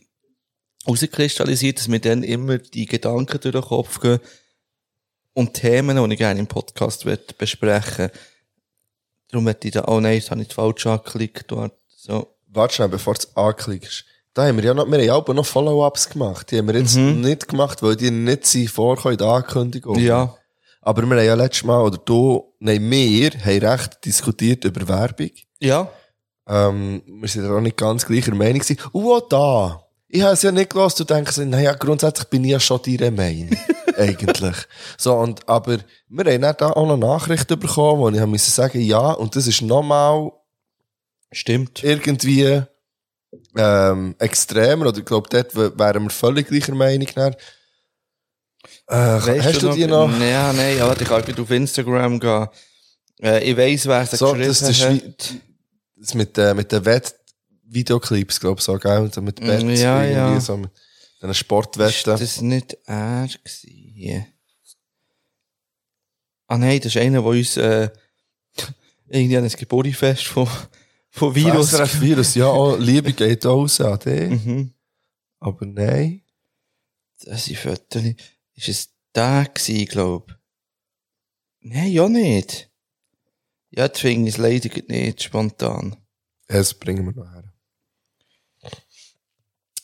herauskristallisiert, dass mir dann immer die Gedanken durch den Kopf gehen und Themen, die ich gerne im Podcast möchte besprechen Darum hätte ich da, oh nein, das habe ich falsch angeklickt. Dort. So.
Warte schnell, bevor du es anklickst. Da haben wir ja noch, wir haben ja auch noch Follow-ups gemacht. Die haben wir jetzt nicht gemacht, weil die nicht sind vorkommen in der Ankündigung.
Mhm. Ja,
Aber wir haben ja letztes Mal, oder du, nein, wir haben recht diskutiert über Werbung.
ja.
Ähm, wir sind auch nicht ganz gleicher Meinung gewesen. Und auch da. Ich habe es ja nicht gehört, du denkst, naja, grundsätzlich bin ich ja schon deiner Meinung. eigentlich. So, und, aber wir haben dann da auch noch Nachrichten bekommen, wo ich habe müssen sagen, ja, und das ist nochmal
Stimmt.
irgendwie, ähm, extremer, oder ich glaube, dort w- wären wir völlig gleicher Meinung. Dann. Äh, hast du die noch?
genau. Ja, nein, ja, warte, ich kann gleich auf Instagram gehen. Äh, ich weiss, wer es
So, das ist
geschrieben
wie- Das mit, äh, mit den Wett Videoclips, glaube ich, so, gell? Und dann mit Bert,
Mm, Ja,
irgendwie
ja.
so, mit den
Ist
Sportwetten.
das nicht er gewesen? hier? Ah nein, das ist einer, der uns äh, irgendwie an das Geburtstagsfest von, von Virus...
SRF Virus, ja, oh, Liebe geht auch raus an dich.
Mhm.
Aber nein.
Das ist Fotos. Ist es der gewesen, glaube ich? Nein, ja nicht. Ja, jetzt finde ich es leider gerade nicht spontan.
Das bringen wir noch her.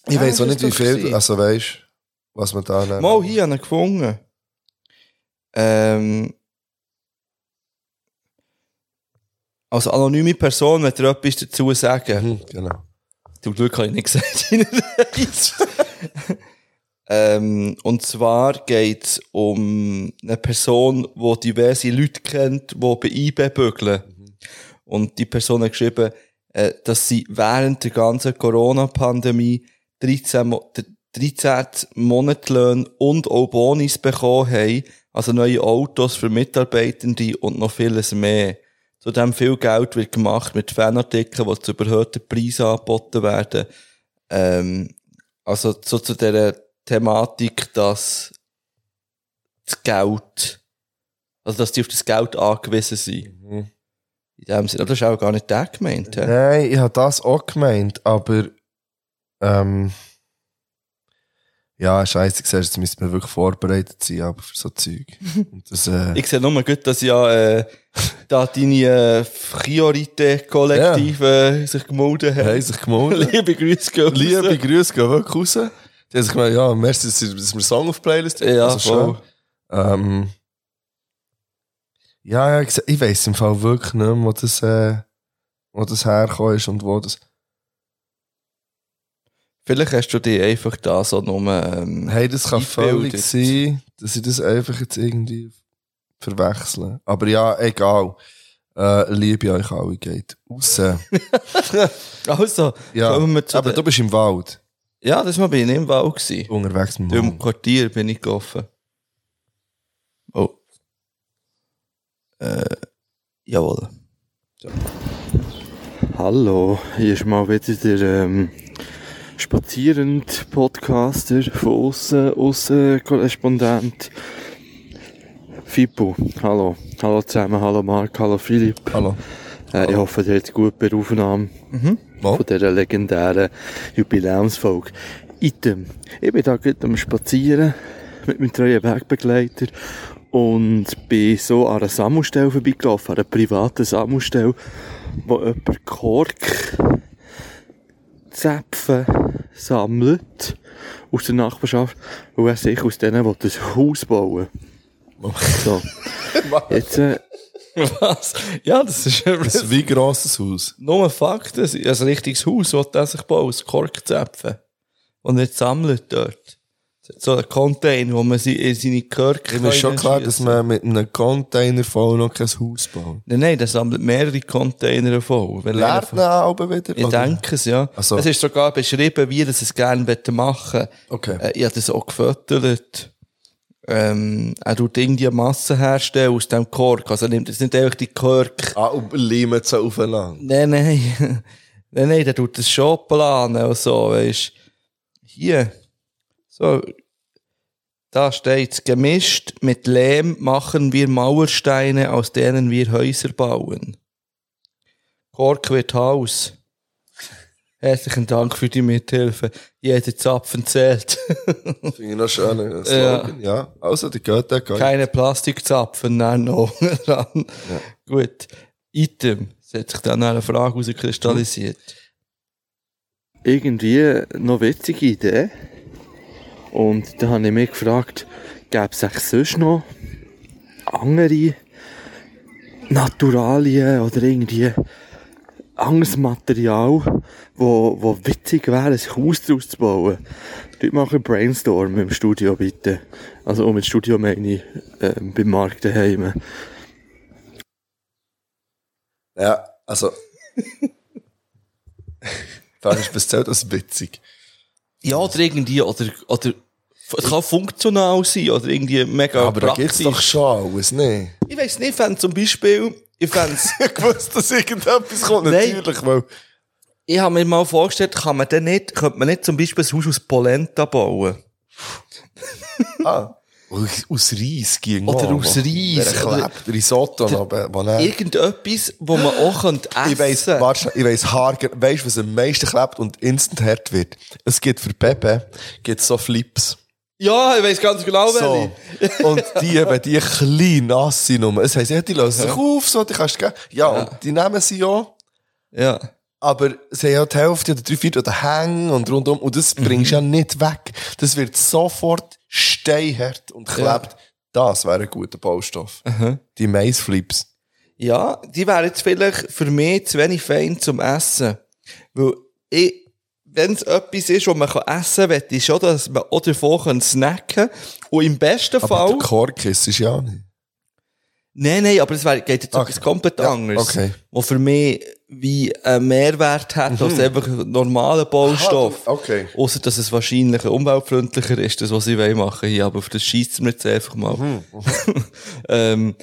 Ich
Ja,
weiss auch
das
nicht, wie
ist doch
viel,
gewesen.
also weisst, was man da nehmen.
Mal hier habe ich ihn gefunden. Ähm, als anonyme Person, wenn ihr etwas dazu sagen
Mhm, genau.
Zum Glück habe ich nicht gesagt, in der Reise. ähm, und zwar geht es um eine Person, die diverse Leute kennt, die bei IB bügeln. Und die Person hat geschrieben, äh, dass sie während der ganzen Corona-Pandemie 13, Mo- d- 13 Monatlöhne und auch Bonis bekommen haben, also neue Autos für Mitarbeitende und noch vieles mehr. Zudem viel Geld wird gemacht mit Fanartikeln, die zu überhöhten Preisen angeboten werden. Ähm, also so zu der Thematik, dass das Geld, also dass die auf das Geld angewiesen sind.
Mhm.
In dem Sinne, aber das ist auch gar nicht der gemeint. hä?
Nein, ich habe das auch gemeint, aber, ähm, ja, scheiße, siehst du, jetzt müsste man wirklich vorbereitet sein, aber für so Zeug. Und das, äh,
Ich sehe nur gut, dass ja äh, da deine äh, Priorite-Kollektive äh, sich gemolden
haben
haben.
sich gemolden.
Liebe Grüße, gehen raus.
Liebe Grüße gehen wirklich raus. Die haben sich gemeint, ja, merci, dass ihr- dass wir Song auf die Playlist haben.
Ja,
schön.
voll.
Ähm, ja, ja, ich se- ich weiss im Fall wirklich nicht mehr, wo das, äh, wo das hergekommen ist und wo das...
Vielleicht hast du dich einfach da so nur. Ähm,
Hey, das kann völlig
Eingebildet.
sein, dass ich das einfach jetzt irgendwie verwechseln. Aber ja, egal. Äh, liebe euch alle, geht raus.
Also,
Ja,
kommen wir zu
aber
den-
du Oh bist im Wald
ja, das Mal bin ich im Wald. gewesen.
unterwegs mit dem
Im
Hund.
Quartier bin ich gelaufen. Oh. Äh, jawohl.
Hallo, hier ist mal wieder der ähm, spazierend Podcaster von außen, Außenkorrespondent Fippo. Hallo, hallo zusammen, hallo Marc, hallo Philipp.
Hallo.
Äh, ich hoffe, ihr habt gut bei der Aufnahme
Mal.
von dieser legendären Jubiläumsfolge. Item. Ich bin da gerade am Spazieren mit meinem treuen Wegbegleiter und bin so an einer Sammelstelle vorbeigelaufen, an einer privaten Sammelstelle, wo jemand Kork Zäpfen sammelt aus der Nachbarschaft und er sich aus denen will ein Haus bauen So. Jetzt äh,
Was? Ja, das ist ein
Das ist wie grosses Haus.
nur ein Fakt. Das ist ein richtiges Haus, das der sich baut, aus Korkzäpfen. Und nicht sammelt dort. Das hat So ein Container, wo man sie- in seine Körke
Mir ist schon klar, dass
reinschiessen.
man mit einem Container voll noch kein Haus baut.
Nein, nein, der sammelt mehrere Container voll. Wenn einer
Lernen
von-
aber wieder.
Ich
oder?
denke es, ja.
Ach so.
Es ist sogar beschrieben, wie das es gerne machen möchte.
Okay.
Äh, ich habe das auch gefüttert. Ähm, er tut irgendwie eine Masse herstellen aus dem Kork. Also er nimmt jetzt nicht einfach die Kork.
Ah, und leimen sie aufeinander.
Nein, nein. nein, nein, der tut das schon planen und so, weißt Hier. So. Da steht gemischt mit Lehm machen wir Mauersteine, aus denen wir Häuser bauen. Kork wird Haus. Herzlichen Dank für die Mithilfe. Jeder Zapfen zählt.
Finde ich noch schön. ein Slogan, ja. Also, die Götter gehen.
Keine Plastikzapfen, nein, noch dran. Gut. Item. Es hat sich dann eine Frage herauskristallisiert.
irgendwie noch witzige Idee. Und da habe ich mich gefragt, gäbe es eigentlich sonst noch andere Naturalien oder irgendwie anderes Material, wo, wo witzig wäre, ein Haus daraus zu bauen. Leute machen Brainstorm im Studio bitte. Also um im Studio meine ich ähm, beim Markt daheim.
Ja, also. Frage ist, was zählt das witzig?
Ja, oder irgendwie, oder, oder, es kann funktional sein, oder irgendwie mega
Aber da gibt
praktisch.
es doch schon alles, ne?
ich weiss nicht, wenn zum Beispiel, ich fänd's,
Ich wusste, dass irgendetwas kommt,
Nein.
natürlich, weil...
ich habe mir mal vorgestellt, kann man denn nicht, könnte man nicht zum Beispiel ein Haus aus Polenta bauen?
Ah. Aus aus Reis ging
Oder aus Reis,
Der
oder-
klebt Risotto noch, wo er...
Irgendetwas, wo man auch könnte essen
Ich weiss, warte, schnell, ich weiss, Hager, weisst, was am meisten klebt und instant hart wird? Es gibt für Pepe, gibt's so Flips.
Ja, ich weiss ganz genau,
So.
welche.
Und die, wenn die klein nass sind, nur- es heisst, ja, die lösen sich auf, so, die kannst du, geben. ja, und die nehmen sie ja.
Ja.
Aber sie haben ja die Hälfte oder drei Viertel oder hängen und rundum. Und das bringst du ja nicht weg. Das wird sofort steinhart und klebt. Das wäre ein guter Baustoff. Die Maisflips.
Ja, die wären jetzt vielleicht für mich zu wenig fein zum Essen. Weil ich, wenn es etwas ist, was man kann essen kann, möchte ich schon, dass man auch davon kann snacken kann. Und im besten
Aber
Fall...
der Kork ist es ja auch nicht.
Nein, nein, aber es wär- geht jetzt um
Okay.
etwas komplett
Ja,
anderes.
okay.
Was für mich wie einen Mehrwert hat als einfach normaler Baustoff.
Ah, okay.
Außer dass es wahrscheinlich umweltfreundlicher ist, das, was ich will machen hier. Aber auf das schießt mir jetzt einfach mal.
Mhm.
ähm,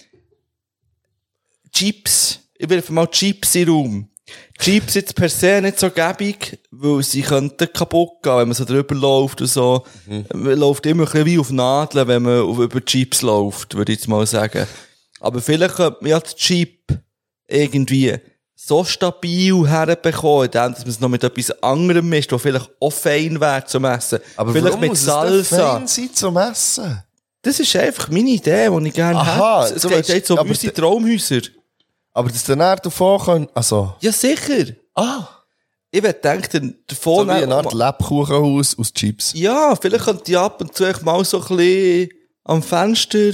Chips. Ich will einfach mal Chips in den Raum. Chips jetzt per se nicht so gäbig, weil sie könnten kaputt gehen, wenn man so drüber läuft und so.
Mhm.
Man läuft immer ein bisschen wie auf Nadeln, wenn man auf- über Chips läuft, würde ich jetzt mal sagen. Aber vielleicht könnte man ja den Chip irgendwie so stabil herbekommen, indem dass man es noch mit etwas anderem mischt, was vielleicht auch fein wäre zum Essen.
Aber
vielleicht
warum
mit
muss es denn
Salsa.
fein sein zum Essen?
Das ist einfach meine Idee, die ich gerne
Aha,
hätte. Es
du
geht
willst-
jetzt um
aber
unsere
d-
Traumhäuser.
Aber dass der Nähr davon kann, also,
Ja, sicher.
ah,
Ich würde denken,
so
davon...
wie eine Art Lebkuchenhaus aus Chips.
ja, vielleicht könnte ich ab und zu echt mal so ein bisschen am Fenster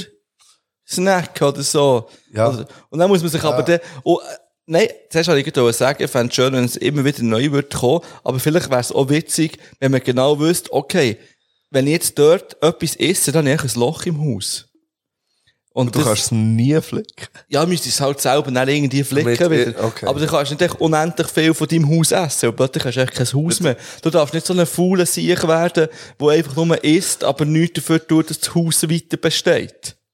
snacken oder so.
Ja.
Also, und dann muss man sich aber dann... Oh, Nein, zuerst wollte ich gerade sagen, ich fände es schön, wenn es immer wieder neu würde kommen, aber vielleicht wäre es auch witzig, wenn man genau wüsste, okay, wenn ich jetzt dort etwas esse, dann habe ich ein Loch im Haus. Und
Du
das-
kannst es nie flicken.
Ja, müsste es halt selber dann irgendwie flicken
Mit-
wieder.
äh, okay.
Aber du kannst nicht echt unendlich viel von deinem Haus essen. Und plötzlich hast du echt kein Haus mehr. Du darfst nicht so ein fauler Sieg werden, der einfach nur isst, aber nichts dafür tut, dass das Haus weiter besteht.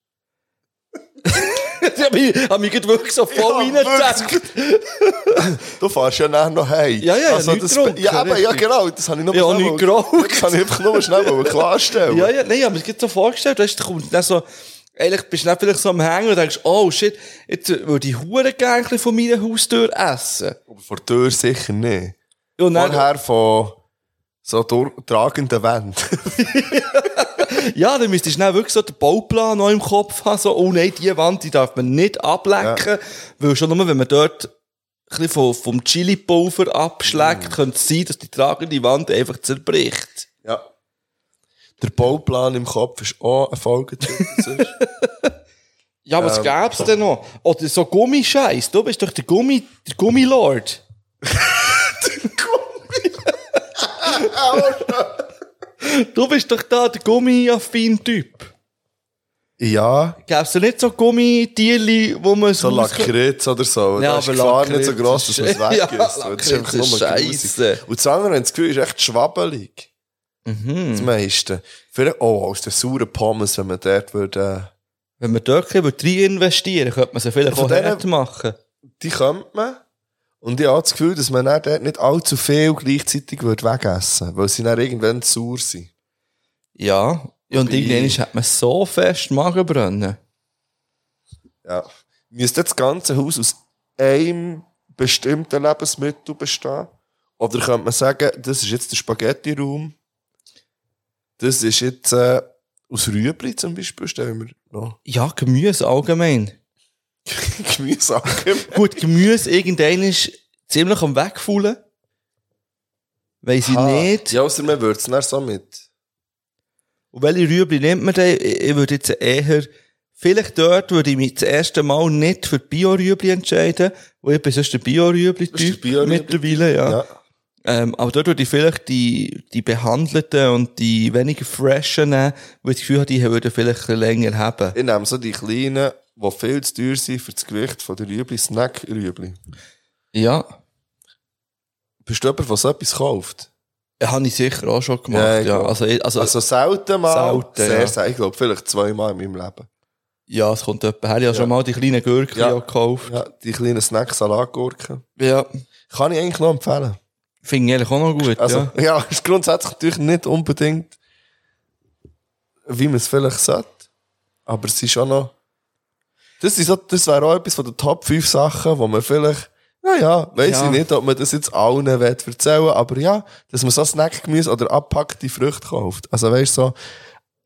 Ich habe mich, hab mich gerade wirklich so voll
Ja,
reingezeckt.
Du fährst ja nachher noch heim.
Ja, ja, ja,
also
nicht
das,
getrunken,
ja, eben, ja,
richtig.
genau. Das habe ich nur
Ja,
schnell
nicht
mal-
geraucht.
Das habe ich einfach nur schnell mal klarstellen.
Ja, ja, nein, ich habe mir das gerade so vorgestellt. Weißt, du kommst dann so, ehrlich, bist du dann vielleicht so am Hängen und denkst, oh shit, jetzt würde ich Hurengängchen von meiner Haustür essen.
Aber vor der Tür sicher nicht.
Und dann,
Vorher von so durch, tragenden Wänden.
Ja, dann müsstest du dann wirklich so den Bauplan noch im Kopf haben, so, oh nein, die Wand, die darf man nicht ablecken, weil schon nur, wenn man dort ein bisschen vom, vom Chili-Pulver abschlägt, könnte es sein, dass die tragende Wand einfach zerbricht.
ja. Der Bauplan im Kopf ist auch ein Folgetitel.
Ja, was gäb's denn noch? Oder so Gummischeiß, du bist doch der Gummi, der Gummilord. der Gummi. du bist doch da der Gummi-affin Typ.
ja,
Gäb's denn nicht so Gummitierli, wo man
so Lakritz oder so.
Ja,
Ja, da ist die
aber
Gefahr
Lakritz
nicht so gross, dass
ist-
man es weg
Ja,
ist. Das ist einfach
Lakritz
nur
ist
grusig.
scheisse.
Und das andere, das Gefühl, ist echt schwabbelig. Mhm. Das meiste. Vielleicht, oh, aus der sauren Pommes, wenn man dort würde... Äh,
Wenn wir dort rein investieren, könnte man sie vielleicht
Von
auch
denen-
hart machen.
die kommt man. Und ich habe das Gefühl, dass man dann dort nicht allzu viel gleichzeitig würde wegessen würde, weil sie dann irgendwann sauer sind.
Ja. ja und
Wobei-
irgendwann hat man so fest Magenbrennen.
Ja. Müsste das ganze Haus aus einem bestimmten Lebensmittel bestehen? Oder könnte man sagen, das ist jetzt der Spaghetti-Raum, das ist jetzt äh, aus Rüebli zum Beispiel, stellen wir noch
Ja, Gemüse allgemein.
Gemüse an.
Gut, Gemüse irgendwann ist ziemlich am Wegfallen. Weiss ich nicht.
Ja, außer man würde es dann so mit.
Und welche Rüebli nimmt man denn? Ich ich würde jetzt eher, vielleicht dort würde ich mich das erste Mal nicht für Bio-Rüebli entscheiden. Weil ich bin sonst der
Das ist der
Bio-Rüebli-Typ
Bio-Rüebli-Typ.
mittlerweile, ja. Ähm, aber dort würde ich vielleicht die, die behandelten und die weniger freshen nehmen, weil ich das Gefühl habe, die würden vielleicht ein bisschen länger haben.
Ich nehme so die kleinen, die viel zu teuer sind für das Gewicht von der Rüebli, Snack-Rüebli.
Ja.
Bist du jemand, der so etwas kauft?
Äh, Habe ich sicher auch schon gemacht,
Ja,
ja.
ich glaub.
Also, ich- also,
Also selten mal,
Selten,
sehr
ja.
selten, ich glaube vielleicht zweimal in meinem Leben.
ja, es kommt jemand her. Ich habe schon mal die kleinen Gürkchen
Ja.
auch gekauft.
Ja, die kleinen Snack-Salatgurken.
Ja.
Kann ich eigentlich noch empfehlen.
Finde ich eigentlich auch noch gut,
Also,
ja.
ja, ist grundsätzlich natürlich nicht unbedingt, wie man es vielleicht sollte, aber es ist auch noch, das, ist so, das wäre auch etwas von den Top 5 Sachen, wo man vielleicht, naja, weiß
Ja.
ich nicht, ob man das jetzt allen will erzählen aber ja, dass man so Snackgemüse oder abpackte Früchte kauft. Also weißt du, so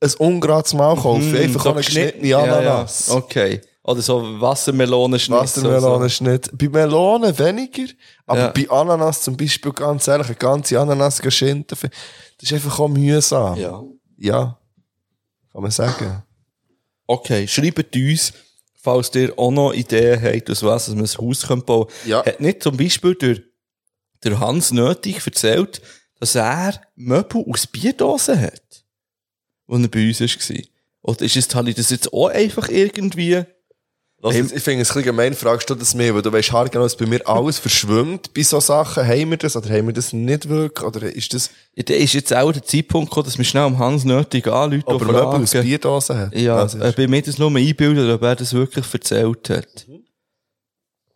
ein ungerades Mal kaufen,
Mm,
einfach
so
auch eine
geschnitten.
geschnittene Ananas.
Ja, Oh, ja. Okay. Oder so Wassermelonenschnitt.
Wassermelonen ist nicht. Bei Melonen weniger, aber
Ja.
bei Ananas zum Beispiel, ganz ehrlich, eine ganze Ananas geschinden, das ist einfach auch mühsam.
So. Ja.
Ja. Kann man sagen.
Okay, schreibt uns, falls ihr auch noch Ideen habt, aus was man ein Haus bauen könnte.
Ja.
Hat nicht zum Beispiel der, der Hans Nötig erzählt, dass er Möbel aus Bierdosen hat, wo er bei uns war? Oder ist es, habe ich das jetzt auch einfach irgendwie...
Lass uns- ich finde es ein bisschen gemein, fragst du das mir, weil du weißt haargenau, dass bei mir alles verschwimmt bei so Sachen. Haben wir das oder haben wir das nicht wirklich? Oder ist das,
Ja, da ist jetzt auch der Zeitpunkt gekommen, dass wir schnell am Hans Nötig anrufen
ob er Möbel aus Bierdosen hat?
Ja,
Also,
äh, bei mir das nur einbilden, ob er das wirklich erzählt hat.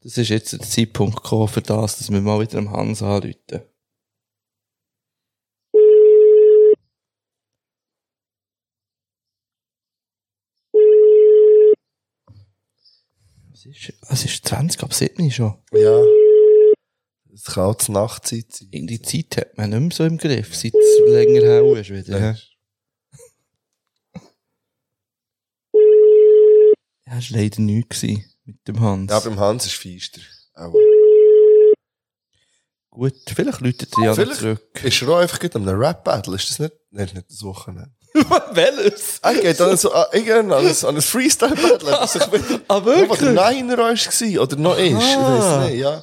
Das ist jetzt der Zeitpunkt gekommen für das, dass wir mal wieder am Hans anrufen. Es ist, es ist 20 ab 7 schon.
ja. Es kann auch zur Nachtzeit sein.
Die Zeit hat man nicht mehr so im Griff, seit es länger her ist wieder. Ja, es war leider nichts gewesen mit dem Hans.
Ja, beim Hans ist feister. Auch.
Gut, vielleicht läutet er ja noch
Vielleicht
zurück.
Ist er auch einfach gerade am Rap-Battle? Ist das nicht? Nein, ist nicht das Wochenende.
Welches?
Er geht an so, an, irgend- an ein, an ein Freestyle-Battle, das ich wieder...
Ah,
Wo
wirklich?
der Niner war oder noch ist, ich weiß nicht, ja.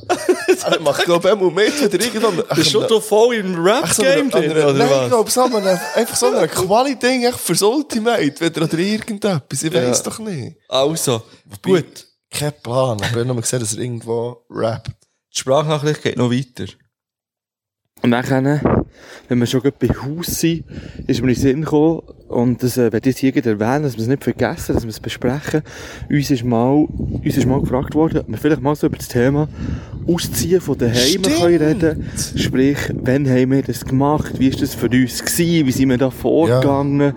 Ah, Er macht, glaube ich, einmal mit, wenn er irgendwann...
Das ist schon
Ach,
doch voll im
so einer-
Rap-Game drin,
einer- Nein, ich
oder was?
glaube, so einer- einfach so ein Quali-Ding echt fürs Ultimate, wieder oder irgendetwas, ich weiß
Ja.
doch nicht.
Also, gut.
Kein Plan, aber ich habe nur gesehen, dass er irgendwo rappt.
Die Sprachnachricht geht noch weiter.
Und dann, wenn wir schon gerade bei Haus sind, ist mir in den Sinn gekommen, und das äh, werde ich jetzt hier gerade erwähnen, dass wir es nicht vergessen, dass wir es besprechen. Uns ist mal, uns ist mal gefragt worden, ob wir vielleicht mal so über das Thema Ausziehen von daheim können reden Sprich, wann haben wir das gemacht? Wie ist das für uns gewesen? Wie sind wir da vorgegangen?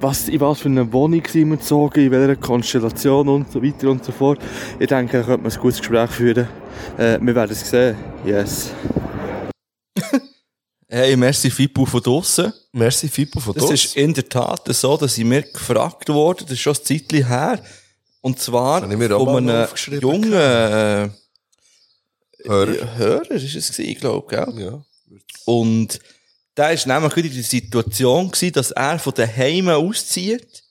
Was, in was für eine Wohnung sind wir gezogen? In welcher Konstellation und so weiter und so fort. Ich denke, da könnte man ein gutes Gespräch führen. Äh, wir werden es sehen. Yes.
Hey, merci Fippo von draussen.
Merci, Fippo, von
Das ist in der Tat so, dass ich mir gefragt wurde, das ist schon ein Zeitchen her, und zwar
Habe ich mir auch mal
von einem
aufgeschrieben.
jungen äh,
Hörer.
Hörer, ist es gewesen, glaube ich, gell?
Ja.
Und da ist nämlich wieder die Situation gewesen, dass er von daheim auszieht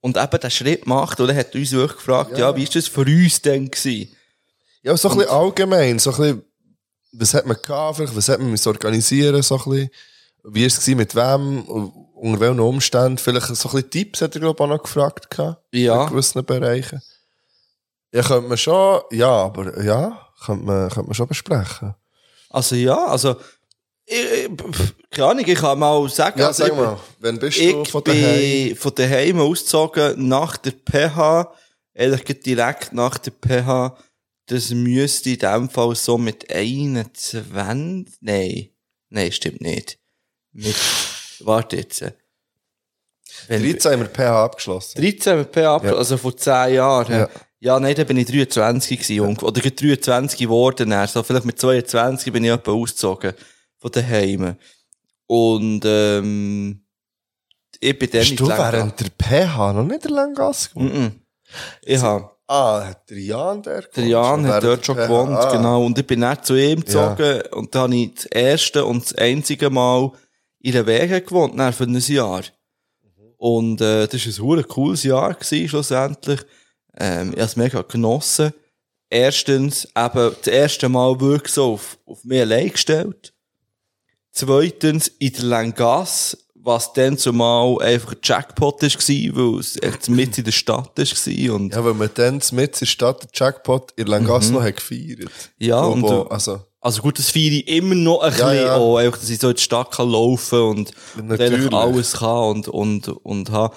und eben den Schritt macht. Und er hat uns wirklich gefragt, ja, wie ist das für uns denn gewesen?
Ja, so ein bisschen allgemein, so ein bisschen, was hat man gehabt, vielleicht, was hat man müssen organisieren, so ein bisschen, wie war es gewesen, mit wem, unter welchen Umständen, vielleicht so ein bisschen Tipps hat er, glaube ich, auch noch gefragt gehabt, in
Ja.
gewissen Bereichen. Ja, könnte man schon, ja, aber ja, könnte man, könnte man schon besprechen.
Also ja, also, ich, ich- pf, keine Ahnung, ich kann mal sagen,
Ja,
also,
sag
ich-
mal, wenn bist du
Ich
von daheim?
bin von daheim ausgezogen nach der PH. Ehrlich gesagt, direkt nach der PH. Das müsste in dem Fall so mit 21. Nein. Nein, stimmt nicht. Mit, warte jetzt. Wenn-
13 haben wir PH abgeschlossen.
13 mit PH,
Ja.
also vor 10 Jahren.
Ja.
Ja. nein, da bin ich 23 gewesen, ungefähr. oder gerade 23 geworden. dann. So, vielleicht mit 22 bin ich etwa ausgezogen von daheim. Und ähm, ich bin dann
Bist du
Länggasse-
während der PH noch nicht in der Langgasse gewohnt?
Mhm. Ich habe
Ah, hat der Jan der gewohnt?
der Jan hat
Während
dort schon
der PH?
gewohnt,
Ah.
genau. Und ich bin dann zu ihm gezogen und da habe ich das erste und das einzige Mal in der Wege gewohnt, dann für ein Jahr. Und äh, das war ein hure cooles Jahr gewesen, schlussendlich. Ähm, ich habe es mega genossen. Erstens, eben das erste Mal wirklich so auf, auf mich allein gestellt. Zweitens, in der Langasse, was dann zumal einfach ein Jackpot war, weil es echt mitten in der Stadt war. Und
Ja, weil man dann mit in der Stadt den Jackpot in Langaslo hat gefeiert.
Ja,
wo,
und
wo,
du-
also,
Also gut, das feiere ich immer noch ein bisschen
ja.
auch, einfach, dass ich so in die Stadt kann laufen und, und
Natürlich.
eigentlich alles kann und, und, und habe.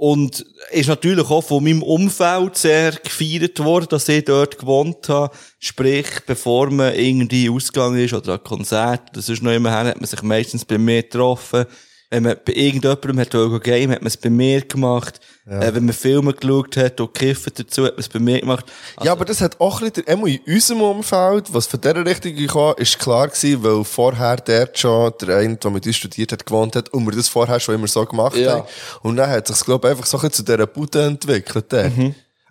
Und ist natürlich auch von meinem Umfeld sehr gefeiert worden, dass ich dort gewohnt habe. Sprich, bevor man irgendwie ausgegangen ist oder an Konzert oder sonst noch immer hin, hat man sich meistens bei mir getroffen. Wenn man bei irgendjemandem hat wollte Game, hat man es bei mir gemacht. Äh, wenn man Filme geschaut hat und kiffen dazu, hat man es bei mir gemacht.
ja, aber das hat auch ein bisschen, einmal in unserem Umfeld, was von dieser Richtung kam, ist klar gewesen, weil vorher dort schon der eine, der mit uns studiert hat, gewohnt hat und wir das vorher schon immer so gemacht
Ja.
haben. Und dann hat sich, glaube ich, einfach so ein bisschen zu dieser Bude entwickelt. dort.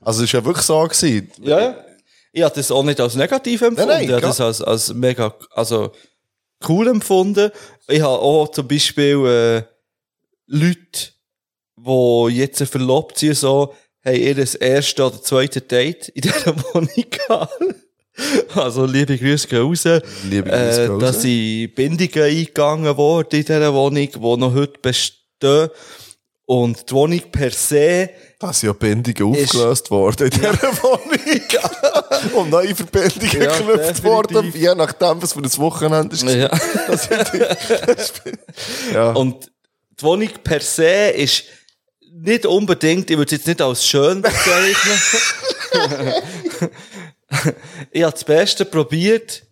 Also, es war ja wirklich so gewesen.
Ja, ja.
Ich habe das auch nicht als negativ empfunden.
nein,
ich habe
klar.
das als, als mega also cool empfunden. Ich habe auch zum Beispiel äh, Leute, die jetzt verlobt sind, so, haben ihr erste oder zweite Date in dieser Wohnung gehabt. Also liebe Grüße gehen raus.
Liebe Grüße
Äh,
gehen
da
raus.
sind Bindungen eingegangen worden in dieser Wohnung, die noch heute bestehen. Und die Wohnung per se
Da sind ja Bindungen
Ist-
aufgelöst worden in dieser Wohnung. und neue Verbindungen
Ja,
geknüpft worden, je nachdem, was für ein Wochenende ist.
Ja.
Ja.
Und die Wohnung per se ist nicht unbedingt, ich würde es jetzt nicht als schön bezeichnen. ich habe das Beste probiert,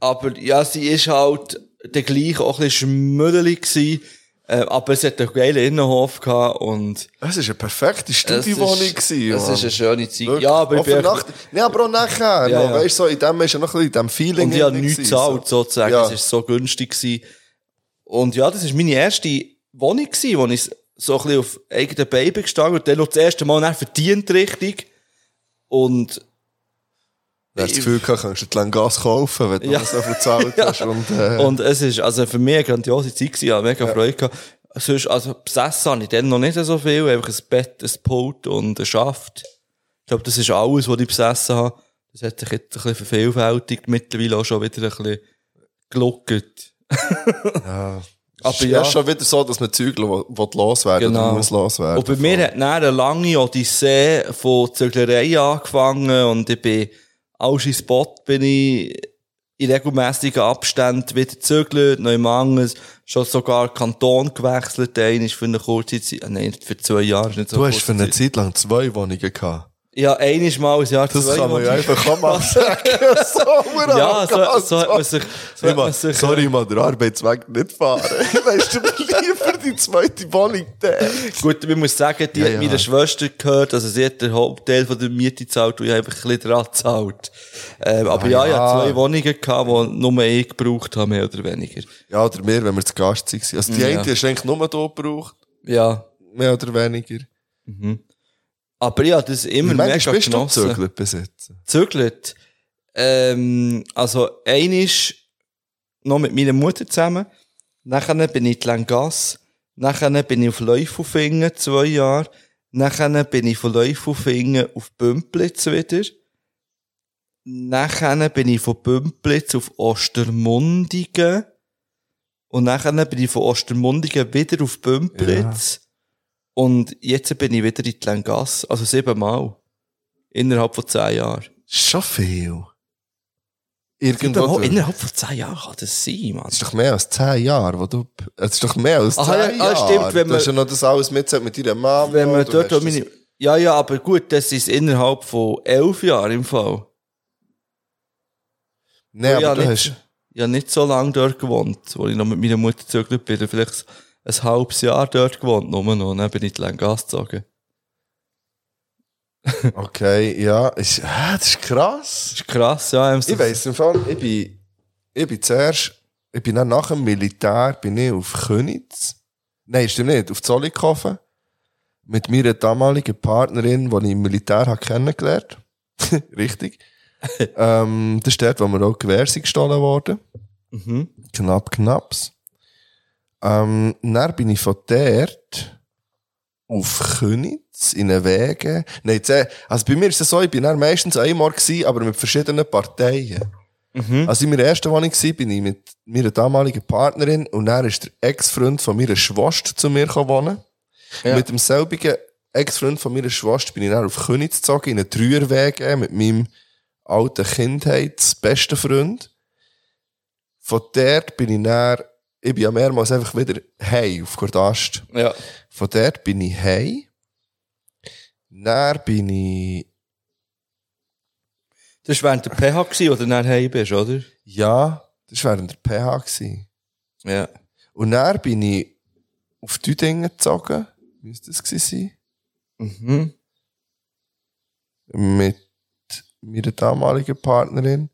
aber ja, sie ist halt der gleiche auch ein bisschen schmüdelig gewesen, äh, aber es hat einen geilen Innenhof gehabt und
Es war eine perfekte
es ist-
Studiowohnung. gewesen,
Es
Mann.
ist eine schöne Zeit.
Wirklich.
Ja, aber ich
Auch für
bin
Nacht. Nein, aber auch nachher.
Ja,
noch.
ja.
Weißt du, so, in dem ist ja noch ein bisschen in dem Feeling.
Und ich habe
drin
nichts
gewesen, so.
gezahlt, sozusagen.
Ja.
Es war so günstig. Gewesen. Und ja, das war meine erste Wohnung, gewesen, wo ich so ein bisschen auf eigenen Beinen gestanden und dann noch das erste Mal dann verdient richtig. Und
Wer das Gefühl gehabt, kannst du dir lang Gas kaufen, wenn du
Ja.
noch so viel gezahlt hast. Und, äh,
Und es ist also für mich eine grandiose Zeit gewesen, ich habe mega Freude gehabt. Sonst, also besessen habe ich dann noch nicht so viel. Einfach ein Bett, ein Pult und ein Schaft. Ich glaube, das ist alles, was ich besessen habe. Das hat sich jetzt ein bisschen vervielfältigt. Mittlerweile auch schon wieder ein bisschen gelockert.
Aber ja,
ja.
ist schon wieder so, dass man Zeug lo- will loswerden
Genau.
oder muss loswerden.
Und bei mir hat dann eine lange Odyssee von Zöglerei angefangen und ich bin, alles in Spot bin ich in regelmäßigen Abständen wieder zögelt, neu mangels, schon sogar Kanton gewechselt, ein ist für eine kurze Zeit, ah, nein, für zwei Jahre, ist nicht so
du hast
kurze
für eine
Zeit.
Zeit lang zwei Wohnungen gehabt.
Ja, einiges mal ein Jahr,
Das
zwei
kann man ja
Wochen.
einfach Oh auch mal sagen. so, Mann,
Ja, so, so hat man sich, so
Hey,
hat
Mann,
man sich,
sorry, man, der Arbeitsweg nicht fahren. weißt du, lieber die zweite Wohnung der.
Gut, ich muss sagen, die
Ja,
hat
ja.
meiner Schwester gehört, also sie hat den Hauptteil von der Miete gezahlt und ich habe einfach ein bisschen dran gezahlt. Ähm, aber ja, ich
Ah, ja.
hatte zwei Wohnungen, gehabt, die nur ich gebraucht habe, mehr oder weniger.
Ja, oder mehr, wenn wir zu Gast waren. Also, die
Ja.
eine hast du eigentlich nur hier gebraucht,
Ja.
mehr oder weniger.
Aber ja, das immer mega
Manchmal bist du
genossen.
gezögert besitzen.
gezögert. Ähm, also, einisch noch mit meiner Mutter zusammen. Nachher bin ich in Langas. Nachher bin ich auf Läufelfingen, zwei Jahre. Nachher bin ich von Läufelfingen auf Bümplitz wieder. Nachher bin ich von Bümplitz auf Ostermundigen. Und nachher bin ich von Ostermundigen wieder auf Bümplitz. Und jetzt bin ich wieder in die Langas. Also siebenmal. Innerhalb von zehn Jahren.
Schon viel.
Siebenmal
Irgendwo. durch.
innerhalb von zehn Jahren kann das sein, Mann.
Das ist doch mehr als zehn Jahre, wo du. Es ist doch mehr als zehn
Aha, ja, ah,
Jahre.
stimmt, wenn
du hast ja
man-
noch das alles mitzählt mit deiner Mama.
Wenn man
du
dort
hast
auch meine,
das-
ja, ja, aber gut, das ist innerhalb von elf Jahren im Fall.
Nein, aber
ja,
du
nicht-
hast.
Ich habe nicht so lange dort gewohnt, wo ich noch mit meiner Mutter zurück bin. Vielleicht ein halbes Jahr dort gewohnt, nur noch. Dann bin ich lang Gas gezogen.
Okay, ja. Ist, hä, das ist krass.
Das ist krass, ja.
Ich weiss im Fall, ich bin, ich bin zuerst, ich bin dann nach dem Militär bin ich auf Könitz. Nein, stimmt nicht, auf Zollikofen. Mit meiner damaligen Partnerin, die ich im Militär habe kennengelernt Richtig. ähm, das ist dort, wo mir auch Gewehr sind gestohlen worden.
Mhm.
Knapp, knapps. Ähm, dann bin ich von dort auf Könitz, in den Wegen. Nein, zuer- also bei mir ist es so, ich bin dann meistens einmal gewesen, aber mit verschiedenen Parteien. Als ich in meiner ersten Wohnung war, bin ich mit meiner damaligen Partnerin und dann ist der Ex-Freund von meiner Schwester zu mir gekommen wohnen. Mit dem selbigen Ex-Freund von meiner Schwester bin ich dann auf Königs gezogen, in einen Dreierweg äh, mit meinem alten Kindheitsbesten Freund. Von dort bin ich dann, ich bin ja mehrmals einfach wieder hey auf Gordast.
Ja.
Von dort bin ich hey. Dann bin ich
Das war während der PH, gewesen, wo du dann heim bist, oder?
Ja, das war während der PH. Gewesen.
Ja.
Und dann bin ich auf Düdingen gezogen. Müsste das gewesen
Mhm.
sein? Mit meiner damaligen Partnerin.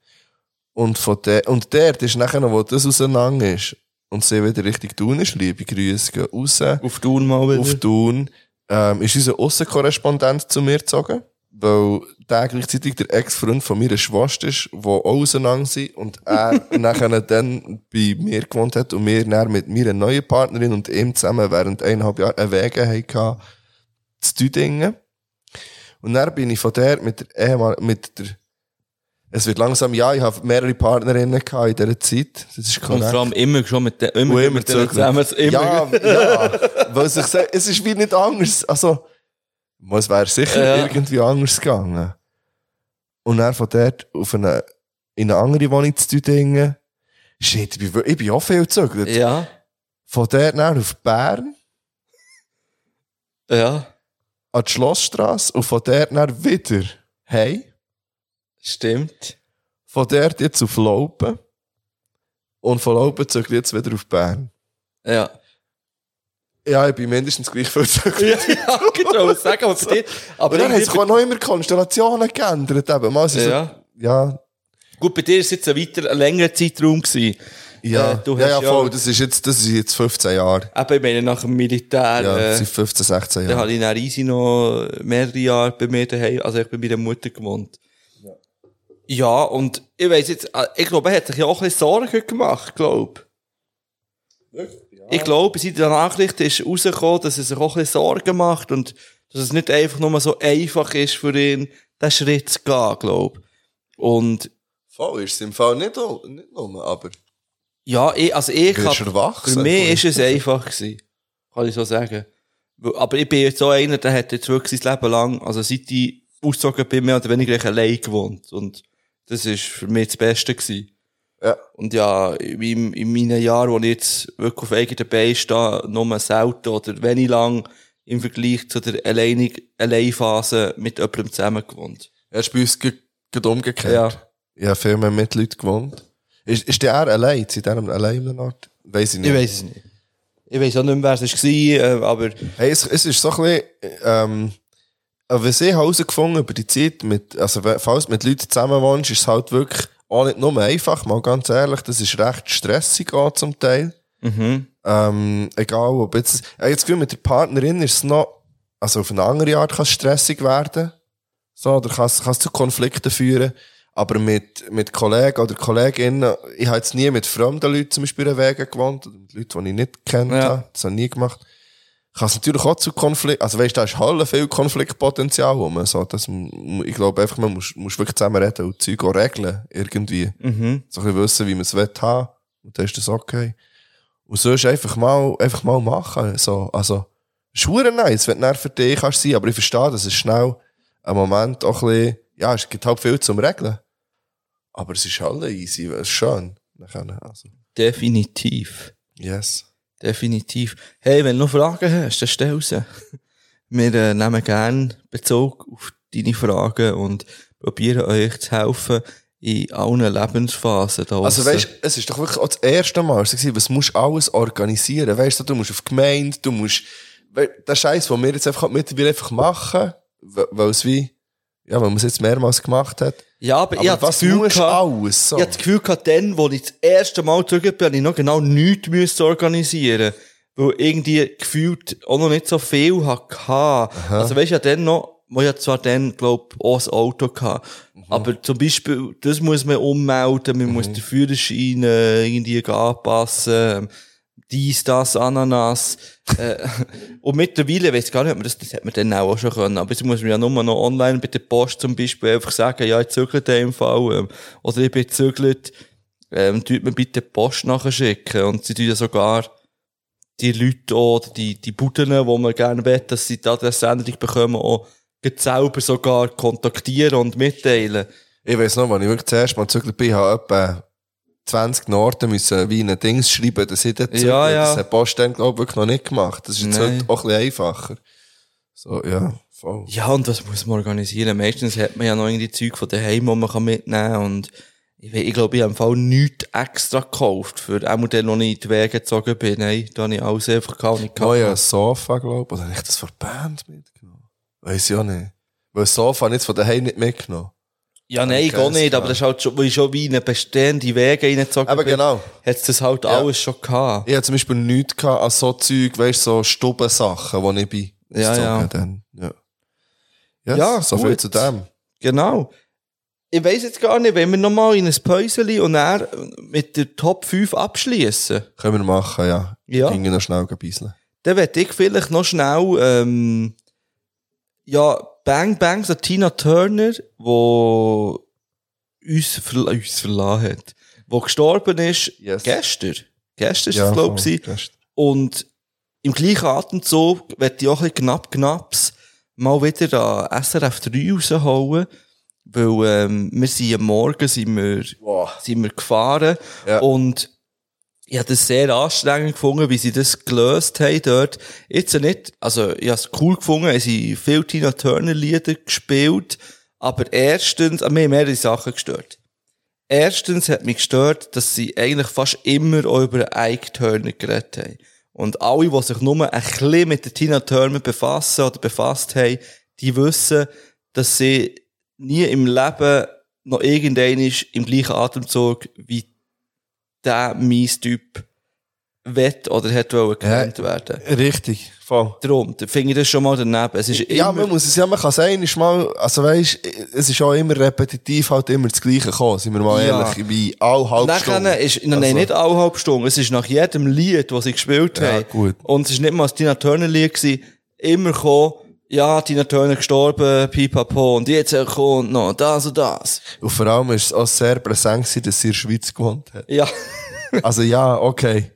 Und von der, und der ist nachher noch, wo das auseinander ist. Und sie wieder richtig tun ist, liebe Grüße gehen raus.
Auf Thun mal wieder.
auf Thun, ähm, ist unser Aussenkorrespondent zu mir gezogen, weil der gleichzeitig der Ex-Freund von meiner Schwester ist, der auch auseinander sind und er nachher dann bei mir gewohnt hat und wir dann mit meiner neuen Partnerin und ihm zusammen während eineinhalb Jahren einen Weg hatten zu Düdingen. Und dann bin ich von der mit der ehemal mit der es wird langsam, ja, ich habe mehrere Partnerinnen gehabt in dieser Zeit. Das ist
Und
korrekt.
vor allem immer schon mit den,
Und
immer,
immer
mit denen
zögert.
zusammen, immer.
Ja, ja. Weil sich se- es ist wie nicht anders. Also, es wäre sicher
Ja.
irgendwie anders gegangen. Und dann von dort auf eine, in eine andere Wohnung zu Dingen. Shit, ich bin, wir- ich bin auch viel gezögert.
Ja.
Von dort dann auf Bern,
Ja.
an die Schlossstrasse und von dort dann wieder hey.
Stimmt.
Von dort jetzt auf Laupen. Und von Laupen zögert jetzt wieder auf Bern.
Ja.
Ja, ich bin mindestens gleich viel gezögert.
Ja, ja, genau. Sag aber für dich. Aber
Aber dann haben sich
irgendwie-
auch noch immer Konstellationen geändert. Eben. Mal sind so-
Ja.
ja,
Gut, bei dir war es jetzt ein weiter, ein längerer Zeitraum. Gewesen.
ja.
Äh, du
ja,
hast
ja,
ja-
voll. Das ist jetzt, das ist jetzt 15 Jahre.
Aber ich meine, nach dem Militär,
Ja, das
äh, halt-
sind 15, 16
da
Jahre.
habe ich dann easy noch mehrere Jahre bei mir daheim, also ich bei meiner Mutter gewohnt. Ja, und ah, ich weiss jetzt, äh, ich glaube, er hat sich ja auch ein bisschen Sorgen gemacht, glaube ich glaube, seit der Nachricht ist rausgekommen, dass dus er sich auch ein bisschen Sorgen macht und dass es nicht einfach nur so einfach ist für ihn, den Schritt zu gehen, glaube Und
Voll ist es im Fall nicht, o- nicht nur, aber
ja, ich, also ich
Wirst
hab-
erwachsen,
Für mich
cool.
ist es einfach gewesen. Kann ich so sagen. Weil- Aber ich bin jetzt so einer, der hat jetzt wirklich sein Leben lang, also seit ich ausgezogen bin, mehr oder weniger eigentlich allein gewohnt. Und das ist für mich das Beste gewesen.
Ja.
Und ja, in, meinem- in meinen Jahren, wo ich jetzt wirklich auf eigenen Beinen stehe, nur selten oder wenig lang im Vergleich zu der Alleinig Alleinphase mit jemandem zusammen gewohnt.
er ist bei uns ge- gerade umgekehrt.
Ja.
Ich habe viel mehr mit Leuten gewohnt. Ist, ist der er allein? Sind der allein im Ort? Weiß ich nicht.
Ich weiß es nicht. Ich weiß auch nicht mehr, wer es war, äh, aber
Hey, es, es ist so ein bisschen, ähm, aber was ich herausgefunden über die Zeit, mit, also we- falls du mit Leuten zusammen wohnst, ist es halt wirklich auch nicht nur einfach, mal ganz ehrlich, das ist recht stressig auch zum Teil.
Mhm,
Ähm, egal, ob jetzt, ich habe das Gefühl, mit der Partnerin ist es noch, also auf eine andere Art kann es stressig werden. So, oder kann es, kann es zu Konflikten führen. Aber mit, mit Kollegen oder Kolleginnen, ich habe jetzt nie mit fremden Leuten zum Beispiel an Wegen gewohnt, oder mit Leuten, die ich nicht kennt
Ja.
habe. Das habe ich nie gemacht. Kann es natürlich auch zu Konflikt, also weißt du, da ist halt viel Konfliktpotenzial rum. So, dass, man- ich glaube einfach, man muss, muss wirklich zusammen reden und Zeug auch regeln, irgendwie.
mhm.
So ein bisschen wissen, wie man es will haben. Und dann ist das okay. Und sonst einfach mal, einfach mal machen. So, also, es ist verdammt nice, wenn du dann für dich kannst sein, aber ich verstehe, dass es schnell ein Moment auch ein bisschen, ja, es gibt halt viel zum Regeln. Aber es ist halt easy, weil es ist schön. Nachher, Also,
definitiv.
yes.
Definitiv. Hey, wenn du noch Fragen hast, dann stell sie. Wir äh, nehmen gerne Bezug auf deine Fragen und probieren euch zu helfen in allen Lebensphasen. Da
Also
draussen.
weißt, es ist doch wirklich auch das erste Mal, es war, was musst du alles organisieren? Weißt du, du musst auf die Gemeinde, du musst, we- der Scheiß, den wir jetzt einfach mittlerweile einfach machen, we- weil es wie, ja, weil man es jetzt mehrmals gemacht hat.
ja, aber, ich
Aber
hatte das
was
Gefühl,
musst du
gehabt,
alles? So.
ich hatte das Gefühl gehabt, dann, wo ich das erste Mal zurück bin, habe ich noch genau nichts müssen organisieren Weil irgendwie gefühlt auch noch nicht so viel hatte. Also weißt du, ja dann noch, wo ich hatte zwar dann, glaube ich, auch ein Auto hatte. Aber zum Beispiel, das muss man ummelden, man muss den Führerschein äh, irgendwie anpassen. ähm, dies, das, Ananas. äh, und mittlerweile, weiß gar nicht, ob man das, das hätte man dann auch schon können. Aber jetzt muss man ja nur noch online bei der Post zum Beispiel einfach sagen, ja, ich zügle den im Fall. Ähm, oder ich bin zügelt, ähm, tut mir bitte die Post nachher schicken. Und sie tun ja sogar die Leute auch, oder die, die Buden, wo man gerne will, dass sie die Adressänderung bekommen, auch gleich selber sogar kontaktieren und mitteilen.
Ich weiß noch, als ich wirklich das erste Mal zurück bin, habe ich etwa 20 Norden müssen wie ein Dings schreiben, dass ich dort zügle.
Ja, ja.
Das hat Post dann, glaube ich, wirklich noch nicht gemacht. Das ist jetzt
Nein.
heute auch ein bisschen einfacher. So, ja, voll.
Ja, und was muss man organisieren? Meistens hat man ja noch irgendwie Zeug von daheim, die man kann mitnehmen kann. Und ich, we- ich glaube, ich habe im Fall nichts extra gekauft, für einmal dann, als ich die Wege gezogen bin. Nein, da habe ich alles einfach gehabt. und ich
Neues
gehabt.
Sofa, glaube ich. Oder habe ich das von der Band mitgenommen? Weiß ich auch nicht. Weil das Sofa nicht von daheim nicht mitgenommen.
Ja, nein, ich gar
Ganz
nicht,
klar.
aber das ist halt schon, weil ich schon wie in bestehende Wege reingezogen
Aber genau.
Hat es das halt alles schon gehabt.
Ich hatte zum Beispiel nichts gehabt an so Zeug, weißt du, so Stubensachen, wo ich bin.
Ja,
ausgezogen
ja.
Dann. ja. Yes,
Ja,
so
gut.
viel zu dem.
Genau. Ich weiss jetzt gar nicht, wenn wir nochmal in ein Päuschen und er mit der Top 5 abschließen.
Können wir machen, ja.
Ja.
Ging noch schnell ein bisschen.
Dann werd ich vielleicht noch schnell, ähm, ja, Bang Bang, so Tina Turner, wo uns, verla uns verlassen hat. Wo gestorben ist,
Yes.
gestern. Gestern ist es, glaube ich.
voll. Gestern.
Und im gleichen Atemzug werd ich auch ein bisschen knapp knaps mal wieder an SRF 3 raushauen, weil, ähm, wir sind am Morgen, sind wir, sind wir gefahren
Ja.
und ich habe das sehr anstrengend gefunden, wie sie das gelöst haben dort. Jetzt ja nicht, also ich habe es cool gefunden, es haben viele Tina Turner Lieder gespielt, aber erstens, an mir haben mehrere Sachen gestört. Erstens hat mich gestört, dass sie eigentlich fast immer auch über Ike Turner geredet haben. Und alle, die sich nur ein bisschen mit der Tina Turner befassen oder befasst haben, die wissen, dass sie nie im Leben noch irgendein im gleichen Atemzug wie der mies Typ wett oder hat wollen genannt werden.
Richtig, voll.
Drum, da finde ich das schon mal daneben. Es ist
Ja,
immer,
man muss es ja, man kann es einmal mal, also weisst, es ist auch immer repetitiv halt immer das Gleiche gekommen, sind wir mal
Ja.
ehrlich, wie alle halb
Nachher ist, nein,
Also-
nicht alle halb Stunde. Es ist nach jedem Lied, das sie gespielt
Ja,
haben.
gut.
Und es ist nicht mal das Tina Turner Lied gewesen. Immer gekommen, ja, Tina Turner gestorben, pipapo, und jetzt kommt noch das und das.
Und vor allem ist es auch sehr präsent gewesen, dass sie in der Schweiz gewohnt hat.
Ja,
Also ja, okay.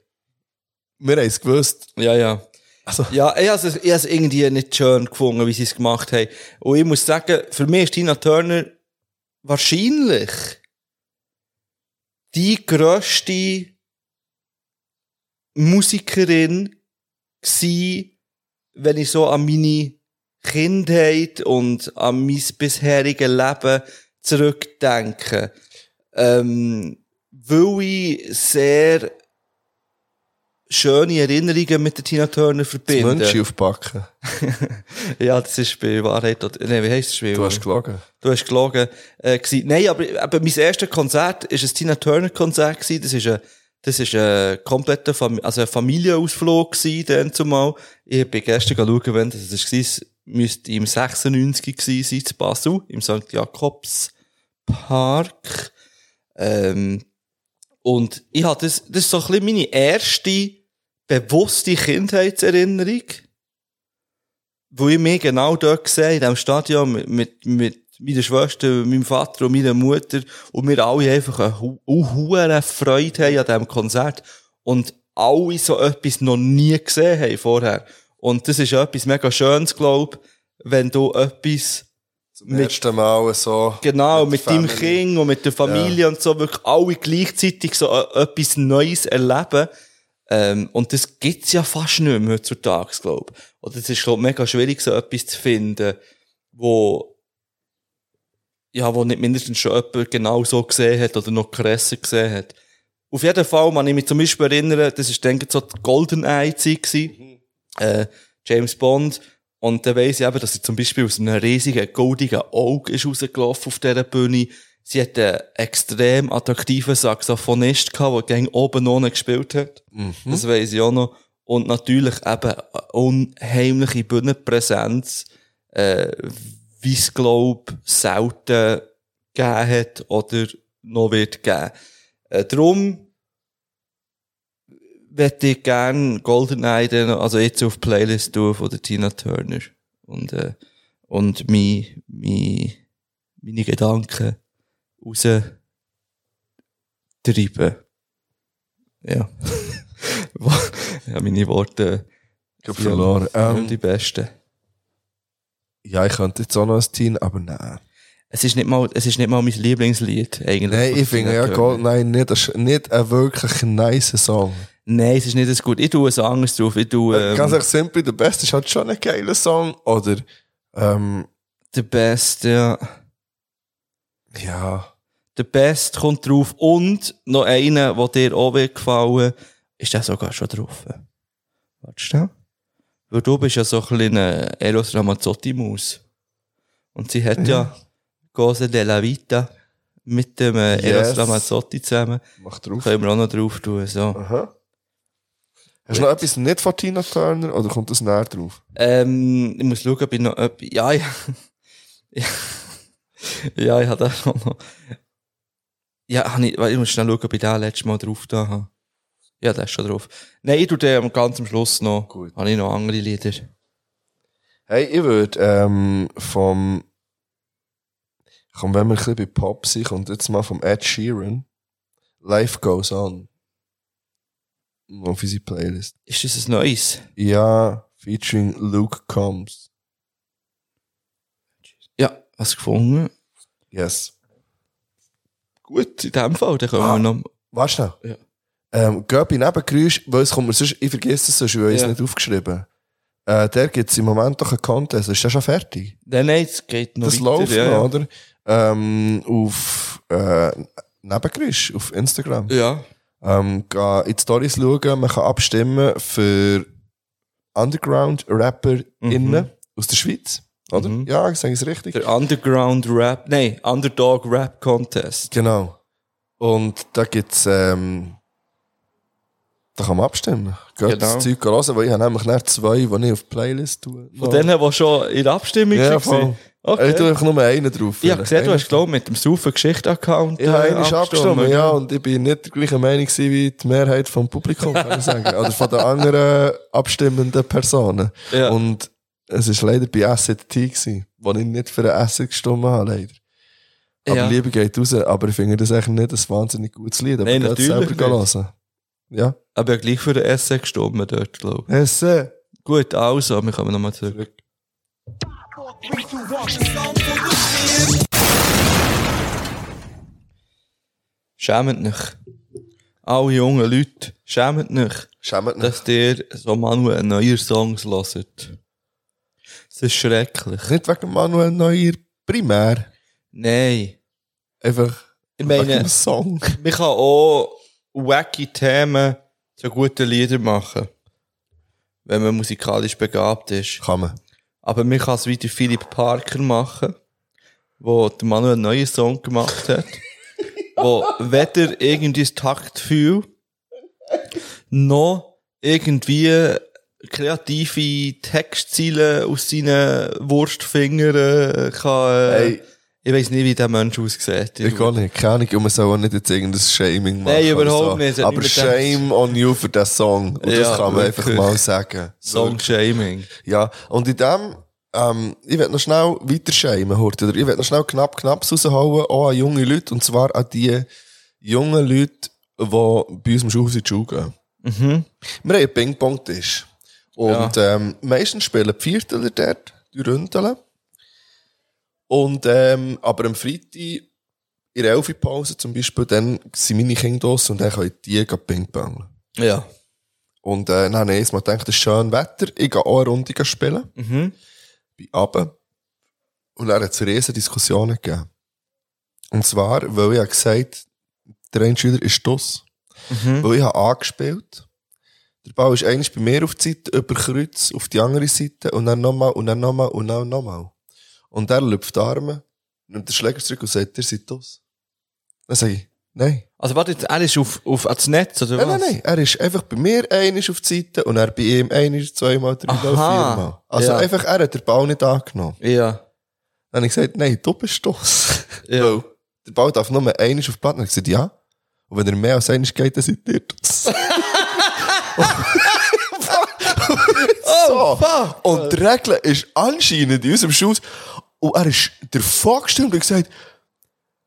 Wir haben es gewusst.
ja, ja.
Also,
Ja, ich habe es ich has irgendwie nicht schön gefunden, wie sie es gemacht haben. Und ich muss sagen, für mich ist Tina Turner wahrscheinlich die grösste Musikerin gsi, wenn ich so an meine Kindheit und an mein bisheriges Leben zurückdenke. Ähm, weil ich sehr schöne Erinnerungen mit der Tina Turner
das
verbinde.
Mönchchen aufpacken.
Ja, das ist bei Wahrheit oder, nein, wie heisst das Spiel?
Du hast gelogen.
Du hast gelogen. Äh, gewesen. Nein, aber, aber mein erstes Konzert war ein Tina Turner Konzert. Gewesen. Das ist ein, das ist ein kompletter Fam also ein Familienausflug gewesen, dann zumal. Ich bin gestern schauen, wenn das war. Es müsste im 96 gewesen sein, zu Basel, im St. Jakobs Park. Ähm, und ich hatte das, das ist so ein bisschen meine erste bewusste Kindheitserinnerung, wo ich mich genau dort gesehen in diesem Stadion mit, mit, mit meiner Schwester, meinem Vater und meiner Mutter und wir alle einfach eine hu- hu- hure Freude haben an diesem Konzert und alle so etwas noch nie gesehen haben vorher. Und das ist etwas mega Schönes, glaube ich, wenn du etwas
Zum ersten Mal so.
Genau,
Mit
mit,
der
deinem
Family.
Kind und mit der Familie und so, wirklich alle gleichzeitig so äh, etwas Neues erleben. Ähm, und das gibt's ja fast nicht mehr heutzutage, glaube ich. Und es ist, glaube ich, mega schwierig, so etwas zu finden, wo, ja, wo nicht mindestens schon jemand genau so gesehen hat oder noch krasser gesehen hat. Auf jeden Fall, man ich mich zum Beispiel erinnern, das ist, denke ich, so die Goldeneye-Zeit gewesen äh, James Bond. Und dann weiss ich eben, dass sie zum Beispiel aus einem riesigen, goldigen Auge ist rausgelaufen auf dieser Bühne. Sie hat einen extrem attraktiven Saxophonist gehabt, der gegen oben ohne gespielt hat. Mhm.
Mhm.
Das weiss ich auch noch. Und natürlich eben eine unheimliche Bühnenpräsenz, äh, wie es, glaub, selten gegeben hat oder noch wird geben. Äh, drum möchte ich gerne Goldeneye, dann- also jetzt auf die Playlist tun von der Tina Turner. Und, äh, und mein, mein, meine Gedanken raustreiben. Ja. ja, meine Worte
Ich hab verloren.
sind die
Ähm,
besten.
ja, ich könnte jetzt auch noch ein Team, aber nein.
Es ist nicht mal, es ist nicht mal mein Lieblingslied, eigentlich.
Nein,
von Tina
ich finde ja
Turner.
Goldeneye nicht, ein sch- nicht ein wirklich nice Song.
Nein, es ist nicht so gut. Ich tue es anders drauf. Ich tue, ähm,
Ganz ehrlich, simpel, der Beste ist halt schon ein geiler Song, oder, ähm,
the best, ja.
ja.
Der Best kommt drauf und noch einer, der dir auch wird gefallen, ist der sogar schon drauf. Warte schnell. Weil du bist ja so ein kleiner Eros Ramazzotti-Maus. Und sie hat ja Gose della Vita mit dem äh,
Yes.
Eros Ramazzotti zusammen.
Mach drauf.
Können wir auch noch drauf tun, so.
Aha. nou Hast du noch etwas nicht von Tina Turner oder kommt das näher drauf?
Ähm, ich muss schauen, ob ich noch etwas... Ja, ja. ja, ich habe da schon noch... Ja, hab ich, warte, ich muss schnell schauen, ob ich den letztes Mal drauf da habe. Ja, der ist schon drauf. Nein, ich tu den am- ganz am Schluss noch.
Gut.
Habe ich noch andere Lieder.
Hey, ich würde ähm, vom. Komm, wenn wir ein bisschen bei Pop sind, kommt jetzt mal vom Ed Sheeran. Life Goes On. Auf unsere Playlist.
Ist das ein neues?
Ja, featuring Luke Combs.
Ja, hast du gefunden?
Yes.
Gut, in dem Fall, dann können
Ah.
wir noch...
Weißt du?
Ja.
Ähm, geh bei Nebengeräusch, weil es kommt mir sonst, ich vergesse es sonst, weil ich es
Ja.
nicht aufgeschrieben äh, Der gibt es im Moment doch einen Contest. Ist der schon fertig?
Nein, nein, es geht noch
das
weiter.
läuft
ja,
noch, oder? Ähm, auf äh, Nebengeräusch, auf Instagram.
Ja. ja.
Ähm, geh in die Stories schauen, man kann abstimmen für Underground-Rapper innen aus der Schweiz, oder?
Mhm.
Ja, sage ich es richtig?
Der Underground Rap... Nein, Underdog Rap Contest.
Genau. Und da gibt's ähm, Da kann man abstimmen. Geht
Genau.
das Zeug hören, weil ich habe nämlich nachher zwei, die ich auf die Playlist tue.
Von denen, die schon in der Abstimmung
Ja,
waren.
voll. Also,
Okay.
Ich tue einfach nur einen drauf.
ich habe gesehen, du hast, glaube ich, mit dem Saufen Geschichte-Account
Ich habe
äh,
einmal abgestimmt, ja, und ich bin nicht der gleichen Meinung gewesen wie die Mehrheit vom Publikum, kann ich sagen. Oder von den anderen abstimmenden Personen.
Ja.
Und es ist leider bei Asset T gewesen, wo ich nicht für ein Asset gestimmt habe, leider. Aber
Ja.
Liebe geht raus, aber ich finde das eigentlich nicht ein wahnsinnig gutes Lied, aber
Nein,
geht's
natürlich
selber
nicht.
hören. Ja.
Aber ich habe gleich für den SC gestorben dort, glaube ich.
Essen.
Gut, also, wir kommen nochmal zurück. Schämt nicht. Alle jungen Leute, schämt nicht,
Schämt nicht.
dass ihr so Manuel Neuer Songs hört. Es ist schrecklich.
Nicht wegen Manuel Neuer primär,
Nein.
einfach
Ich
wegen
meine,
dem Song.
man kann auch wacky Themen zu guten Liedern machen. Wenn man musikalisch begabt ist.
Kann man.
Aber man kann es wie der Philipp Parker machen, wo der Manuel einen neuen Song gemacht hat, wo weder irgendwie das Taktgefühl noch irgendwie kreative Textziele aus seinen Wurstfingern äh, kann. Äh,
Ey.
Ich weiß nicht, wie der Mensch aussieht.
Ich gar nicht, keine Ahnung, und man soll auch nicht jetzt irgendein Shaming machen.
Nein,
oder
überhaupt
so.
nicht, es hat
Aber
niemand gedacht.
Shame on you für diesen Song. Und
Ja,
das kann man einfach
wirklich.
mal sagen.
Songshaming.
Ja, und in dem, ähm, ich werde noch schnell weiter shamen, Horti, oder ich werde noch schnell knapp, knapp raushauen, auch an junge Leute, und zwar an die jungen Leute, die bei uns im Schulhaus in die Schule gehen.
Mhm.
Wir haben einen Ping-Pong-Tisch. Und ähm, meistens spielen die Vierteler dort, die Ründeln. Und, ähm, aber am Freitag, in der Elfi-Pause zum Beispiel, dann sind meine Kinder draussen und dann können die gehen Ping-Pongen.
Ja.
Und äh, dann habe ich erstmal gedacht, es ist schön Wetter, ich gehe auch eine Runde gehen spielen.
Mhm.
Bin runter. Und dann hat es riesige Diskussionen gegeben. Und zwar, weil ich habe gesagt der eine Schüler ist das.
Mhm.
Weil ich habe angespielt. Der Ball ist eigentlich bei mir auf die Seite, über Kreuz, auf die andere Seite und dann nochmal und dann nochmal und dann nochmal. Und er lüpft die Arme, nimmt den Schläger zurück und sagt, ihr seid das. Dann sage ich, nein.
Also warte, jetzt, er ist auf, auf ans Netz, oder was?
Nein, nein, nein. Er ist einfach bei mir einmal auf die Seite und er bei ihm einmal, zweimal, dreimal,
Aha.
viermal. Also
Ja.
einfach, er hat den Ball nicht angenommen.
Ja.
Dann habe ich gesagt, nein, du bist das.
Ja.
Weil der Ball darf nur einmal auf die Platte. Dann habe ich gesagt, ja. Und wenn er mehr als einmal geht, dann seid ihr das. so. Und die Regel ist anscheinend in unserem Schuss. Und er ist der vorgestimmt und gesagt,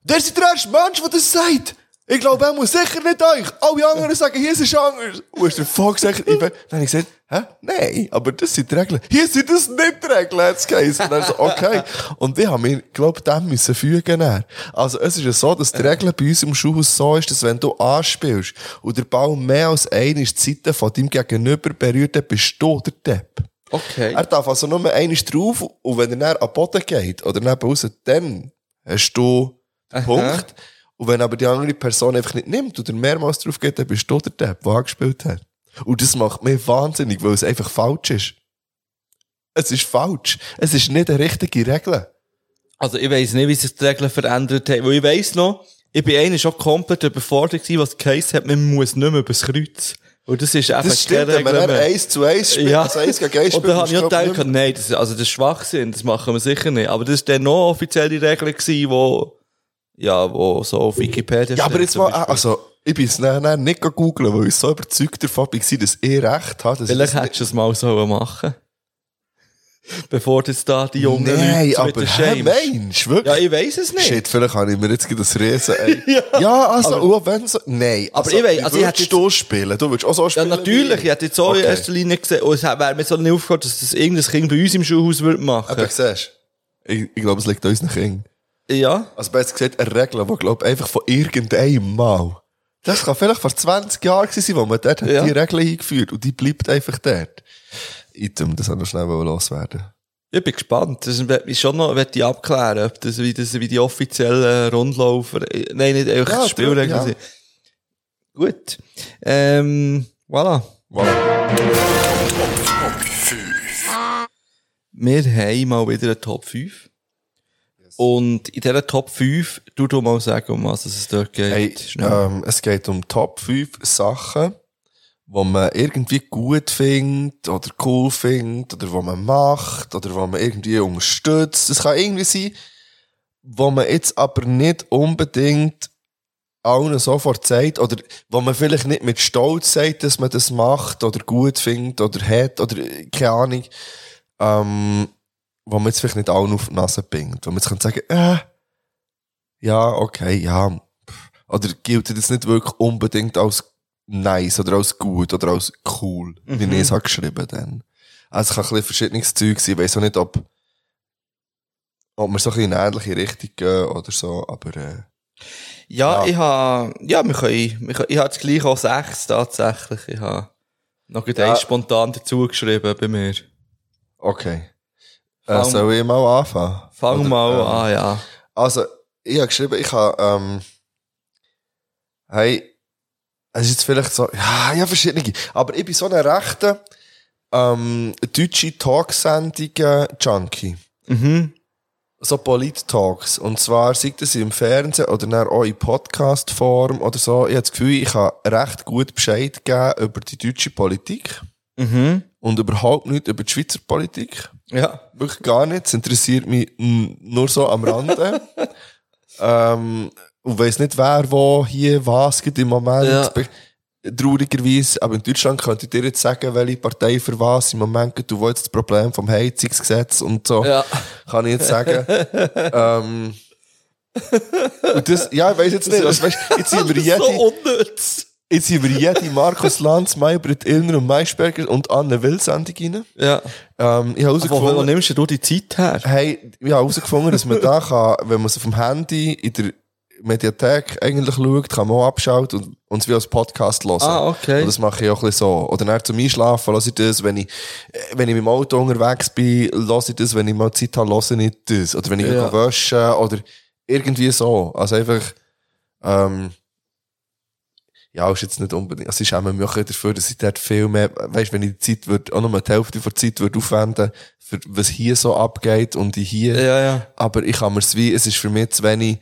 der ist der erste Mensch, der das sagt. Ich glaube, er muss sicher nicht euch. Alle anderen sagen, hier ist es anders. Und ist der Fuck gesagt, ich bin, dann habe ich gesagt, hä? Nein, aber das sind die Regeln. Hier sind das nicht die Regeln, hat es geheißen. Und er so, okay. Und ich habe mir, glaube dem müssen fügen. dann. Also, es ist ja so, dass die Regel bei uns im Schulhaus so ist, dass wenn du anspielst und der Ball mehr als eine ist die Seite von deinem Gegenüber berührt, dann bist du der Depp.
Okay.
Er darf also nur einmal drauf und wenn er dann an den Boden geht oder neben raus, dann hast du den Punkt. Und wenn aber die andere Person einfach nicht nimmt oder mehrmals drauf geht, dann bist du der Depp, der angespielt hat. Und das macht mich wahnsinnig, weil es einfach falsch ist. Es ist falsch. Es ist nicht eine richtige Regel.
Also ich weiss nicht, wie sich die Regeln verändert haben. Weil ich weiss noch, ich bin einer schon komplett überfordert gewesen, was geheißen hat, man muss nicht mehr übers Kreuz. Und das ist einfach
Das stimmt, wenn man dann eins zu eins spielt,
ja.
also eins gegen eins
Und
spielt,
da habe
musst
ich auch
du, glaub,
gedacht,
nicht mehr-
nein, das, ist- also das ist Schwachsinn, das machen wir sicher nicht. Aber das war dann noch offizielle Regel, gewesen, wo, ja, wo so auf Wikipedia
Ja, aber
steht
jetzt
zum
mal,
Beispiel.
also, ich bin es nachher nicht googeln, weil ich so überzeugt davon war, dass ich recht habe. dass ich
Vielleicht
das
hättest du es mal so machen Bevor jetzt da die jungen
Nein,
Leute
aber
mit
hä,
Shame.
Mensch,
Ja,
wirklich.
ich weiss es nicht.
Shit, vielleicht habe ich mir jetzt gerade das Riesen. ja. ja, also, aber, wenn so. Nein,
Aber
also,
ich weiss, also ich
würdest
hätte
du spielen? Du würdest auch so
Ja,
spielen?
natürlich. Ich
wie ich.
hätte jetzt auch in
Okay.
erster Linie gesehen, und es wäre mir so nicht aufgefallen, dass das irgendein Kind bei uns im Schulhaus würde machen
Aber siehst du, ich, ich glaube, es liegt an unseren Kindern.
Ja.
Also, besser gesagt, eine Regel, die, glaube ich, einfach von irgendeinem Mal. Das kann vielleicht vor 20 Jahren gewesen sein, wo man dort hat
Ja.
die Regel eingeführt und die bleibt einfach dort. Item, das haben wir schnell loswerden.
Ich bin gespannt. Das wird mich schon noch wird ich abklären, ob das wie, das wie die offiziellen Rundlaufer, nein, nicht einfach
Ja,
das Spielregeln
ja.
sind. Gut. Ähm, voilà.
Voilà.
Wir haben mal wieder eine Top 5. Und in dieser Top 5, du du mal sagen, um was es dort geht.
Hey, äh,
Schnell.
ähm, es geht um Top 5 Sachen, wo man irgendwie gut findet oder cool findet oder wo man macht oder wo man irgendwie unterstützt. Es kann irgendwie sein, wo man jetzt aber nicht unbedingt allen sofort sagt oder wo man vielleicht nicht mit Stolz sagt, dass man das macht oder gut findet oder hat oder äh, keine Ahnung, ähm, wo man jetzt vielleicht nicht allen auf die Nase bringt, wo man jetzt kann sagen, äh, ja, okay, ja, pff. oder gilt das nicht wirklich unbedingt als nice oder als gut oder als cool,
Mhm.
wie ich es habe geschrieben dann. Also es kann ein bisschen verschiedenes Zeug sein, ich weiss auch nicht, ob, ob wir so ein bisschen in eine ähnliche Richtung gehen oder so, aber äh,
Ja,
Ja.
ich habe, ja, wir können, wir können, ich habe das gleich auch sechs tatsächlich. Ich habe noch gerade eins spontan dazu geschrieben bei mir.
okay. Äh,
Fang-
soll ich mal anfangen?
Fang
Oder,
mal
ähm,
an, ja.
Also, ich habe geschrieben, ich habe, ähm, hey, es ist jetzt vielleicht so, ja, ja, verschiedene, aber ich bin so eine rechte, ähm, deutsche Talksendung Junkie.
Mhm.
So Polit-Talks. Und zwar, sei das im Fernsehen oder dann auch in Podcast-Form oder so. Ich habe das Gefühl, ich kann recht gut Bescheid geben über die deutsche Politik
Mhm.
und überhaupt nicht über die Schweizer Politik.
Ja.
Wirklich gar nicht. Es interessiert mich mm, nur so am Rande. ähm, und weiss nicht, wer wo hier was gibt im Moment.
Ja.
Be- Traurigerweise, aber in Deutschland könnte ich dir jetzt sagen, welche Partei für was im Moment gibt. Du wolltest das Problem vom Heizungsgesetz und so.
Ja.
Kann ich jetzt sagen. ähm, und das, ja, ich weiss jetzt nicht. Also, weißt, jetzt sind wir jede,
unnütz.
jetzt sind wir jede Markus Lanz, Maybrit Illner und Maischberger und Anne Will Sendung rein.
Ja.
Ähm,
Wo,
ich habe
wo
herausgefunden,
nimmst du die Zeit her?
Hey, ich habe herausgefunden, dass man da kann, wenn man es auf dem Handy in der Mediathek eigentlich schaut, kann man auch abschalten und, und es wie als Podcast hören.
Ah, okay.
Und das mache ich auch ein bisschen so. Oder dann zum Einschlafen höre ich das, wenn ich, äh, wenn ich mit dem Auto unterwegs bin, höre ich das, wenn ich mal Zeit habe, höre ich das. Oder wenn ich
Ja.
ja. wasche oder irgendwie so. Also einfach, ähm, ja, ist jetzt nicht unbedingt, also ich schäme mich auch dafür, dass ich dort viel mehr, weißt, wenn ich die Zeit würde, auch nochmal die Hälfte von der Zeit würde aufwenden, für was hier so abgeht und in hier,
Ja, ja.
aber ich kann mir es wie, es ist für mich zu wenig,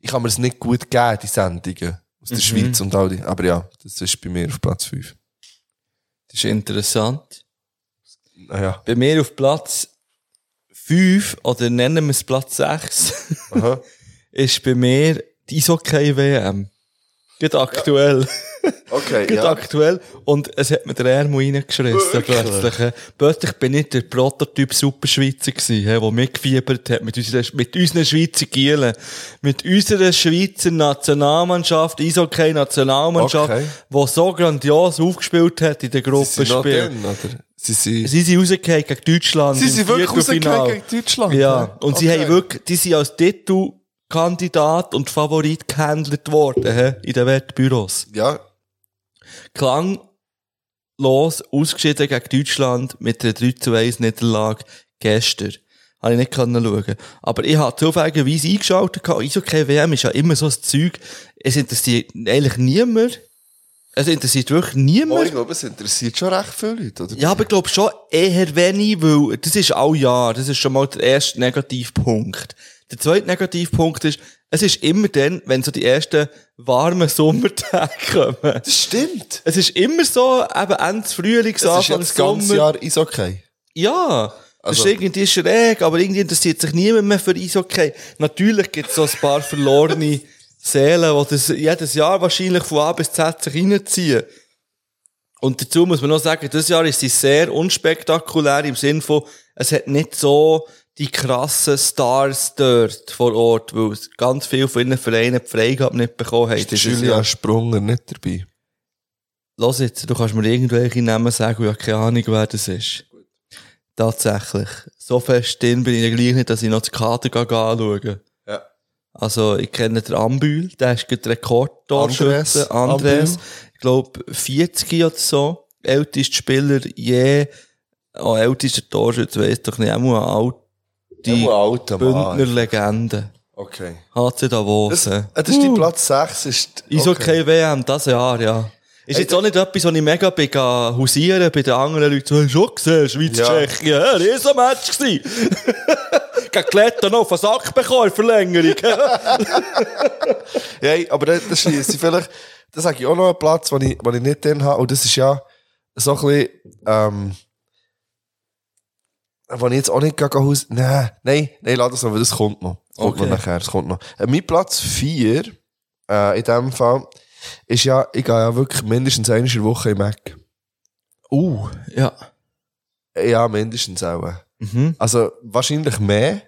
ich kann mir es nicht gut geben, die Sendungen aus der Schweiz und all die, aber ja, das ist bei mir auf Platz 5.
Das ist interessant.
Naja,
Bei mir auf Platz 5 oder nennen wir es Platz 6
aha,
ist bei mir die Isokay WM. Geht aktuell.
okay,
Gerade
ja.
aktuell. Und es hat mir der Ärmel reingeschissen plötzlich. hä. Plötzlich bin ich der Prototyp Superschweizer gewesen, hä, der mitgefiebert hat mit unseren, mit unseren Schweizer Gielen. Mit unserer Schweizer Nationalmannschaft, Eishockey-Nationalmannschaft,
Okay.
die so grandios aufgespielt hat in der
Sie sind noch
Gruppenspiel.
drin, oder? Sie sind,
Sie sind rausgekommen gegen Deutschland
sie
im
sind wirklich
Viertelfinale.
rausgegangen gegen Deutschland.
Ja, und sie
Okay.
haben wirklich, die sind als Titelkandidat und Favorit gehandelt worden, hä, in den Wettbüros
Ja,
klanglos ausgeschieden gegen Deutschland mit der 3 zu 1 Niederlage gestern. Habe ich nicht können schauen. Aber ich habe zufälligerweise eingeschaltet. gehabt. Eishockey WM ist ja immer so ein Zeug. Es interessiert eigentlich niemand. Es interessiert wirklich
oh, ich
niemand.
glaube, es interessiert schon recht viele Leute, oder?
Ja, aber ich glaube schon eher wenig, weil das ist all Jahr. Das ist schon mal der erste Negativpunkt. Der zweite Negativpunkt ist, es ist immer dann, wenn so die ersten warmen Sommertage kommen.
Das stimmt.
Es ist immer so, eben Ende Frühlings,
Das ist
Anfang
jetzt das ganze
Sommer.
Jahr ist okay.
Ja. Das
Also-
ist irgendwie schräg, aber irgendwie interessiert sich niemand mehr für Eishockey. Natürlich gibt es so ein paar verlorene Seelen, die das jedes Jahr wahrscheinlich von A bis Z sich reinziehen. Und dazu muss man noch sagen, dieses Jahr ist sie sehr unspektakulär im Sinn von, es hat nicht so die krassen Stars dort vor Ort, weil es ganz viele von ihren Vereinen die Freigabe nicht bekommen haben.
Ist der
dieses
Julia
Jahr.
Sprunger nicht dabei?
Los jetzt, du kannst mir irgendwelche Namen sagen, ich habe keine Ahnung, wer das ist. Tatsächlich. So fest drin bin ich ja gleich nicht, dass ich noch das Kader gehe anschauen.
Ja.
Also, ich kenne den Ambühl, der ist gerade Rekordtorschütze.
Andres.
Andres.
Ambühl.
Ich glaube, 40 oder so. Ältester Spieler je. Oh, ältester Torschütze, weiss doch nicht. Er muss eine alte
Die alte
Bündner Legende.
Okay.
HC Davos.
Das,
Das,
das ist die Platz 6. Ist,
ist okay, WM, das Jahr, ja. Ist jetzt auch nicht etwas, wo ich mega bin gegangen hausieren bei den anderen Leuten. So, Hast du schon gesehen, Schweiz-Tschechien, ja. Riesenmatch gewesen. Gegen Kletter noch auf den Sack bekommen, in Verlängerung.
Ja, aber das, das schließt sie vielleicht. das sage ich auch noch einen Platz, den ich, den ich nicht drin habe. Und das ist Oh, ja so ein bisschen, ähm, wo ich jetzt auch nicht gehe, Haus. Nein, nein, nein, lass das noch, weil das kommt noch. Das kommt
Okay.
noch nachher, das kommt noch. Äh, mein Platz 4, äh, in dem Fall, ist ja, ich gehe ja wirklich mindestens eine Woche im Mac.
Uh, ja.
Ja, mindestens auch.
Mhm.
Also, wahrscheinlich mehr.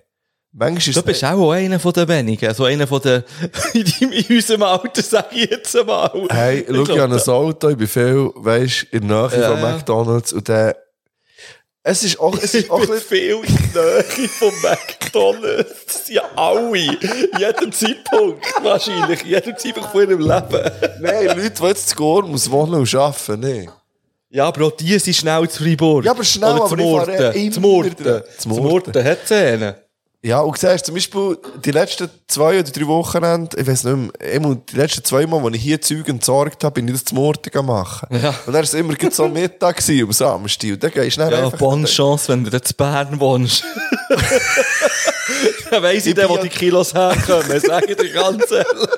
Manchmal ist
Du bist auch einer von den wenigen, also einer von den, in deinem- in unserem Alter, sag ich jetzt mal.
Hey, schau, ich
glaub,
habe ein Auto, ich bin viel, weisst, in der Nähe
Ja,
von
ja.
McDonalds und der... Es ist auch, es ist auch ein
Ich bin viel
bisschen...
in der Nähe von McDonalds. eh, Ja, alle. Jedem Zeitpunkt. Wahrscheinlich. Jedem Zeitpunkt von ihrem Leben.
Nein, Leute, die jetzt zu Gormus wohnen und arbeiten, ne? nein.
Ja, Bro, die sind schnell zu Freiburg.
Ja, aber schnell,
Oder
aber
zu
ich fahre
Murten.
immer
Zu Murten.
dran.
Zu Murten. Hat es einen?
Ja, und siehst zum Beispiel die letzten zwei oder drei Wochenende, ich weiß nicht mehr, immer die letzten zwei Mal, als ich hier Zeug entsorgt habe, bin ich das zum Morgen machen.
Ja.
Und dann war es immer gerade so Mittag gewesen, am Samstag. Und dann gehst du dann
Ja,
einfach...
bonne Chance, wenn du dort zu Bern wohnst. Dann weiss ich,
Ich
dann,
bin
wo
ja-
die Kilos herkommen. Sag ich dir ganz ehrlich.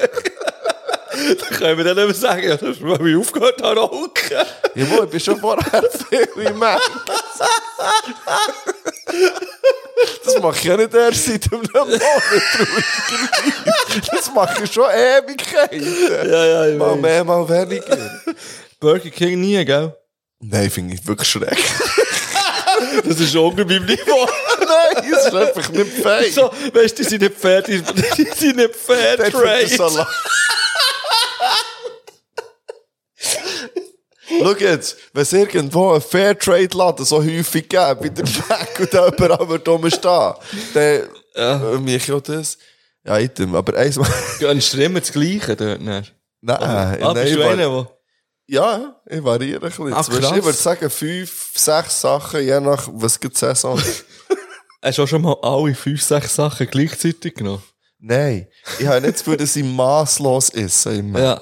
Dann können wir dann nicht mehr sagen, ja, das ist, weil ich aufgehört habe, rauchen.
Jawohl, ich bin schon vorher viel im Mac. Das mache ich ja nicht erst seit einem Monat, traurigerweise. Das mache ich schon Ewigkeiten.
Ja, ja,
Mal mehr, mal weniger.
Burger King nie, gell?
Nein, finde ich wirklich schrecklich.
Das ist unter meinem Niveau.
Nein, das ist einfach nicht fein.
So, weißt du, die sind nicht fair, die, die sind nicht fair
Der
trade.
Salat. Schau jetzt, wenn es irgendwo ein Fairtrade-Laden so häufig gäbe, in der Weg und da überall wird rumstehen, dann ja. äh, mich auch das. Ja, item, aber eins mal.
Gönnst du immer das Gleiche dort? Nein.
Nein,
Ah,
nein,
bist
ich
du
war-
einer, der...
Ja, ich variiere ein bisschen.
Ah,
Zwischen,
krass.
ich würde sagen, fünf, sechs Sachen, je nach, was gibt Saison ist.
Hast du auch schon mal alle fünf, sechs Sachen gleichzeitig genommen?
Nein, ich habe nicht das Gefühl, dass ich masslos esse. Immer.
Ja.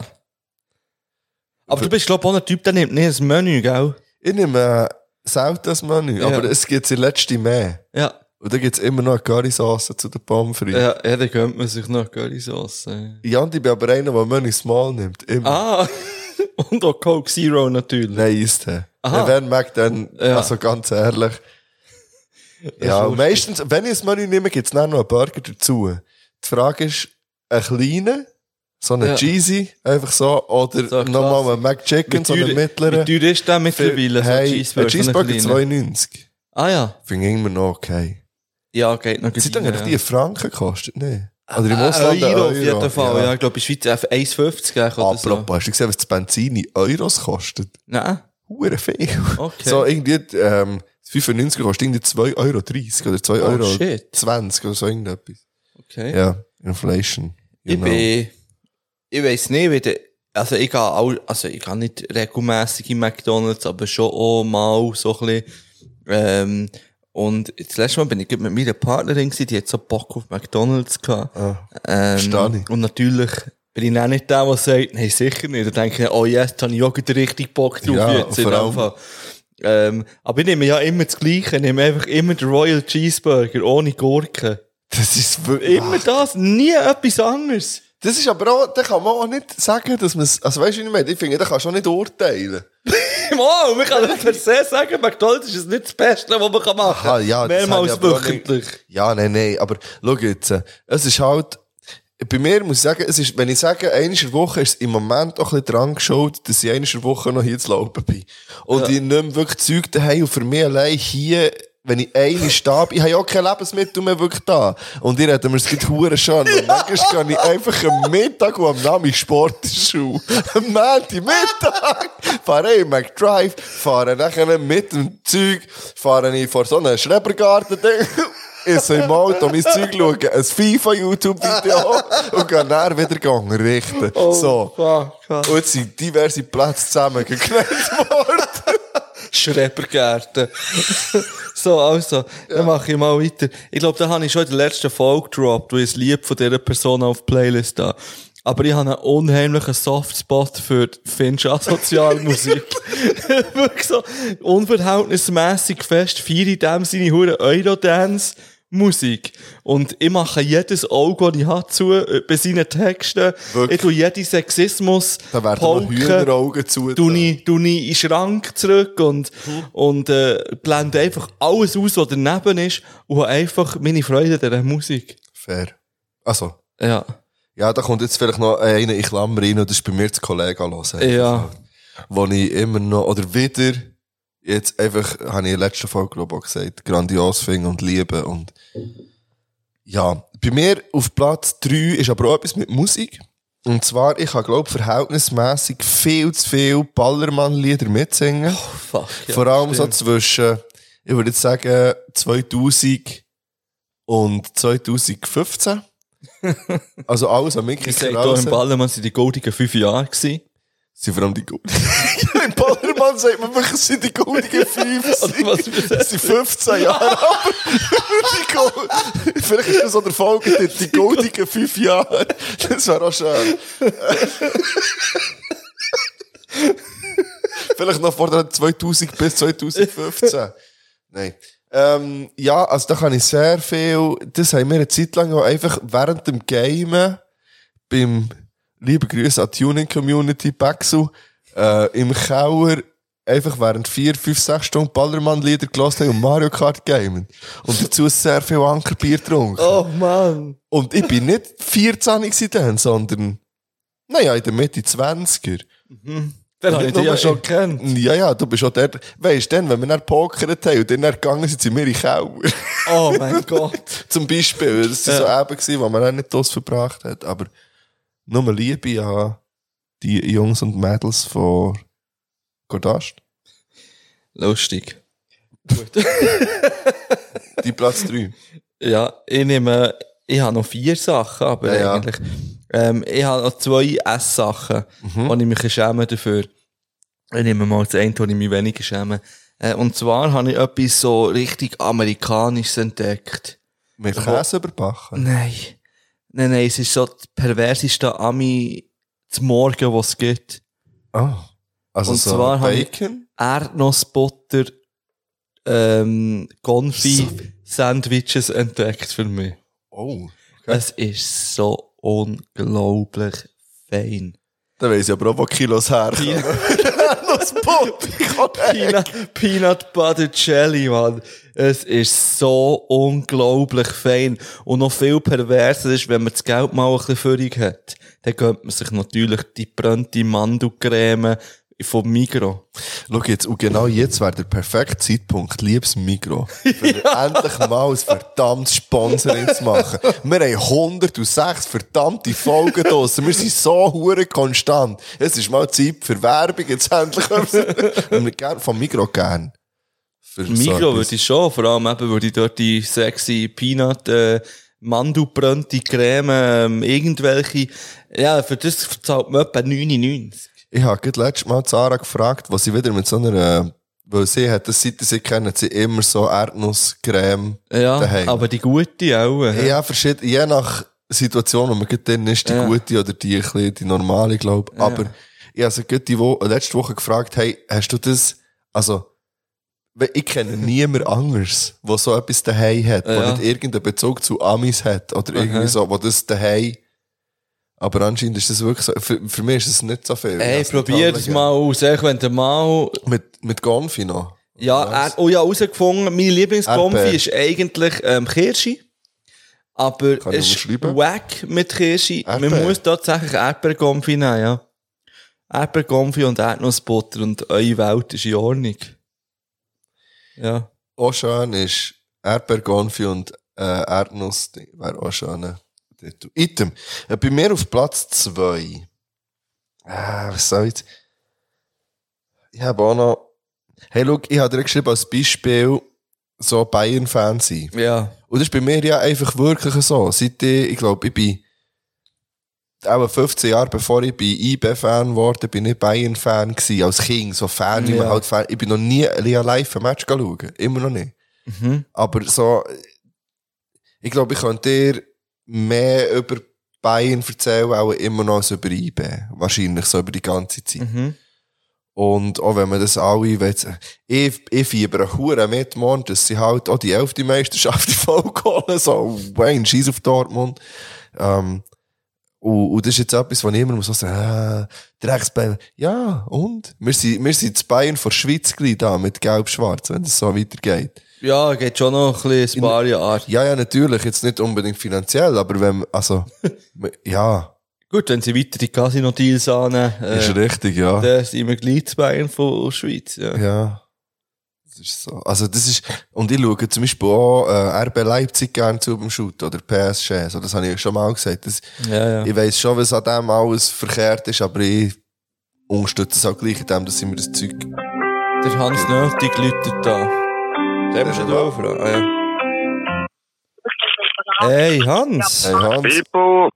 Aber du bist, glaube ich, auch ein Typ, der nimmt nie ein Menü, gell?
Ich nehme äh, selten das Menü,
Ja.
aber es gibt die letzte mehr.
Ja.
Und dann gibt's immer noch eine Currysauce zu den Pommes frites. Ja.
Ja, ja dann gönnt man sich noch Currysoße.
Ja, und ich bin aber einer, der Menü small nimmt. Immer.
Ah! Und auch Coke Zero natürlich.
Nein, ist der.
Aha.
Ja, wenn mag, dann,
Ja.
also ganz ehrlich. Ja,
lustig.
meistens, wenn ich das Menü nehme, gibt's dann noch einen Burger dazu. Die Frage ist, ein kleiner, so einen
Ja.
Cheesy, einfach so, oder
So ein
nochmal einen McChicken, so einen mittleren.
Wie teuer ist der mittlerweile? so ein
hey, ein Cheeseburger
so ein kleiner?
92.
Ah ja.
Finde ich immer noch okay.
Ja, geht noch.
Sind dann
rein,
eigentlich
ja.
die einen Franken gekostet? Nein. Oder im
Ah,
Ausland?
Euro auf
einen
jeden Fall. Ja,
Ja. Ah,
ich glaube, in der Schweiz auf 1,50 gleich oder so.
Apropos, hast du gesehen, was das Benzin in Euros kostet?
Nein?
Hure viel.
Okay.
So irgendwie, ähm, das 95 kostet irgendwie 2,30 Euro oder 2,20
Oh,
Euro
shit.
20 oder so irgendetwas.
okay.
Ja, Inflation. you
Ich
know.
bin, ich weiss nicht, wie der, also ich gehe auch, also ich gehe nicht regelmässig in McDonalds, aber schon auch mal so ein bisschen, ähm, und das letzte Mal bin ich gerade mit meiner Partnerin gewesen, die hat so Bock auf McDonalds gehabt.
Ah,
Ähm,
Verstehe ich.
Und natürlich bin ich auch nicht der, der sagt, nein, sicher nicht. Dann denke ich, oh yes, da habe ich auch gerade richtig Bock drauf
Ja,
jetzt in
vor
dem
allem.
Fall. Ähm, aber ich nehme ja immer das Gleiche, ich nehme einfach immer den Royal Cheeseburger ohne Gurken.
Das ist wirklich.
Immer das, nie etwas anderes.
Das ist aber auch, da kann man auch nicht sagen, dass man es, also weißt du, wie ich meine, ich finde, da kannst du auch nicht urteilen.
Mal, man kann nicht per se sagen, McDonalds ist nicht das Beste, was man machen kann.
Aha, ja, das habe
Mehrmals
ich aber auch
wöchentlich.
Ja, nein, nein, aber schau jetzt, äh, es ist halt, bei mir muss ich sagen, es ist, wenn ich sage, einmal in der Woche ist es im Moment auch ein bisschen dran geschuld, dass ich einmal in der Woche noch hier zu laufen bin. Und ich nicht mehr wirklich Zeug daheim und für mich allein hier, wenn ich einmal da bin, ich habe ja auch kein Lebensmittel mehr wirklich da. Und ihr hättet mir es gerade Huren schon. Und manchmal gehe ich einfach am Mittag und am Nachmittag Sport in die Schule. Am Montag Mittag fahre ich in McDrive, fahre nachher mit dem Zeug, fahre ich vor so einem Schrebergarten-Ding. Ich soll im Auto mein Zeug schauen, ein FIFA-YouTube-Video und gehe dann wieder Gang richten. so. Und jetzt sind diverse Plätze zusammengeknallt worden.
Schrebergärten. so, also, dann mache ich mal weiter. Ich glaube, da habe ich schon in der letzten Folge gedroppt, weil ich das Lied von dieser Person auf die Playlist habe. Aber ich habe einen unheimlichen Softspot für finnisch Asozialmusik. Wirklich so unverhältnismäßig fest feiere ich dem seine Huren Eurodance Musik. Und ich mache jedes Auge, das ich habe, zu, äh, bei seinen Texten.
Wirklich?
Ich tue jeden Sexismus,
Da werden noch Hühneraugen zu.
tue ich, tue ich in den Schrank zurück und, und äh, blende einfach alles aus, was daneben ist und habe einfach meine Freude an dieser Musik.
Fair. Also,
Ja.
ja, da kommt jetzt vielleicht noch einer in Klammer rein und das ist bei mir das Kollege hören.
Ja.
Wo ich immer noch, oder wieder, jetzt einfach, habe ich in der letzten Folge, glaube ich, auch gesagt, grandios finde und liebe und, ja. Bei mir auf Platz 3 ist aber auch etwas mit Musik. Und zwar, ich habe, glaube ich, verhältnismäßig viel zu viel Ballermann-Lieder mitsingen.
Fuck. Oh, Ja,
Vor allem
stimmt.
so zwischen, ich würde jetzt sagen, 2000 und 2015. also alles am
Ich
Mickey
sage hier im Ballermann sind die goldigen fünf Jahre gewesen.
sind vor allem die Goldigen. ja, im Ballermann sagt man wirklich, es sind die Goldigen 5.
Oder was wir
Es sind 15 Jahre, aber die Gold- vielleicht ist das so der Folgetitel, die Goldigen 5 Jahre. Das wäre auch schön. vielleicht noch vor der 2000 bis 2015. Nein. Ähm, ja, also da kann ich sehr viel, das haben wir eine Zeit lang auch einfach während dem Gamen beim liebe Grüße an die Tuning Community Baxu äh, im Keller einfach während vier, fünf, sechs Stunden Ballermann-Lieder gelassen haben und Mario Kart gamen. Und dazu sehr viel Ankerbier getrunken.
Oh Mann.
Und ich bin nicht 14 gewesen dann, sondern, naja, in der Mitte 20er.
Den habe ich dich ja
Nur-
schon kennt.
Ja, ja, du bist auch der, weisst, dann, wenn wir dann pokert haben und dann gegangen sind, sind wir in den Keller.
Oh mein Gott.
Zum Beispiel. Das
Ja.
sind so Eben, gewesen, die man auch nicht draus verbracht hat. Aber nur Liebe an die Jungs und Mädels von Godast.
Lustig.
Die Platz 3.
Ja, ich nehme, ich habe noch vier Sachen, aber
Ja, ja.
eigentlich, ähm, ich habe noch zwei Esssachen, mhm. und ich mich schäme dafür. Ich nehme mal das eine, wo ich mich weniger schäme. Äh, und zwar habe ich etwas so richtig Amerikanisches entdeckt.
Mit Käse überbacken.
Nein. Nein, nein, es ist so das perverseste Ami zum Morgen, was es gibt.
Ah. Also
Und
so
zwar habe ich-
Bacon.
Erdnussbutter, ähm, Konfi, Sandwiches entdeckt für mich.
Oh.
Es ist so unglaublich fein.
Da weiss ich aber auch, wo Kilos herkommen. Das Pott.
Peanut, Peanut Butter Jelly, Mann. Es ist so unglaublich fein. Und noch viel perverser ist, wenn man das Geld mal ein bisschen füllig hat, dann gönnt man sich natürlich die brennte Mandelcreme vom Migros.
Schau jetzt, und genau jetzt wäre der perfekte Zeitpunkt, liebes Mikro, für endlich mal ein verdammtes Sponsoring zu machen. Wir haben 106 verdammte Folgen draussen. Wir sind so hure konstant. Es ist mal Zeit für Werbung, jetzt endlich. Und wir gern- vom Mikro gern. Für so
Migros
etwas.
würde ich schon, vor allem eben würde ich dort die sexy Peanut, äh, Mandelbrennte Creme, ähm, irgendwelche, ja, dus- für das zahlt man etwa 99.
Ich habe gerade letztes Mal Zara gefragt, was sie wieder mit so einer, äh, weil sie hat, das seit sie kennen, sie immer so Erdnusscreme
Ja,
daheim.
aber die gute auch. äh.
Ja, verschieden, je nach Situation, wo man gerade drin ist, die
Ja.
gute oder die, ein bisschen die normale, glaube ich. Aber ich habe sie gerade die Wo letzte Woche gefragt, hey, hast du das, also, we- ich kenne niemand anders, der so etwas daheim hat, der
Ja.
nicht irgendeinen Bezug zu Amis hat oder irgendwie so, wo das daheim, aber anscheinend ist das wirklich so, für, für mich ist das nicht so viel. Also,
Ey,
Ich hab's nicht
probier das
angegeben.
mal aus. Ich wenn du mal,
Mit, mit Gonfi noch.
ja,
Was?
er, oh ja, herausgefunden, meine Lieblingskonfi
Erdbeer.
ist eigentlich, ähm, Kirsche. Aber
Kann ich
es ist
umschreiben?
wack mit Kirsche. Man
Erdbeer?
muss tatsächlich Erdbeerkonfi nehmen, ja. Erdbeerkonfi und Erdnussbutter und eure Welt ist in Ordnung. Ja.
Auch schön ist Erdbeergonfi und äh, Erdnuss. Wäre auch schön. äh, Titel. Item. Äh, bei mir auf Platz 2. Ah, was soll ich jetzt? Ich habe auch noch. Hey, schau, ich habe dir geschrieben als Beispiel so Bayern-Fan sein.
Ja.
Und das ist bei mir ja einfach wirklich so. Seit ich, ich glaube, ich bin auch 15 Jahre bevor ich bei IB-Fan wurde, bin ich Bayern-Fan gewesen, als Kind, so Fan, wie man
Ja.
halt Fan, ich bin noch nie real live ein Match schauen, immer noch nicht.
Mhm.
Aber so, ich glaube, ich könnte dir mehr über Bayern erzählen, auch immer noch als über IB. Wahrscheinlich so über die ganze Zeit.
Mhm.
Und auch wenn man das alle will, ich, ich fieber Huren mit morgen, dass sie halt auch die elfte Meisterschaft in Folge holen. So, Wayne, scheiß auf Dortmund. Ähm, und, und das ist jetzt etwas, wo ich immer muss so sagen, äh, Drecksbayern. Ja, und? Wir sind, wir sind das Bayern von der Schweiz gleich da, mit Gelb-Schwarz, wenn es so weitergeht.
Ja, geht schon noch ein bisschen ein paar Jahre.
Ja, ja, natürlich, jetzt nicht unbedingt finanziell, aber wenn, also, ja,
Gut, wenn sie weiter die Casino-Deals annehmen,
ist
äh,
richtig, ja.
dann sind wir gleich zu Bayern von der Schweiz. Ja.
Ja. Das ist so. Also, das ist, und ich schaue zum Beispiel auch äh, RB Leipzig gerne zu beim Shoot oder PSG. So, das habe ich schon mal gesagt. Das,
Ja, ja.
Ich weiss schon, was an dem alles verkehrt ist, aber ich unterstütze es auch gleich in dem, dass ich mir das Zeug.
Der Hans Nötig läutet da. Den haben wir schon drauf, oder? Ah, ja. Hey Hans,
Hey, Hans.
Pipo,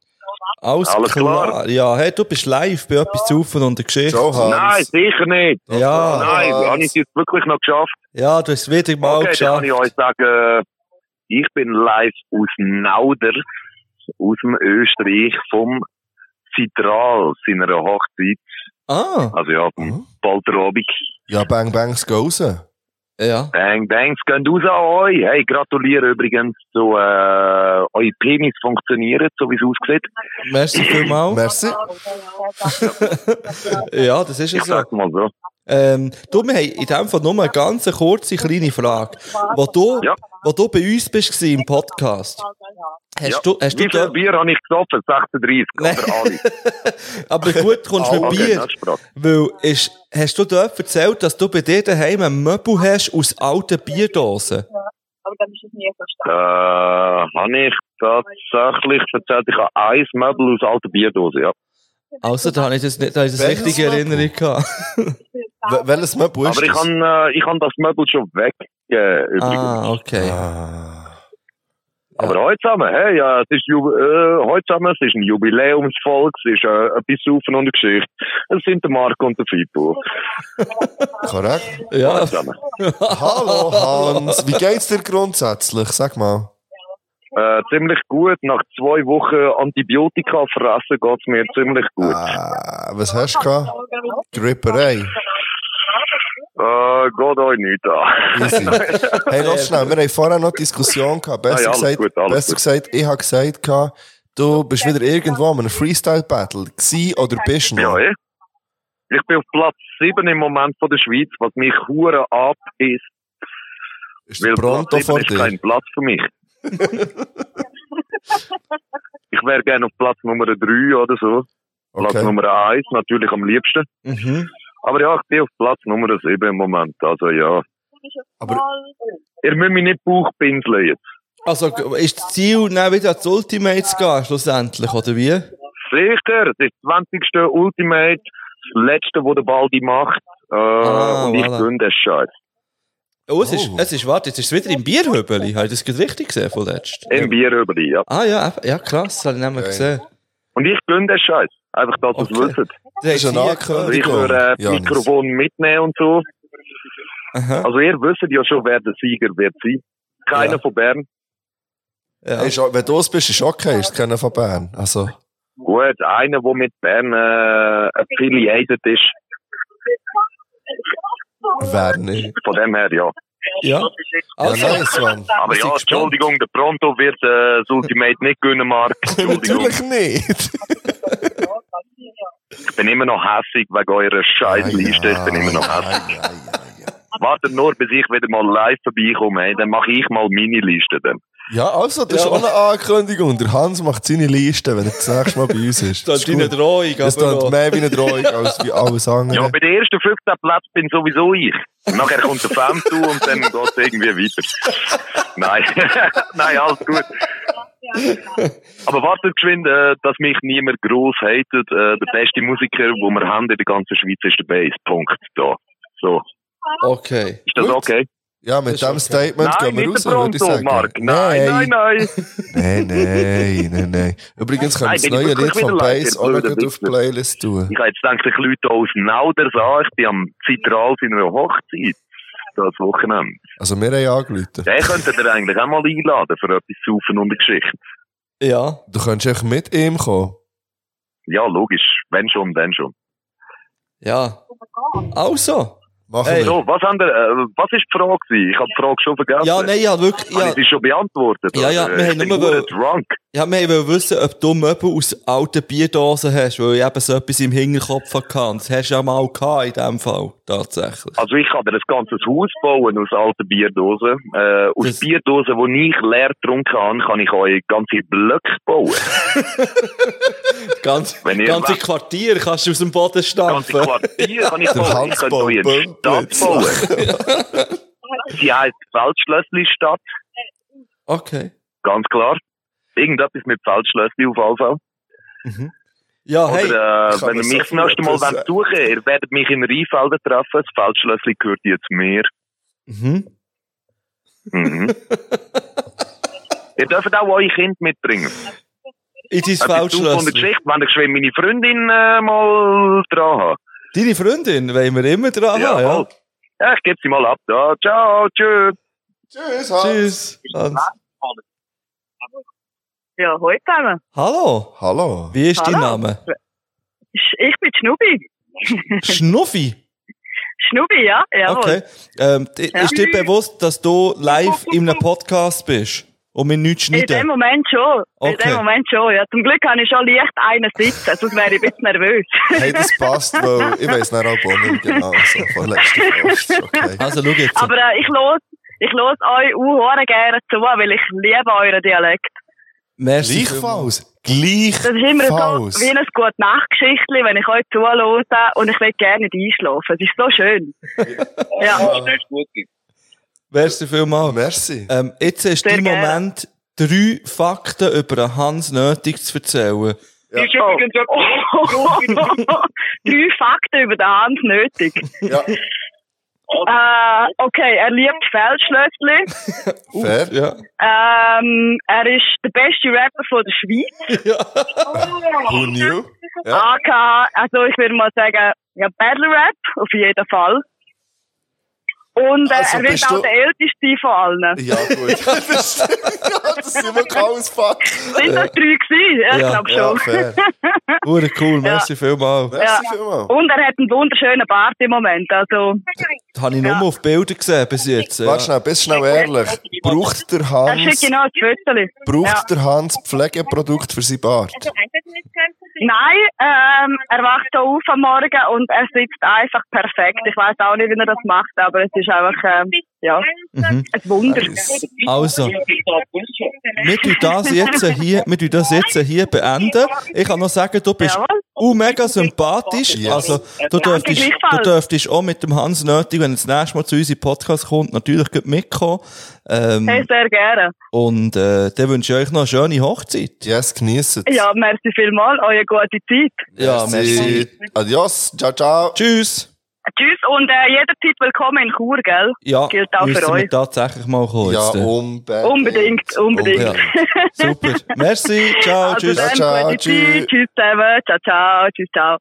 alles,
Alles
klar.
klar?
Ja, hey, du bist live bei etwas zu Saufen und der Geschichte.
Ciao,
nein,
Hans.
sicher nicht.
Ja,
Nein, habe ich es jetzt wirklich noch geschafft?
ja, du hast es wieder mal
okay, dann
geschafft.
kann ich euch sagen, ich bin live aus Nauder, aus dem Österreich, vom Zitral, seiner Hochzeit.
Ah,
Also ja, vom
Mhm.
Balderobig.
Ja, Bang Bangs gehen raus.
ja.
Bang, bangs, geht raus an euch. Hey, gratuliere übrigens zu, äh, eure Penis funktionieren, so wie es aussieht.
Merci vielmals.
Merci.
Ja, das ist ja
Ich
so.
sag mal so.
Ähm, du, wir haben in dem Fall nur eine ganz kurze, kleine Frage. Wo du,
Ja.
wo du bei uns bist gewesen im Podcast, hast
Ja.
du, hast du
Wie viel
da,
Bier habe ich gesoffen? 36, oder alle?
aber gut, kommst du mit
Ah, Okay,
Bier.
das ist brav.
Weil, ist, hast du dort erzählt, dass du bei dir daheim ein Möbel hast aus alten Bierdosen?
Äh, habe ich tatsächlich erzählt, ich habe ein Möbel aus alter Bierdose, ja.
Also, da habe ich das nicht, da habe ich das
Welches
richtige
Möbel?
Erinnerung gehabt.
Wel- Welches Möbel ist
Aber ich
das?
habe äh, ich hab das Möbel schon weggegeben, übrigens.
Ah, okay.
Ah.
Aber heute zusammen, hey, ja, es ist, Ju äh, heute zusammen, es ist ein Jubiläumsvolk, es ist äh, ein bisschen Saufen und eine Geschichte. Es sind der Marco und der Fippo.
Korrekt.
Ja,
Zusammen.
Hallo, Hans. Wie geht's dir grundsätzlich? Sag mal.
Äh, ziemlich gut, nach zwei Wochen Antibiotika fressen geht's mir ziemlich gut.
Ah, was hast du gehabt? Gripperei.
Äh, geht euch nicht an.
Easy. Hey, noch schnell, wir haben vorher noch Diskussion gehabt. Besser,
Ah ja, alles
gesagt,
gut, alles
besser
gut.
gesagt, ich habe gesagt, gehabt, du bist wieder irgendwo an einem Freestyle-Battle. Gsi oder bist du
Ja,
noch?
eh. Ich bin auf Platz 7 im Moment von der Schweiz, was mich hure ab ist,
Ist der
weil
Pronto
Platz
vor
7 ist
dir?
kein Platz für mich. ich wäre gerne auf Platz Nummer 3 oder so. Platz
Okay.
Nummer 1 natürlich am liebsten.
mhm.
Aber ja, ich bin auf Platz Nummer 7 im Moment. Also ja.
Aber
Ihr müsst mich nicht Bauchpinseln jetzt.
Also, ist das Ziel, dann wieder zu Ultimate zu gehen, schlussendlich, oder wie?
Sicher, das ist das 20. Ultimate, das letzte, wo der Baldi macht. Äh,
Ah,
und ich
voilà.
gönne den Scheiß.
Oh, es ist,
Oh.
es ist, warte, jetzt ist es wieder im Bierhöbeli. Habe ich das gerade richtig gesehen von letztem?
Im Bier über die, ja.
Ah, ja, eben. ja, krass, das habe ich nämlich
Okay.
gesehen.
Und ich gönne den Scheiß. Einfach, dass ihr es
Okay.
wisst.
Das
ist eine Ankündigung.
Ich würde äh,
Ja, nice.
Mikrofon mitnehmen und so.
Aha,
Also ihr wisst ja schon, wer der Sieger wird sein. Keiner
Ja.
von Bern.
ja.
ist, auch- wenn du es bist, ist okay, ist keiner von Bern. Also,
Gut, einer, der mit Bern äh, affiliated ist.
wer nicht?
Von dem her, ja.
ja.
Ja,
Also,
nice, Mann.
Aber
Wir sind gespannt.
ja, Entschuldigung, der Pronto wird äh, das Ultimate nicht gönnen, Mark. Entschuldigung,
Natürlich nicht.
ich bin immer noch hässig wegen eurer Scheißliste. Ich bin immer noch hässig.
Ja, ja, ja, ja.
Wartet nur, bis ich wieder mal live vorbeikomme. Hey, dann mache ich mal meine Liste. Dann.
Ja, also, das
Ja,
ist auch eine Ankündigung. Der Hans macht seine Liste, wenn er das nächste Mal bei uns ist.
das ist deine
gut.
Drohung,
Das
aber
klingt
auch.
mehr wie eine Drohung als wie alles
Ja,
andere.
bei den ersten 15 Plätzen bin sowieso ich. Nachher kommt der Fem zu und dann geht es irgendwie weiter. Nein, nein, alles gut. Aber wartet geschwind, äh, dass mich niemand gross hatet. Äh, der beste Musiker, den wir haben in der ganzen Schweiz, ist der Bass. Punkt. Da. So.
Okay.
Ist das
Gut.
okay?
Ja, mit
Ist
dem
okay.
Statement
Nein,
gehen wir raus,
nicht der
würde ich
Pronto,
sagen.
Mark. Nein, nein, nein.
Nein, nein, nein, nein. Übrigens können wir das
Nein, bin ich
neue
wirklich
Lied von
wieder leid,
Bass
ihr
auch noch
blöden
gleich
dus-
auf die
Wichser.
Playlist tun.
Ich habe jetzt denke ich Leute aus Nauders an. Ich bin am Zitral seiner Hochzeit. Das Wochenende.
Also, wir haben angerufen.
Den könntet ihr eigentlich auch mal einladen für etwas Saufen und eine Geschichte.
Ja.
Du könntest echt mit ihm kommen.
Ja, logisch. Wenn schon, dann schon.
Ja. Also.
Machen
Hey,
wir.
So, was, haben wir, äh, was ist die Frage? gewesen? Ich habe die Frage schon vergessen.
Ja, nein, ja, wirklich.
Habe
Ja,
ich sie schon beantwortet?
Ja, ja,
oder?
wir haben
ich bin
nur
nur
wollen-
drunk.
ja wir wollten wissen, ob du Möbel aus alten Bierdosen hast, weil ich eben so etwas im Hinterkopf hatte. Und Das hast du ja mal gehabt in dem Fall, tatsächlich.
Also ich kann dir ein ganzes Haus bauen aus alten Bierdosen. Äh, aus
Das-
Bierdosen, die ich leer getrunken habe, kann ich euch ganze Blöcke bauen.
Ganz,
Also, Wenn ihr
ganze
macht-
Quartier kannst du aus dem Boden
Ganze
stampfen.
Quartier kann ich bauen. Ich
Hans
könnte euch eine
Böhm-
Stadt bauen. Sie heisst Feldschlössli-Stadt,
Okay.
ganz klar. Irgendetwas mit Feldschlössli auf jeden Fall.
Ja, hey.
Oder äh,
kann
wenn
mir so
ihr mich das
viel
nächste Mal
etwas
wollt suchen wollt, ihr werdet mich in Rheinfelden treffen. Das Feldschlössli gehört jetzt mir.
Mhm.
Mhm. ihr dürft auch eure Kinder mitbringen.
In dein
Etwas zu von der
Feldschlössli.
Geschichte, wenn ich schon meine Freundin äh, mal dran habe.
Deine Freundin wollen wir immer dran haben, ja.
Jawohl. ja, ich gebe sie mal ab. Da. Ciao, tschüss.
Tschüss, Hans.
Tschüss. Hans.
Ja, hallo zusammen.
Hallo.
Hallo.
Wie ist dein
Hallo.
Name?
Sch- Ich bin Schnubi.
Schnuffi.
Schnubi, ja? Jawohl.
Okay. Ähm, di-
Ja.
Ist dir bewusst, dass du live in einem Podcast bist und wir nichts
In dem
schneiden?
Moment schon. In
Okay.
dem Moment schon, ja. Zum Glück habe ich schon leicht einen sitzen, sonst wäre ich ein bisschen nervös.
Hey, das passt, weil ich weiss nicht auch nicht mehr genau. So, vorletzte Frage. Okay.
Also schau jetzt.
Aber äh, ich los ich los euch auch gerne zu, weil ich liebe euren Dialekt.
Merci vielmals.
Gleichfalls. Gleichfalls.
Das ist immer so wie ein gute Nachtgeschichtli, wenn ich euch zuhöre und ich will gerne nicht einschlafen. Es ist so schön. ja.
Merci vielmals.
Merci.
Ähm, jetzt ist
Sehr
dein
gerne.
Moment, drei Fakten über den Hans nötig zu erzählen.
Oh. Oh. Drei Fakten über den Hans nötig.
Ja,
Äh, okay, er liebt Feldschlössli.
fair.
Ja.
Ähm, er ist der beste Rapper von der Schweiz.
Who knew? Ja.
AK, also ich würde mal sagen, ja, Battle Rap, auf jeden Fall. Und äh,
Also
er wird
bist
auch
du-
der älteste von allen.
Ja, gut. Das stimmt. Ja, das sind wir alles Fakten.
Sind das drei gewesen? Ja,
Ja,
ich glaube
Ja,
schon.
fair.
Hure cool, merci vielmals.
Merci vielmals.
Und er hat einen wunderschönen Bart im Moment. Also,
Das habe ich nur auf Bildern gesehen bis jetzt. Ja.
Warte schnell, bist schnell ehrlich. Braucht der
er
Hans,
schickt genau ein Foto. Ja.
braucht der Hans Pflegeprodukt für seinen Bart?
Nein, ähm, er wacht so auf am Morgen und er sitzt einfach perfekt. Ich weiß auch nicht, wie er das macht, aber es ist einfach ähm, ja,
Mhm.
ein Wunder.
Nice.
Also, wir tun das jetzt hier, wir tun das jetzt hier beenden. Ich kann noch sagen, du bist
Jawohl.
uh, mega sympathisch.
Yes.
Also, du dürftest, du
gleichfalls.
dürftest auch mit dem Hans Nötig, wenn er das nächste Mal zu uns in den Podcast kommt, natürlich gleich mitkommen.
Hey,
Ähm,
sehr gerne.
und äh, dann wünsche ich euch noch eine schöne Hochzeit.
Yes, geniessen.
Ja, merci vielmals, eure gute Zeit.
Ja, merci.
Adios, ciao, ciao.
Tschüss.
Tschüss und äh, jederzeit willkommen in Chur, gell?
Ja,
Gilt auch für
müssen wir
euch.
tatsächlich mal kommen.
Ja, oh.
jetzt, äh.
unbedingt.
Unbedingt, unbedingt.
Oh, Ja. Super. Merci. Ciao.
Also
tschüss.
dann,
Ciao,
gute
tschüss.
Zeit. Tschüss zusammen. Ciao, ciao. Tschüss, ciao.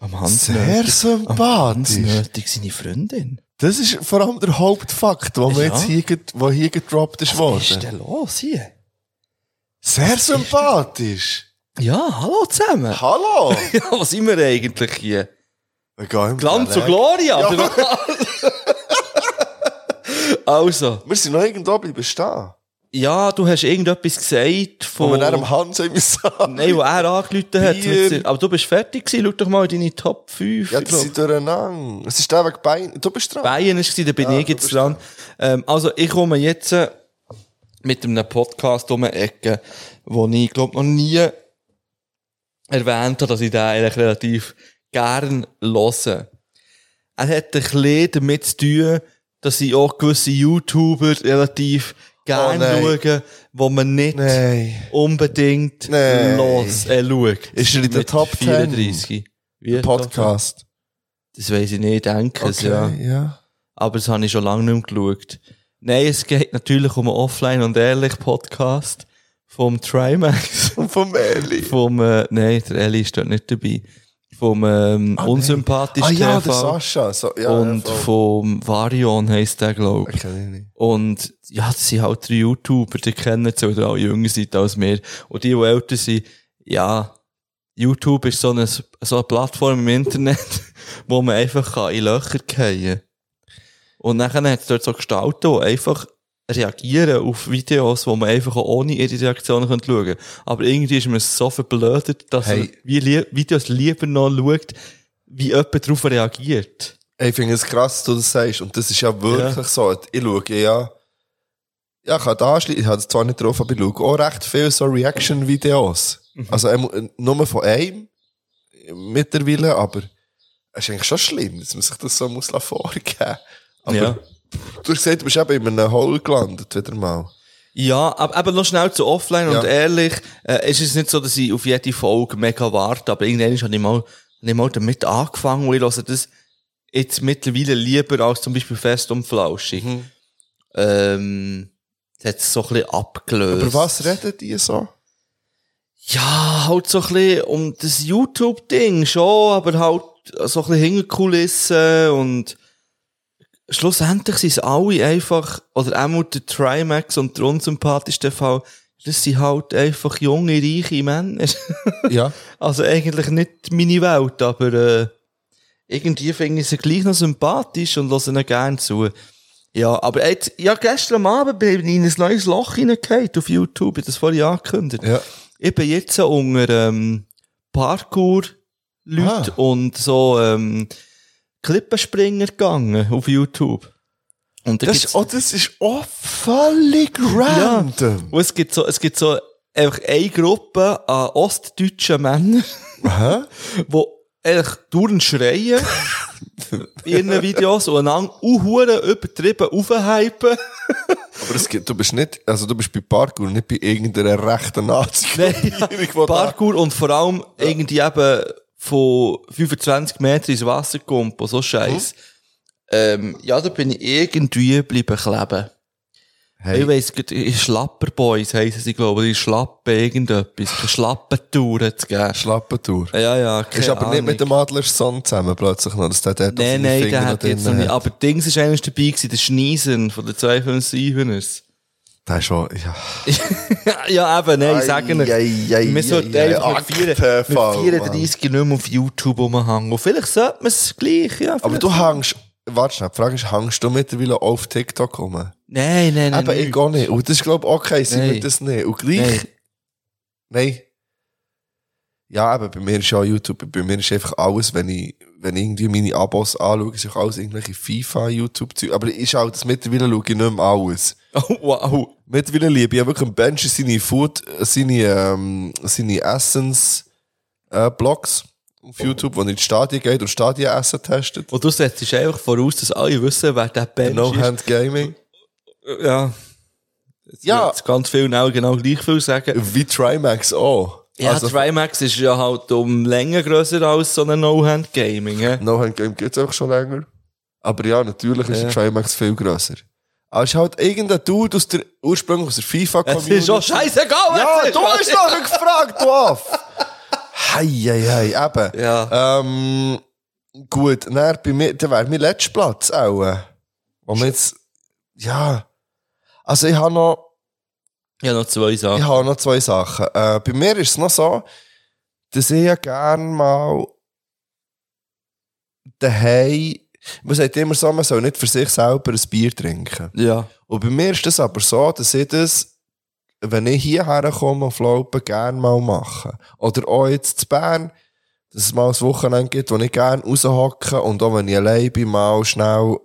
Am Hans
Sehr
Nötig. Hans
sympathisch.
Nötig, seine Freundin.
Das ist vor allem der Hauptfakt, der mir
Ja.
jetzt hier, ged- wo hier gedroppt ist
Was ist
worden.
denn los hier?
Sehr sympathisch.
Ja, hallo zusammen.
Hallo.
Ja, was sind wir eigentlich hier?
Egal, im
Glanz und
Dialekt.
Gloria. oder was? also,
Wir sind noch irgendwo bleiben stehen.
ja, du hast irgendetwas gesagt
Wo
von...
wir dann am Hans haben sagen.
Nein, wo er angerufen hat.
Bier.
mit- Aber du bist fertig gewesen. Schau doch mal in deine Top 5.
Ja,
Ich
die
glaub,
sind durcheinander. Es ist der wegen Bein. Du bist dran.
Bayern war, da bin
Ja,
ich
du
jetzt
bist
dran. Ähm, also, ich komme jetzt äh, mit einem Podcast um die Ecke, wo ich, glaube noch nie erwähnt habe, dass ich den eigentlich relativ gern höre. Er hat ein bisschen damit zu tun, dass ich auch gewisse YouTuber relativ gern
Oh nein.
schaue, wo man nicht
Nein.
unbedingt
Nein.
los äh, schaut.
Ist er in der
Mit
Top 10?
34. Wie?
Podcast.
Das weiss ich nicht, denke es, ja
ja.
aber das habe ich schon lange nicht mehr geschaut. Nein, es geht natürlich um einen Offline- und Ehrlich-Podcast vom Trimax.
Und vom Eli.
vom, äh, nein, der Eli ist dort nicht dabei. Vom ähm,
nein.
unsympathisch
Ah ja, der
TV
Sascha. So, ja,
und
ja, voll.
vom Varion heisst der, glaube ich.
Kenn ich nicht.
Und ja, das sind halt drei YouTuber, die kennen sie, weil die alle jünger sind als wir. Und die, die älter sind, ja, YouTube ist so eine, so eine Plattform im Internet, wo man einfach kann in Löcher fallen kann. Und dann hat es dort so Gestalten, die einfach reagieren auf Videos, wo man einfach auch ohne ihre Reaktion könnte schauen könnte. Aber irgendwie ist man so verblödet, dass
Hey.
man wie lie Videos lieber noch schaut, wie jemand darauf reagiert.
Ey, Ich finde es krass, dass du das sagst. Und das ist ja wirklich
Ja.
so. Ich schaue ja, ja, ich kann da anschließen. Ich habe es zwar nicht drauf, aber ich schaue auch recht viel so Reaction-Videos.
Mhm.
Also einmal- nur von einem mittlerweile, aber es ist eigentlich schon schlimm, dass man sich das so muss lassen vorgeben Aber
Ja.
du hast gesagt, du bist eben in einem Hole gelandet, wieder mal.
Ja, aber eben noch schnell zu offline
Ja.
und ehrlich, äh, es ist nicht so, dass ich auf jede Folge mega warte, aber irgendwann habe ich mal, habe ich mal damit angefangen und ich höre das jetzt mittlerweile lieber als zum Beispiel fest und flauschig.
Mhm.
Ähm, das hat es so ein bisschen abgelöst.
Über was redet ihr so?
Ja, halt so ein bisschen um das YouTube-Ding schon, aber halt so ein bisschen hinter die Kulissen und schlussendlich sind es alle einfach, oder auch der Trimax und der unsympathischste Fall, das sind halt einfach junge, reiche Männer.
Ja.
also eigentlich nicht meine Welt, aber äh, irgendwie finde ich sie gleich noch sympathisch und lasse ihnen gerne zu. Ja, aber jetzt, ja, gestern Abend bin ich in ein neues Loch hineingefallen auf YouTube, ich hab das vorhin angekündigt.
Ja.
Ich bin jetzt unter ähm,
Ah.
Parkour-Leuten und so ähm, Klippenspringer gegangen auf YouTube. Und da
Das
gibt's-
ist, oh, das ist auch völlig
ja.
random.
Und es gibt so, es gibt so einfach eine Gruppe an ostdeutschen Männern,
Aha.
die eigentlich dauernd schreien in ihren Videos und einander unhuren übertrieben aufhypen.
Aber es gibt, du bist nicht, also du bist bei Parkour, nicht bei irgendeiner rechten Nazi.
Nein, Parkour und vor allem irgendwie eben von 25 Metern ins Wasser kommt und so Scheiß. Ähm, ja, da bin ich irgendwie bleiben kleben. Ich weiss, gut, in Schlapperboys heissen sie, glaube ich, in Schlappe irgendetwas. Keine Schlappentour hat's gegeben.
Schlappentour.
Ja, ja, keine
Ist aber nicht
Ahnung.
mit dem Adler Son zusammen plötzlich noch, dass der dort
Nein, nein, der
noch
hat jetzt noch
drin
nicht. Aber Dings ist eigentlich dabei gewesen, der Schneisen von der 257
Der ist schon, ja.
ja, eben, nein, sag nicht.
ei, ei,
Wir sollten
ei,
einfach mit
ei,
vier- mit
Aktenfall,
34 nicht mehr auf YouTube rumhängen. Und vielleicht sollte man es gleich, ja.
Aber
vielleicht.
du hängst, warte schnell, die Frage ist, hängst du mittlerweile auch auf TikTok rum?
Nein, nein, nein.
Eben, ich
nicht.
gar nicht. Und das ist, glaube ich, okay, sind wir
Nein.
das nicht. Und gleich,
Nein.
nein. Ja, eben, bei mir ist ja YouTube, bei mir ist einfach alles, wenn ich, wenn ich irgendwie meine Abos anschaue, ist auch alles irgendwelche FIFA, YouTube-Zeug. Aber ist auch das mittlerweile schaue ich nicht mehr alles.
Oh, wow.
Mittlerweile liebe ich ja wirklich Bench seine Food, seine, ähm, seine Essence, äh, Blogs auf YouTube, wo er in die Stadien geht und Stadien essen testet.
Und du setzt einfach voraus, dass alle dus wissen, wer der Bench
No
ist.
Hand Gaming.
Ja.
Ja.
Jetzt ganz viel genau, genau gleich viel sagen.
Wie Trimax auch.
Ja,
Also,
Trimax ist ja halt um Länge grösser als so ein No-Hand-Gaming. hä?
No Hand Game gibt's einfach schon länger. Aber ja, natürlich ist der Trimax viel grösser. Aber es ist halt irgendein Dude aus der, ursprünglich aus der
Es
FIFA-Community.
ist schon scheißegal.
Ja,
jetzt
du hast nachher gefragt, du Aff! Hei, hei, hei, eben.
Ja.
Ähm, gut, dann, bei mir, dann wäre mein letzter Platz auch. äh, Wo wir jetzt, ja. Also ich habe noch,
Ja, noch zwei Sachen.
ich habe noch zwei Sachen. Äh, bei mir ist es noch so, dass ich ja gerne mal daheim, man sagt immer so, man soll nicht für sich selber ein Bier trinken.
Ja.
Und bei mir ist das aber so, dass ich das, wenn ich hierher komme auf Laupen, gerne mal mache. Oder auch jetzt zu Bern, dass es mal ein Wochenende gibt, wo ich gerne raushocke und auch wenn ich allein bin, mal schnell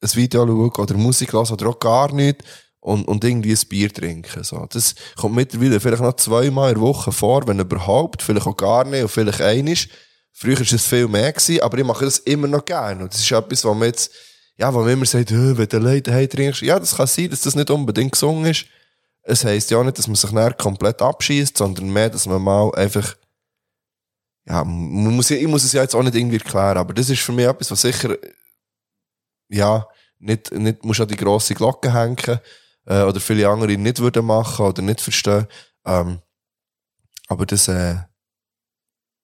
ein Video schaue oder Musik höre oder auch gar nichts und, und irgendwie ein Bier trinke. So. Das kommt mittlerweile vielleicht noch zweimal in der Woche vor, wenn überhaupt, vielleicht auch gar nicht und vielleicht einisch. Früher war es viel mehr, gewesen, aber ich mache das immer noch gerne. Und das ist etwas, was man jetzt, ja, wo man immer sagt, «Hö, wenn du Leute hey trinkst, ja, das kann sein, dass das nicht unbedingt gesungen ist. Es heisst ja auch nicht, dass man sich näher komplett abschießt, sondern mehr, dass man mal einfach ja, man muss, ja- ich muss es ja jetzt auch nicht irgendwie erklären, aber das ist für mich etwas, was sicher, ja, nicht, nicht musst an die grosse Glocke hängen, äh, oder viele andere nicht würden machen oder nicht verstehen. Ähm, aber das äh,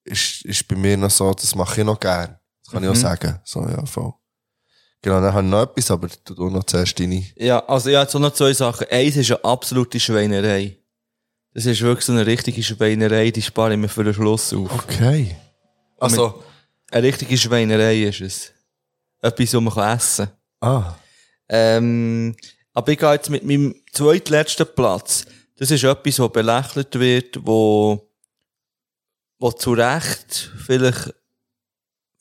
ist, ist bei mir noch so, das mache ich noch gern. Das kann
Mhm.
ich auch sagen. So, ja, voll. Genau, dann habe ich noch etwas, aber du du noch zuerst deine.
Ja, also ich habe jetzt auch noch zwei Sachen. Eins ist eine absolute Schweinerei. Das ist wirklich so eine richtige Schweinerei, die spare ich mir für den Schluss auf.
Okay. Also-
Eine richtige Schweinerei ist es. Etwas, was man kann essen kann.
Ah.
Ähm, aber ich gehe jetzt mit meinem zweitletzten Platz. Das ist etwas, was belächelt wird, wo, wo zu Recht vielleicht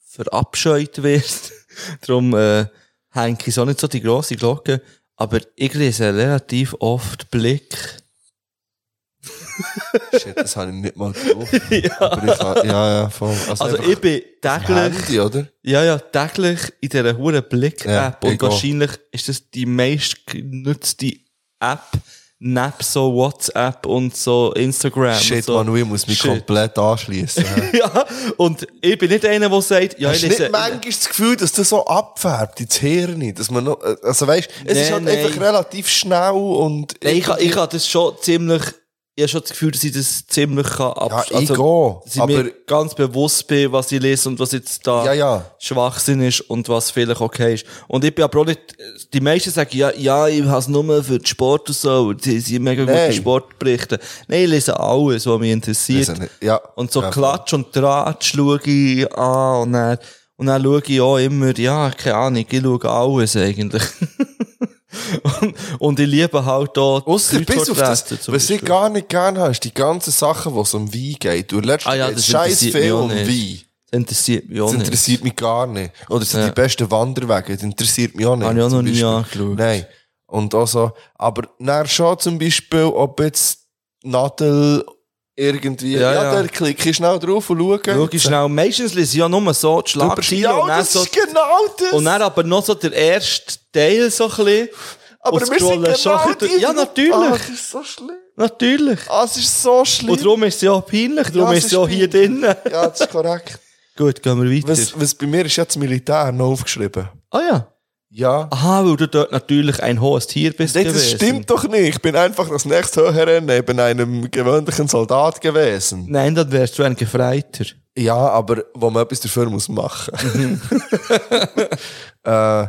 verabscheut wird. Darum äh, hänge ich so nicht so die grosse Glocke. Aber ich lese relativ oft Blick.
Shit, das habe ich nicht mal gebraucht. Aber ich kann, ja, ja, voll.
Also, ich bin täglich.
Handy, oder?
Ja, ja, täglich in dieser huren Blick-App.
Ja, ich
und wahrscheinlich ist das die meistgenutzte App. Neben so WhatsApp und so Instagram. und
Shit,
so.
Manu, ich muss mich
Shit.
komplett anschließen.
ja, und ich bin nicht einer, der sagt, ja,
Hast
ich
du
lese.
nicht manchmal das Gefühl, dass das so abfärbt ins Hirn? Dass man noch, also weißt, es ist
Nein,
halt
nein.
einfach relativ schnell und...
Nein, ich, ha- ich habe das schon ziemlich, ich habe schon das Gefühl, dass ich das ziemlich kann absch-
ich auch,
dass ich mir
aber-
ganz bewusst bin, was ich lese und was jetzt da
Ja, ja.
Schwachsinn ist und was vielleicht okay ist. Und ich bin aber auch nicht, die meisten sagen, ja, ja, ich habe es nur für den Sport und so, und sie sind mega gute
Nein.
Sportberichte. Nein, ich lese alles, was mich interessiert.
Lese nicht, ja.
Und so
Ja, voll.
Klatsch und Tratsch schaue ich an und dann, und dann schaue ich auch immer, ja, keine Ahnung, ich schaue alles eigentlich. Und ich liebe halt dort
Ausser bis auf das,
Kreuzworträtsel zum
was ich
Beispiel.
gar nicht gerne habe, ist die ganzen Sachen, die es um Wein geht. Du lernst
Ah ja,
jetzt
das
scheiß
interessiert mich
viel
auch
um Wein.
nicht. Das interessiert mich auch
Das
nicht.
interessiert mich gar nicht. Oder sind
Ja.
die besten Wanderwege? Das interessiert mich auch nicht.
Habe ich auch noch
zum
nie
Beispiel.
angeschaut.
Nein. Und also, aber dann schon zum Beispiel, ob jetzt Nadel irgendwie,
Ja,
ja,
ja.
dann klicke ich schnell drauf und schaue.
Schau ich schnell, meistens lese ich ja nur so die Schlagzeilen
Ja,
und dann
das
so,
ist genau das.
und dann aber noch so der erste Teil so ein bisschen.
aber
und
wir sind
scrollen schon
genau
ein bisschen
die-
durch. Ja, natürlich,
Ah, das ist so schlimm.
natürlich.
Ah, es ist so schlimm.
Und darum ist es ja auch peinlich, darum
Ja,
ist
es
es ja auch
ist
hier drinnen.
ja, das ist korrekt.
Gut, gehen wir weiter.
Was, was bei mir ist jetzt Militär noch aufgeschrieben.
Ah ja.
Ja.
Aha, weil du dort natürlich ein hohes Tier bist
Nein, das
gewesen.
stimmt doch nicht. Ich bin einfach das nächsthöhere neben einem gewöhnlichen Soldat gewesen.
Nein, dann wärst du ein Gefreiter.
Ja, aber wo man etwas dafür muss machen. äh,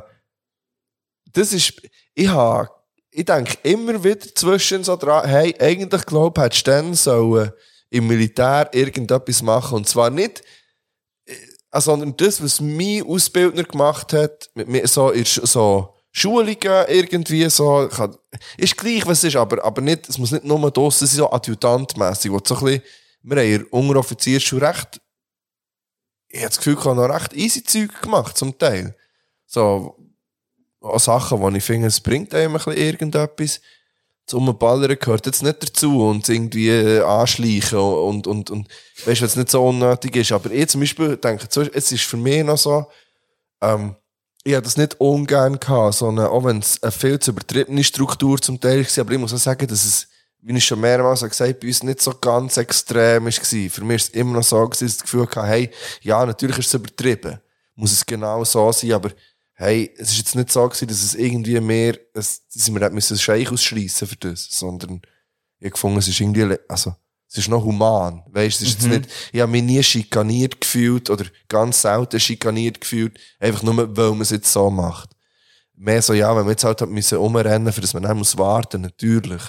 das ist, ich habe, ich denke immer wieder zwischen so dran, hey, eigentlich glaube ich, hättest du dann sollen im Militär irgendetwas machen. Und zwar nicht, äh, also, sondern das, was mein Ausbildner gemacht hat, mit mir so, in Sch- so Schulungen irgendwie, so, kann, ist gleich, was es ist, aber, aber nicht, es muss nicht nur draussen sein, so adjutantmässig, wo du so ein bisschen, wir haben in Unteroffizierschule recht ich habe das Gefühl, ich habe noch recht easy Zeug gemacht, zum Teil. So, auch Sachen, wo ich finde, es bringt einem ein bisschen irgendetwas. Zum Ballern gehört jetzt nicht dazu und irgendwie äh, anschleichen und, und, und, weißt du, wenn es nicht so unnötig ist. Aber ich zum Beispiel denke, zum Beispiel, es ist für mich noch so, ähm, ich habe das nicht ungern gehabt, sondern auch wenn es eine viel zu übertriebene Struktur zum Teil war, aber ich muss auch sagen, dass es, wie ich schon mehrmals habe gesagt habe, bei uns nicht so ganz extrem war. Für mich war es immer noch so, gewesen, dass ich das Gefühl hatte, hey, ja, natürlich ist es übertrieben. Muss es genau so sein, aber hey, es ist jetzt nicht so, gewesen, dass es irgendwie mehr, es, dass wir nicht müssen Scheich ausschliessen für das, sondern ich habe gefunden, es ist irgendwie, le- also, es ist noch human. Weißt, es ist jetzt nicht, ich habe mich nie schikaniert gefühlt oder ganz selten schikaniert gefühlt, einfach nur, weil man es jetzt so macht. Mehr so, ja, wenn man jetzt halt hat müssen umrennen, für das man dann muss warten, natürlich.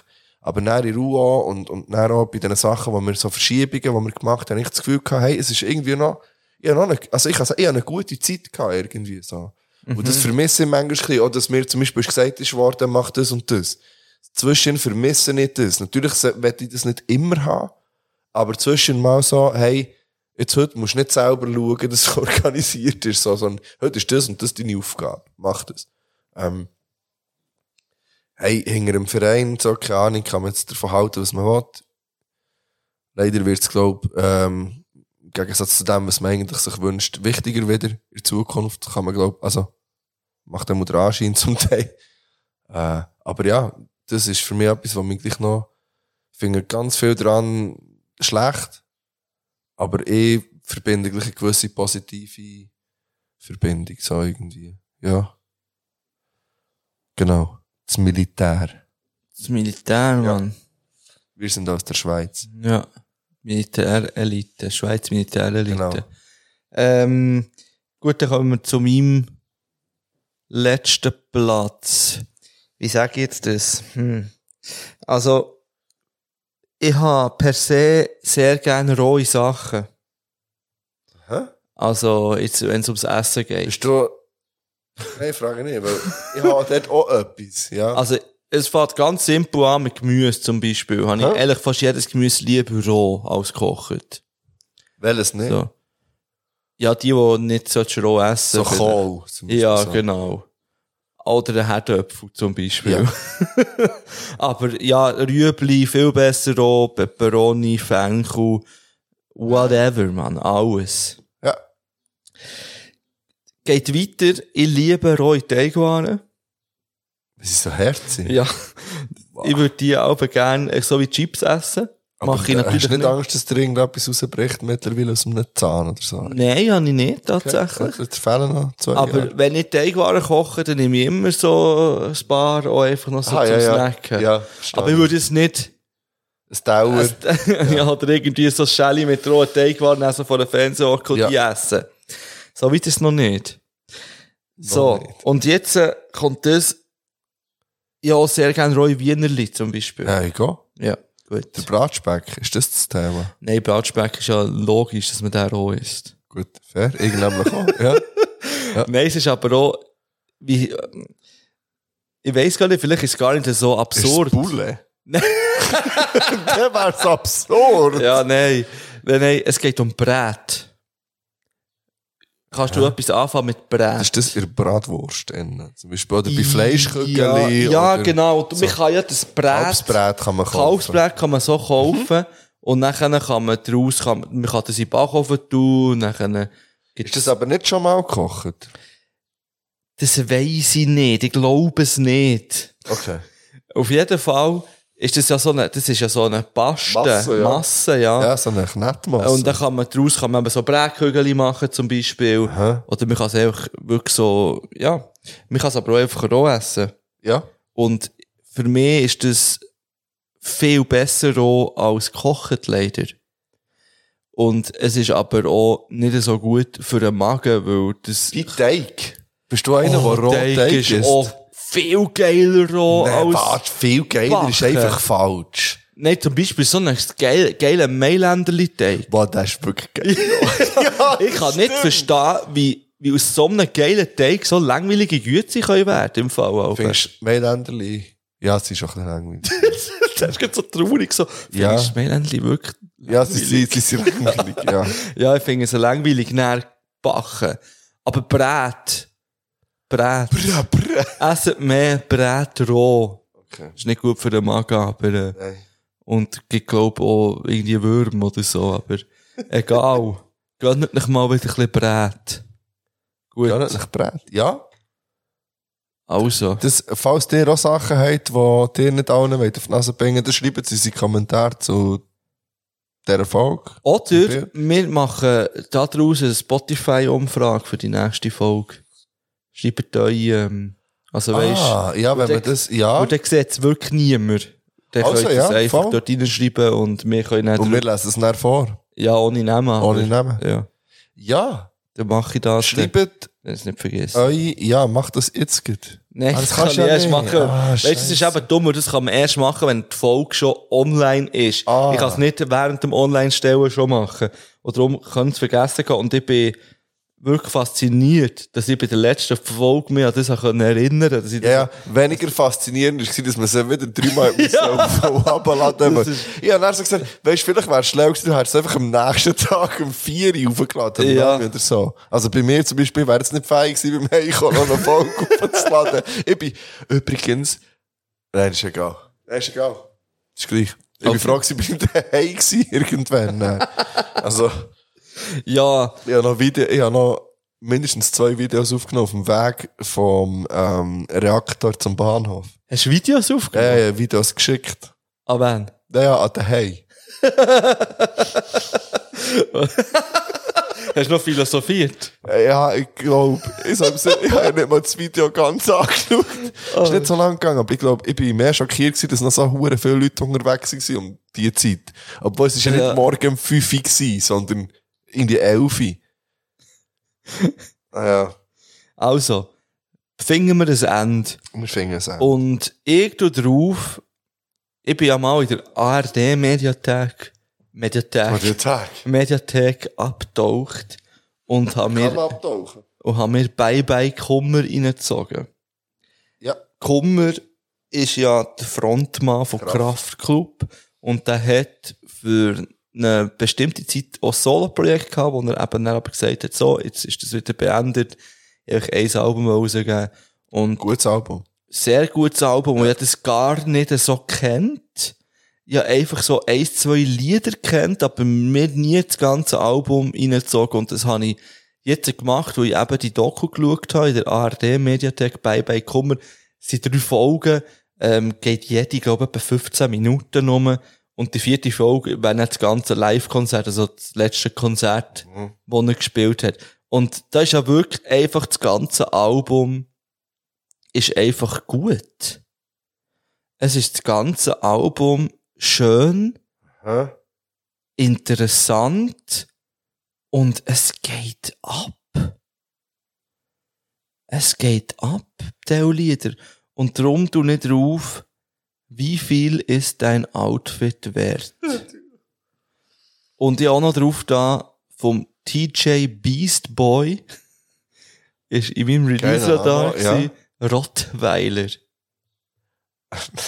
Aber dann in Ruhe auch und, und dann auch bei den Sachen, die wir so Verschiebungen, die wir gemacht haben, ich das Gefühl gehabt, hey, es ist irgendwie noch, ich habe noch eine, also ich, also ich habe eine gute Zeit gehabt, irgendwie so. Und das vermisse ich manchmal ein bisschen, auch dass mir zum Beispiel gesagt ist worden, mach das und das. Zwischen vermisse ich das. Natürlich werde ich das nicht immer haben, aber zwischen mal so, hey, jetzt heute musst du nicht selber schauen, dass es organisiert ist, so, sondern heute ist das und das deine Aufgabe. Mach das. Ähm, hey, hinter einem Verein, so, keine Ahnung, kann man jetzt davon halten, was man will. Leider wird es, glaube ich, ähm, im Gegensatz zu dem, was man eigentlich sich wünscht, wichtiger wieder in Zukunft, kann man, glaube also, macht einem den Anschein zum Teil. Äh, aber ja, das ist für mich etwas, was mich gleich noch, ich finde ganz viel dran schlecht, aber ich verbinde gleich eine gewisse positive Verbindung, so irgendwie. Ja. Genau. Das Militär.
Das Militär, Mann.
Wir sind aus der Schweiz.
Ja. Militärelite. Schweiz Militärelite.
Genau.
Ähm, gut, dann kommen wir zu meinem letzten Platz. Wie sage ich jetzt das? Hm. Also, ich habe per se sehr gerne rohe Sachen.
Hä?
Also, jetzt, wenn es ums Essen geht.
Bist du... Nein, frage nicht, weil ich habe dort auch etwas. Ja.
Also, es fängt ganz simpel an mit Gemüse zum Beispiel. Habe
Hä?
ich ehrlich fast jedes Gemüse lieber roh als gekocht.
Welches nicht?
So. Ja, die, die nicht so roh essen.
So Kohl, zum Beispiel
Ja,
so.
genau. Oder ein Herdöpfel zum Beispiel.
Ja.
Aber ja, Rüebli, viel besser roh, Peperoni, Fenchel, whatever, man, alles.
Ja.
Geht weiter, ich liebe rohe Teigwaren.
Das ist so herzig.
Ja. Ich würde die auch gerne äh, so wie Chips essen. Mache ich natürlich
Hast du nicht,
nicht.
Angst, dass dir irgendetwas rausbricht mittlerweile aus einem Zahn oder so?
Nein, habe ich nicht, Hm, tatsächlich.
Okay. Jetzt fehlen noch zwei
Aber
Jahre.
wenn ich Teigwaren koche, dann nehme ich immer so ein paar auch einfach noch so
Ah,
zum
ja, ja.
Snacken.
Ja,
Aber ich würde es nicht...
Ein Dauer.
ja. oder Also, irgendwie so Schelle mit rohen Teigwaren essen von der Fernsehorke und die essen. So weit ist es noch nicht. So, und jetzt äh, kommt das... Ja, auch sehr gerne rohe Wienerli zum Beispiel.
Ja, ich gehe.
Ja, gut.
Der Bratspeck, ist das das Thema?
Nein, Bratspeck ist ja logisch, dass man den roh isst.
Gut, fair. Ich nämlich auch. Ja.
Nein, es ist aber auch, wie, ähm, ich weiß gar nicht, vielleicht ist es gar nicht so absurd.
Ist das Bulle? Der wär's absurd.
Ja, nein. Nein, nein, es geht um Brät. Kannst du etwas anfangen mit Brät?
Ist das in der Bratwurst? drin? Zum Beispiel oder bei Fleischkügeln?
Ja, ja
oder
genau. Und
so
Man kann ja das Brät,
Kalbsbrät kann man kaufen. Mhm.
Kalbsbrät kann man so kaufen. Und nachher kann man daraus, kann, man- man kann das in den Backofen tun, nachher
Ist das aber nicht schon mal gekocht?
Das weiß ich nicht. Ich glaube es nicht.
Okay.
Auf jeden Fall ist das ja so eine, das ist ja so eine Paste,
Masse,
Masse,
ja.
ja.
Ja, so eine Knettmasse.
Ah. Und dann kann man daraus kann man eben so Brätkügel machen, zum Beispiel.
Aha.
Oder man kann es einfach wirklich so, ja. Man kann es aber auch einfach roh essen.
Ja.
Und für mich ist das viel besser roh als gekocht, leider. Und es ist aber auch nicht so gut für den Magen, weil das... Oh,
Wie Teig. Bist du einer, der roh Teig,
ist
isst?
auch viel geiler roh
Nein,
als...
warte, viel geiler ist
Backen.
einfach falsch.
Nein, zum Beispiel so einen geil, geilen Mailänderli-Teig.
Boah, das ist wirklich geil.
Ich kann nicht verstehen, wie, wie aus so einem geilen Teig so langweilige Güte können werden im Fall. Alter.
Findest du Mailänderli? Ja, sie ist auch ein bisschen langweilig.
Das ist gerade so traurig. So.
Ja.
Findest du Mailendli wirklich...
Ja, sie, sie, sie sind langweilig, ja.
Ja, ich finde es langweilig, näher backen. Aber Brät. Brät. Esset mehr Brät roh.
Okay.
Ist nicht gut für den Magen, aber... Äh,
Nein.
und ich glaube auch irgendwie Würmer oder so, aber egal. Gönnt nicht mal wieder ein bisschen Brät. Gut.
Ja, nicht nach Brät. Ja.
Also.
Das, falls ihr auch Sachen habt, die dir nicht allen wollt auf die Nase bringen, dann schreibt sie in die Kommentare zu dieser Folge.
Oder
Okay.
wir machen daraus eine Spotify-Umfrage für die nächste Folge. Schreibt euch, ähm, also weißt
ah, ja, wenn
Und
wir
dann-
das, ja.
und dann sieht es wirklich niemand. Dann
Also,
könnt ihr
ja,
es einfach
voll.
dort reinschreiben und wir können dann,
Und wir lesen es dann vor.
ja, ohne Namen. aber-
Ohne Namen.
Ja.
Ja.
Dann mache ich das. Schreiben.
Schreibt
Dann es nicht vergessen.
eure, ja, macht das jetzt gut.
Nein,
Ah,
das, kann ich erst
nicht.
machen.
Ah,
weißt du, das ist
Scheisse.
eben dumm, weil das kann man erst machen, wenn die Folge schon online ist.
Ah.
Ich kann es nicht während dem Online-Stellen schon machen. Und darum kann es vergessen gehen. Und ich bin wirklich fasziniert, dass ich bei der letzten Folge mich an das erinnern konnte. Dass ich
Ja, ja, weniger faszinierend war, dass man sie wieder dreimal ja. runterladen
Das
musste.
ist-
Ich habe dann so gesagt, weißt du, vielleicht wäre es schlau gewesen, du hättest es einfach am nächsten Tag um 4 Uhr aufgeladen am
Ja.
Abend oder so. Also bei mir zum Beispiel wäre es nicht fein gewesen, beim Heimkommen noch eine Folge aufzuladen. Ich bin übrigens... Nein, ist egal. Nein, ist egal. Ist gleich.
Also
Ich bin froh gewesen, bin ich daheim gewesen, irgendwann. Nein. Also,
ja,
ich habe noch, Video, ich habe noch mindestens zwei Videos aufgenommen auf dem Weg vom ähm, Reaktor zum Bahnhof.
hast du Videos aufgenommen? Ah,
Ja, ja, Videos geschickt.
An wen?
Naja, an den Hey.
Hast du noch philosophiert?
Äh, Ja, ich glaube, ich habe ich hab nicht mal das Video ganz angeschaut. Ist nicht so lang gegangen, aber ich glaube, ich bin mehr schockiert gewesen, dass noch so hure viele Leute unterwegs waren um diese Zeit. Obwohl es ist ja nicht
Ja.
morgen um 5 Uhr gewesen, sondern in die 11 Uhr. Ah ja,
Also, finden wir ein Ende. Oh,
wir finden es an.
Und ich tu drauf, Ich bin ja mal in der ARD-Mediathek. Mediathek.
Mediathek.
Mediathek abgetaucht. Und habe
Kann man
mir,
abtauchen.
und hab mir Bye Bye Kummer reingezogen.
Ja.
Kummer ist ja der Frontmann von Kraftklub. Und der hat für eine bestimmte Zeit auch ein Solo-Projekt gehabt, wo er eben dann aber gesagt hat, so, jetzt ist das wieder beendet. Ich habe ein Album rausgegeben. Und
gutes Album.
Sehr gutes Album. Und ich hab das gar nicht so kennt. Ich hab einfach so ein, zwei Lieder kennt, aber mir nie das ganze Album reingezogen. Und das habe ich jetzt gemacht, weil ich eben die Doku geschaut habe, in der ARD-Mediathek Bye Bye Kummer. Es sind drei Folgen, ähm, geht jede, glaube ich, etwa 15 Minuten rum. Und die vierte Folge, wenn nicht das ganze Live-Konzert, also das letzte Konzert,
Mhm.
wo er gespielt hat. Und da ist ja wirklich einfach das ganze Album ist einfach gut. Es ist das ganze Album schön, interessant und es geht ab. Es geht ab, der Lieder. Und darum tu nicht drauf, wie viel ist dein Outfit wert? Und ich auch noch drauf da, vom TJ Beast Boy, ist in meinem Release da,
Name, ja.
gewesen, Rottweiler.
ist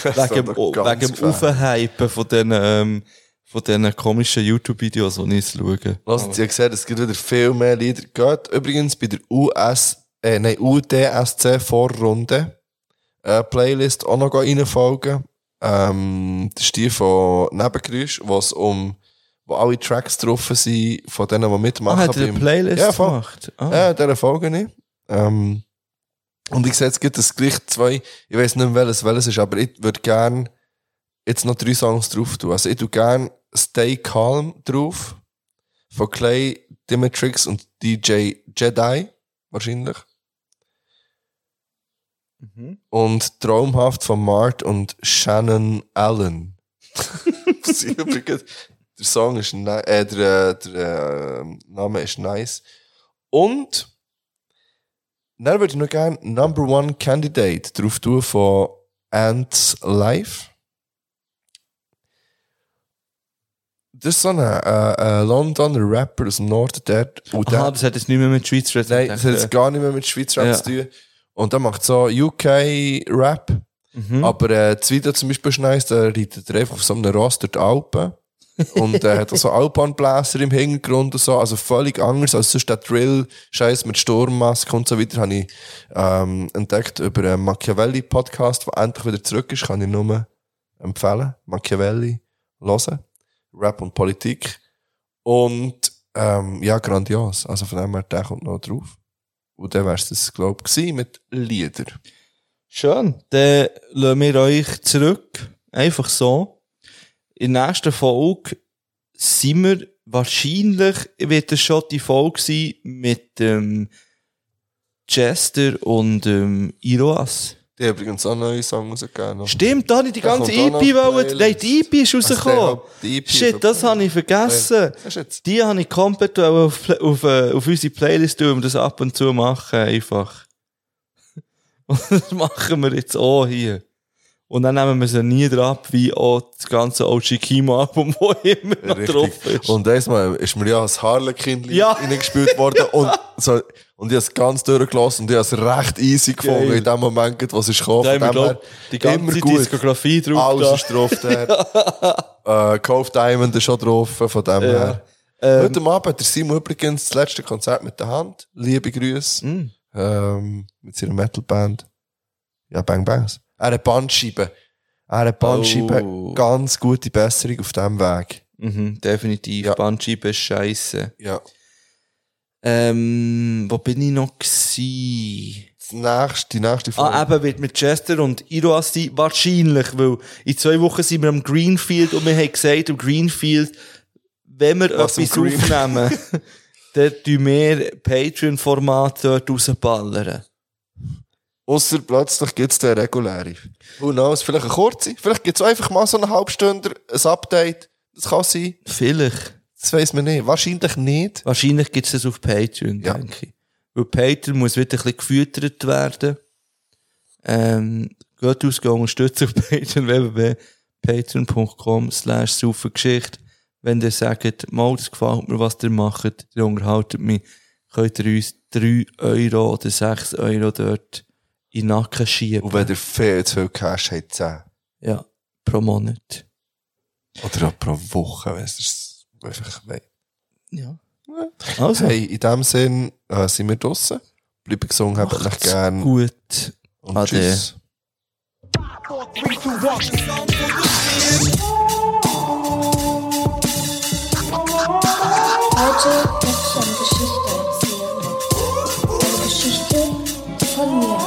wegen dem,
aber ganz
wegen dem
gefährlich.
Aufhypen von diesen, ähm, von diesen komischen YouTube-Videos, die ich schaue. Ah,
Lass uns ja sehen, es gibt wieder viel mehr Lieder. Geht übrigens bei der US, äh, nein, UDSC Vorrunde äh, Playlist auch noch reinfolgen. Ähm, das ist die von Nebengeräusch, wo es um wo alle Tracks drauf sind, von denen, die mitmachen.
Ah, hat er eine
beim-
Playlist
ja, voll.
gemacht? Ah.
Ja, dieser Folge nicht. Ähm, und ich sehe, es gibt es gleich zwei, ich weiß nicht mehr, welches welches ist, aber ich würde gerne jetzt noch drei Songs drauf tun. Also ich tue gerne Stay Calm drauf, von Clay, Dimitrix und DJ Jedi, wahrscheinlich. Und Traumhaft von Mart und Shannon Allen. Was ich übrigens- der Song ist nice, äh, der, äh, der äh, Name ist nice. nou Und dann würde ich noch gerne Number One Candidate drauf tun von Ants Life. Das ist so ein äh, äh, Londoner Rapper aus dem Norden dort. Und
Aha,
der-
das hat jetzt nicht mehr mit Schweizer zu
Nein, das hat jetzt gar nicht mehr mit Schweizer Rap
Ja.
zu tun. Und der macht so UK-Rap. Aber äh, das Video zum Beispiel ist nice, der reitet er einfach auf so einem Ross durch die Alpen. und äh, hat auch so Alpanbläser im Hintergrund und so. Also völlig anders als sonst der Drill-Scheiß mit Sturmmaske und so weiter. Habe ich ähm, entdeckt über einen Machiavelli-Podcast, der endlich wieder zurück ist. Kann ich nur empfehlen. Machiavelli hören. Rap und Politik. Und ähm, ja, grandios. Also von dem her, der kommt noch drauf. Und dann wär's das, glaube ich, mit Lieder.
Schön. Dann lassen wir euch zurück. Einfach so. In der nächsten Folge sind wir wahrscheinlich, wird es schon die Folge sein mit ähm, Chester und ähm, Iroas.
Die haben übrigens auch neue Songs rausgegeben. noch.
Stimmt, da habe ich die
Da
ganze
kommt auch
EP
noch
wollen.
Playlist.
Nein, die EP ist
Also,
rausgekommen.
der- die EP
Shit,
ist
das habe ich vergessen.
Siehst du jetzt?
Die habe ich komplett auf, Pla- auf, äh, auf unsere Playlist tun, um das ab und zu machen, einfach. Und das machen wir jetzt auch hier. Und dann nehmen wir sie nie drauf, wie auch das ganze OG Kimo-Album, wo immer noch drauf
Richtig.
ist.
Und einmal ist mir ja als Harlekin
Ja.
reingespielt worden und, so, und ich habe es ganz durchgelassen und ich habe es recht easy gefunden
Geil.
in dem Moment, was es kam.
Da haben wir,
Von dem her
glaub, die ganze Diskografie drauf.
Alles
da.
ist drauf der. äh, Cove Diamond ist schon drauf, von dem
Ja.
her.
Ähm,
Heute Abend hat der Simon übrigens das letzte Konzert mit der Hand. Liebe Grüße.
Mm.
Ähm, mit seiner Metalband. Ja, Bang Bangs. Er hat Bandscheibe. Er hat Bandscheibe.
Oh.
Ganz gute Besserung auf diesem Weg.
Mhm, definitiv. Ja. Bandscheibe ist scheisse.
Ja.
Ähm, wo bin ich noch gsi?
Das nächste, die nächste
Folge. Ah, eben wird mit Chester und Iroas sein. Wahrscheinlich, weil in zwei Wochen sind wir am Greenfield und wir haben gesagt, am Greenfield, wenn wir
Was am
etwas
Green-
aufnehmen, dann tun wir Patreon-Format dort rausballern.
Außer plötzlich gibt es den regulären. Who knows? Vielleicht eine kurze. Vielleicht gibt es einfach mal so einen Halbstünder, ein Update. Das kann sein.
Vielleicht.
Das weiß man nicht. Wahrscheinlich nicht.
Wahrscheinlich gibt es das auf Patreon, denke ich. Weil Patreon muss wieder ein bisschen gefüttert werden. Ähm, geht aus, geht unterstützen auf Patreon, www. patreon.com slash saufengeschichte. Wenn ihr sagt, mal, das gefällt mir, was ihr macht, ihr unterhaltet mich, könnt ihr uns 3 Euro oder 6 Euro dort in den Nacken schieben.
Und wenn ihr viel zu viel Cash habt, 10.
Ja, pro Monat.
Oder auch pro Woche, wenn ihr es einfach wollt.
Ja.
Also. Hey, in dem Sinn äh, sind wir draussen. Bleibt gesund, habt euch
Macht's
gern.
Gut.
Und
Ade.
tschüss.
Heute möchte ich eine Geschichte erzählen. Eine Geschichte von mir.